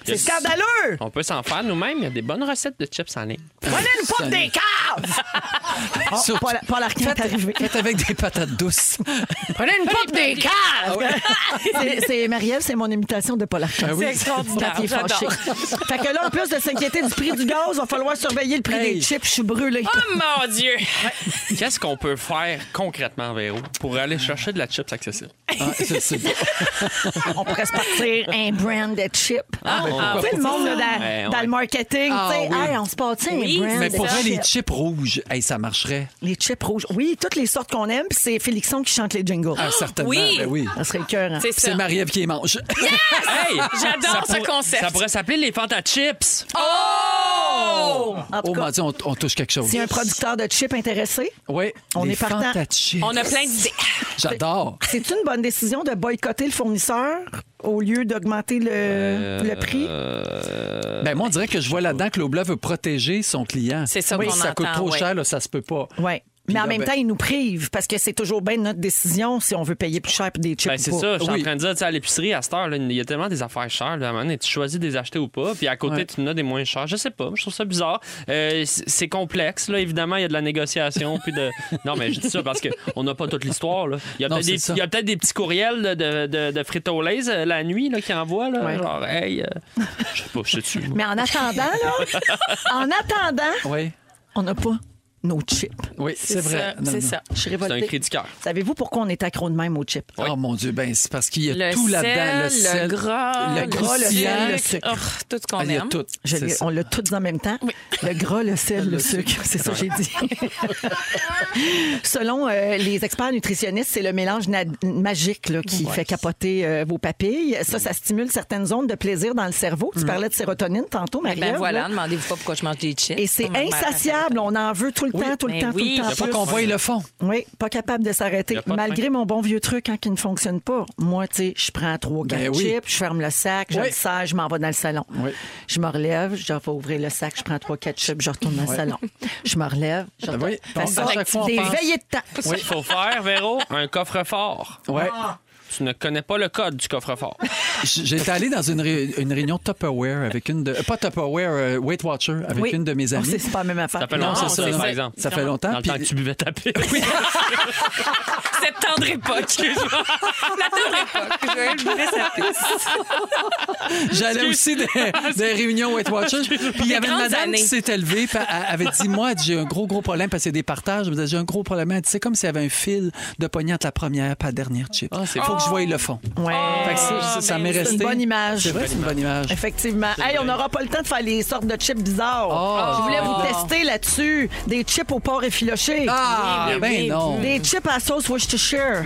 Speaker 6: C'est
Speaker 7: Yes.
Speaker 6: scandaleux.
Speaker 7: On peut s'en faire nous-mêmes. Il y a des bonnes recettes de chips en ligne.
Speaker 6: Prenez une pomme des caves. Oh,
Speaker 4: Sur-
Speaker 6: Paul, Paul Arcand est arrivé.
Speaker 4: Faites avec des patates douces.
Speaker 6: Prenez une pomme des caves. C'est- C'est Marie-Ève, c'est mon imitation de Paul Arcand.
Speaker 4: Ah oui. C'est
Speaker 5: extraordinaire,
Speaker 6: Quand il est fâché. Fait que là, en plus de s'inquiéter du prix du gaz, il va falloir surveiller le prix
Speaker 4: Hey.
Speaker 6: des chips. Je suis brûlée.
Speaker 5: Oh mon Dieu.
Speaker 7: Qu'est-ce qu'on peut faire concrètement, Véro, pour aller chercher de la chips accessible?
Speaker 4: Ah, je sais pas.
Speaker 6: On pourrait se partir un brand de chip.
Speaker 4: Ah, ben, pourquoi
Speaker 6: Tu sais, le
Speaker 4: pas?
Speaker 6: monde là, dans,
Speaker 4: Ouais,
Speaker 6: dans
Speaker 4: ouais.
Speaker 6: le marketing,
Speaker 4: Ah,
Speaker 6: tu sais,
Speaker 4: oui.
Speaker 6: hey, on se partit
Speaker 4: Oui,
Speaker 6: un brand
Speaker 4: Mais pour
Speaker 6: de
Speaker 4: vrai,
Speaker 6: chip.
Speaker 4: les chips rouges, hey, ça marcherait.
Speaker 6: Les chips rouges. Oui, toutes les sortes qu'on aime, puis c'est Félixon qui chante les jingles.
Speaker 4: Ah, certainement. Oui. Ben oui.
Speaker 6: Ça serait écœurant.
Speaker 4: Puis C'est Marie-Ève qui les mange.
Speaker 7: Hey,
Speaker 6: J'adore
Speaker 7: ça
Speaker 6: ce concept.
Speaker 7: Ça pourrait s'appeler les Fanta Chips.
Speaker 6: Oh! En tout
Speaker 4: Oh,
Speaker 6: cas,
Speaker 4: mon Dieu, on, on touche quelque chose.
Speaker 6: si un producteur de chips intéressé,
Speaker 4: Oui,
Speaker 6: on
Speaker 4: les
Speaker 6: est partant.
Speaker 4: Fantachips. J'adore.
Speaker 6: C'est une bonne décision de boycotter le fournisseur au lieu d'augmenter le, le prix?
Speaker 7: Euh,
Speaker 4: Ben moi, on dirait que je vois là-dedans que Loblaw veut protéger son client.
Speaker 6: C'est ça
Speaker 4: Oui,
Speaker 6: qu'on
Speaker 4: ça coûte
Speaker 6: entend,
Speaker 4: trop
Speaker 6: ouais.
Speaker 4: cher, là, ça se peut pas.
Speaker 6: Oui. Mais en
Speaker 4: là,
Speaker 6: même
Speaker 4: ben-
Speaker 6: temps, ils nous privent parce que c'est toujours bien notre décision si on veut payer plus cher pour des chips.
Speaker 7: Ben,
Speaker 6: ou
Speaker 7: c'est
Speaker 6: pas.
Speaker 7: ça, je suis en train de dire, tu sais, à l'épicerie, à cette heure, là, il y a tellement des affaires chères, là, à un moment donné, tu choisis de les acheter ou pas, puis à côté,
Speaker 4: Ouais.
Speaker 7: tu en as des moins chers. Je sais pas, je trouve ça bizarre. Euh, c- c'est complexe, là, évidemment, il y a de la négociation, puis de. Non, mais je dis ça parce qu'on n'a pas toute l'histoire, là. Il y a
Speaker 4: Non,
Speaker 7: peut-être
Speaker 4: c'est
Speaker 7: des,
Speaker 4: ça.
Speaker 7: il y a peut-être des petits courriels de, de, de, de Frito-Lays, euh, la nuit, là, qui envoient, là.
Speaker 6: Ouais.
Speaker 7: Genre, hey, euh, je sais pas, je sais dessus.
Speaker 6: Mais en attendant, là, en attendant,
Speaker 4: Oui.
Speaker 6: on n'a pas nos chips.
Speaker 4: Oui, c'est vrai. Non,
Speaker 6: Je
Speaker 4: non.
Speaker 6: suis
Speaker 7: C'est un
Speaker 6: révoltée.
Speaker 7: cri du cœur.
Speaker 6: Savez-vous pourquoi on est accro de même aux chips?
Speaker 4: Oh mon Dieu, ben c'est parce qu'il y a
Speaker 5: Le
Speaker 4: tout là-dedans.
Speaker 5: sel, le gras,
Speaker 4: le
Speaker 5: le gras, le
Speaker 4: croustillant,
Speaker 5: sel,
Speaker 4: le sucre.
Speaker 5: oh, tout ce qu'on
Speaker 4: Ah, il y a
Speaker 5: aime.
Speaker 4: tout.
Speaker 6: Je
Speaker 4: c'est
Speaker 6: l'ai-
Speaker 4: ça.
Speaker 6: on l'a tout dit en même temps. Le gras, le sel, le sucre. C'est ça que j'ai dit. Selon euh, les experts nutritionnistes, c'est le mélange na- magique là, qui fait capoter euh, vos papilles. Ça, ça stimule certaines zones de plaisir dans le cerveau.
Speaker 7: Mm-hmm.
Speaker 6: Tu parlais de sérotonine tantôt,
Speaker 5: Eh
Speaker 6: marie
Speaker 5: ben voilà, demandez-vous pas pourquoi je mange des chips.
Speaker 6: Et c'est
Speaker 5: Comme Hum, ma mère a fait.
Speaker 6: insatiable. On en veut tout le temps, tout le
Speaker 5: Mais
Speaker 6: temps,
Speaker 5: oui.
Speaker 6: tout le temps.
Speaker 4: Il y a pas
Speaker 6: plus.
Speaker 4: qu'on voie le fond.
Speaker 6: Oui, pas capable de s'arrêter.
Speaker 7: Y a pas de
Speaker 6: Malgré mon bon vieux truc, quand il ne fonctionne pas, moi, tu sais, je prends trois, quatre
Speaker 4: Ben oui.
Speaker 6: chips, je ferme le sac, je
Speaker 4: Oui.
Speaker 6: le serre, je m'en vais dans le salon.
Speaker 4: Oui.
Speaker 6: Je me relève, je vais ouvrir le sac, je prends trois, quatre chips, je retourne dans le salon. Je me relève, je
Speaker 4: Ben
Speaker 6: retourne.
Speaker 4: oui,
Speaker 6: Fait
Speaker 4: bon,
Speaker 6: ça,
Speaker 4: à chaque fois, on
Speaker 6: des
Speaker 4: pense.
Speaker 6: veillées de temps.
Speaker 7: Il faut faire, Véro, un coffre-fort.
Speaker 4: Ouais.
Speaker 7: Tu ne connais pas le code du coffre-fort.
Speaker 4: J- J'étais allé dans une, ré- une réunion Tupperware avec une de. euh, Pas Tupperware, euh, Weight Watcher, avec
Speaker 6: Oui.
Speaker 4: une de mes
Speaker 6: On
Speaker 4: amies.
Speaker 6: sait, C'est pas la même affaire.
Speaker 7: Ça fait
Speaker 4: Non,
Speaker 7: longtemps,
Speaker 4: c'est ça,
Speaker 7: ça,
Speaker 4: non.
Speaker 7: par exemple.
Speaker 4: Ça fait longtemps.
Speaker 7: Dans le temps
Speaker 4: puis-
Speaker 7: que tu buvais ta pipe.
Speaker 5: Cette tendre époque. Excuse-moi. La tendre époque. Joël buvait sa pisse.
Speaker 4: J'allais aussi des, des réunions Weight Watchers. Puis il y avait une
Speaker 5: grandes
Speaker 4: madame
Speaker 5: années.
Speaker 4: qui s'est élevée, puis elle avait dit Moi, elle dit, j'ai un gros, gros problème, parce que c'est des partages. Elle me dit, J'ai un gros problème. Elle dit C'est comme s'il y avait un fil de pognant entre la première et la dernière chip. Il
Speaker 7: c'est
Speaker 4: faut que je voie le fond.
Speaker 6: Ouais.
Speaker 4: Fait que ça, ça, ça m'est
Speaker 6: Oh, Ah, C'est
Speaker 4: resté.
Speaker 6: une bonne image.
Speaker 4: C'est vrai, c'est une bonne image.
Speaker 6: Effectivement. Hey, on n'aura pas le temps de faire les sortes de chips bizarres.
Speaker 4: Oh.
Speaker 6: Je voulais vous tester là-dessus. Des chips au porc effiloché.
Speaker 4: Ah, ben non.
Speaker 6: Des chips à sauce Worcestershire.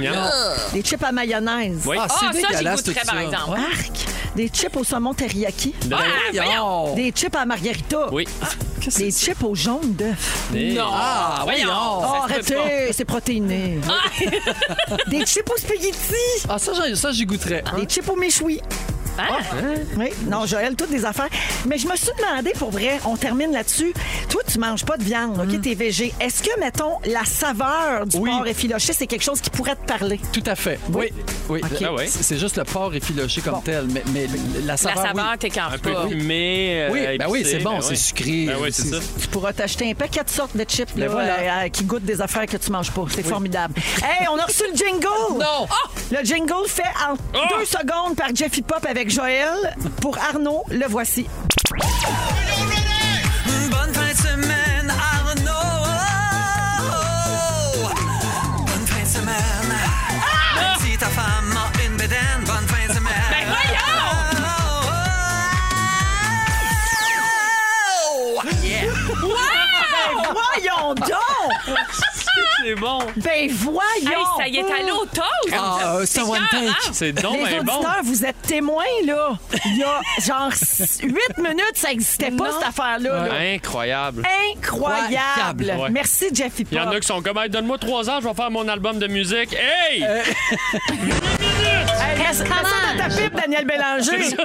Speaker 6: Des chips à mayonnaise.
Speaker 7: Oui.
Speaker 4: Ah, c'est
Speaker 5: Ah, ça, j'y
Speaker 4: dégueulasse tout
Speaker 5: goûterais, par
Speaker 4: ça.
Speaker 5: exemple.
Speaker 4: Ouais.
Speaker 6: Arc. Des chips au saumon teriyaki.
Speaker 7: Ben oui.
Speaker 4: Voyons.
Speaker 6: Des chips à margarita.
Speaker 7: Oui.
Speaker 6: Des chips au jaune d'œuf.
Speaker 7: Non.
Speaker 4: Ah, voyons.
Speaker 6: Oh, arrêtez, c'est protéiné. Des chips au spaghetti.
Speaker 4: Ah, ça, j'en- ça, j'y goûterais.
Speaker 6: Des chips au méchoui. Ah! hein? Oui, non, Joël, toutes des affaires. Mais je me suis demandé, pour vrai, on termine là-dessus. Toi, tu manges pas de viande, OK? T'es végé. Est-ce que, mettons, la saveur du
Speaker 4: Oui.
Speaker 6: porc effiloché, c'est quelque chose qui pourrait te parler?
Speaker 4: Tout à fait. Oui. oui.
Speaker 6: Ok.
Speaker 7: Ah ouais.
Speaker 4: C'est c'est juste le porc effiloché comme tel, mais, mais la
Speaker 5: La
Speaker 4: saveur. oui.
Speaker 5: saveur, t'es quand
Speaker 7: Un peu
Speaker 5: pas.
Speaker 7: fumé. euh,
Speaker 4: Oui, ben oui,
Speaker 7: épicé,
Speaker 4: c'est bon,
Speaker 7: ben
Speaker 4: c'est
Speaker 7: oui.
Speaker 4: sucré, euh,
Speaker 7: Ben oui, c'est
Speaker 4: c'est-
Speaker 7: ça.
Speaker 6: Tu pourras t'acheter un paquet de sortes de chips
Speaker 4: Ben
Speaker 6: là,
Speaker 4: voilà.
Speaker 6: euh, euh, qui goûtent des affaires que tu manges pas. C'est formidable. hey, on a reçu le jingle! Ah!
Speaker 4: Non.
Speaker 6: Le jingle fait en deux secondes par Jeffy Pop avec Joël. Pour Arnaud, le voici.
Speaker 11: Bonne fin de semaine, Arnaud. Bonne fin de semaine. Si ta femme a une bédaine, bonne fin de semaine. Ben voyons!
Speaker 6: Ah! Ben Voyons donc!
Speaker 7: C'est bon.
Speaker 6: Ben voyons!
Speaker 5: Hey, ça y est, à l'eau toast.
Speaker 4: Ah, euh, c'est un one
Speaker 5: clair,
Speaker 4: take.
Speaker 7: C'est donc
Speaker 6: Les
Speaker 7: ben bon.
Speaker 6: auditeurs, vous êtes témoins, là. Il y a genre 8 minutes, ça n'existait pas, cette affaire-là. là.
Speaker 7: Incroyable.
Speaker 6: Incroyable.
Speaker 4: Incroyable,
Speaker 7: ouais.
Speaker 6: Merci, Jeffy
Speaker 7: Il y en
Speaker 6: Pop.
Speaker 7: a qui sont comme, Hey, donne-moi trois ans, je vais faire mon album de musique. Hey!
Speaker 4: Euh,
Speaker 6: Hey, reste- reste dans ta pipe, Daniel Bélanger.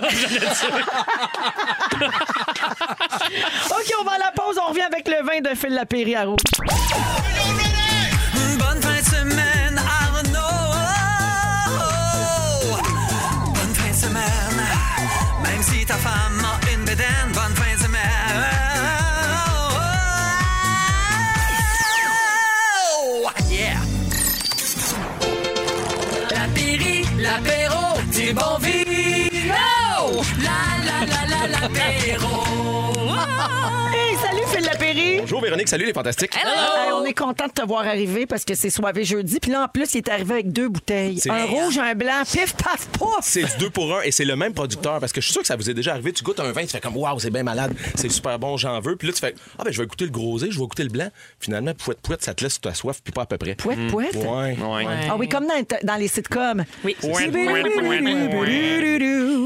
Speaker 6: OK, on va à la pause. On revient avec le vin de Phil Lapéry à rouge.
Speaker 11: Bonne fin de semaine, Arnaud. Bonne fin de semaine. Même si ta femme a une bédaine, bonne fin de semaine. Yeah! La Péri, l'apéro, du bon vino! La la la la l'apéro!
Speaker 6: Hey, salut, Phil Lapéry. Jerry.
Speaker 12: Bonjour Véronique, salut les fantastiques.
Speaker 6: Hey, on est content de te voir arriver parce que c'est soirée jeudi. Puis là, en plus, il est arrivé avec deux bouteilles.
Speaker 12: C'est-
Speaker 6: Un rouge, un blanc. Pif, paf, pouf.
Speaker 12: C'est du 2 pour 1 et c'est le même producteur parce que je suis sûr que ça vous est déjà arrivé. Tu goûtes un vin, tu fais comme waouh, c'est bien malade, c'est super bon, j'en veux. Puis là, tu fais ah ben je vais goûter le grosé, je vais goûter le blanc. Finalement, pouette pouette, ça te laisse ta soif puis pas à peu près.
Speaker 7: Mm.
Speaker 12: Pouette
Speaker 6: pouette?
Speaker 12: Ouais.
Speaker 6: Ah oui, comme dans, dans les sitcoms. Oui.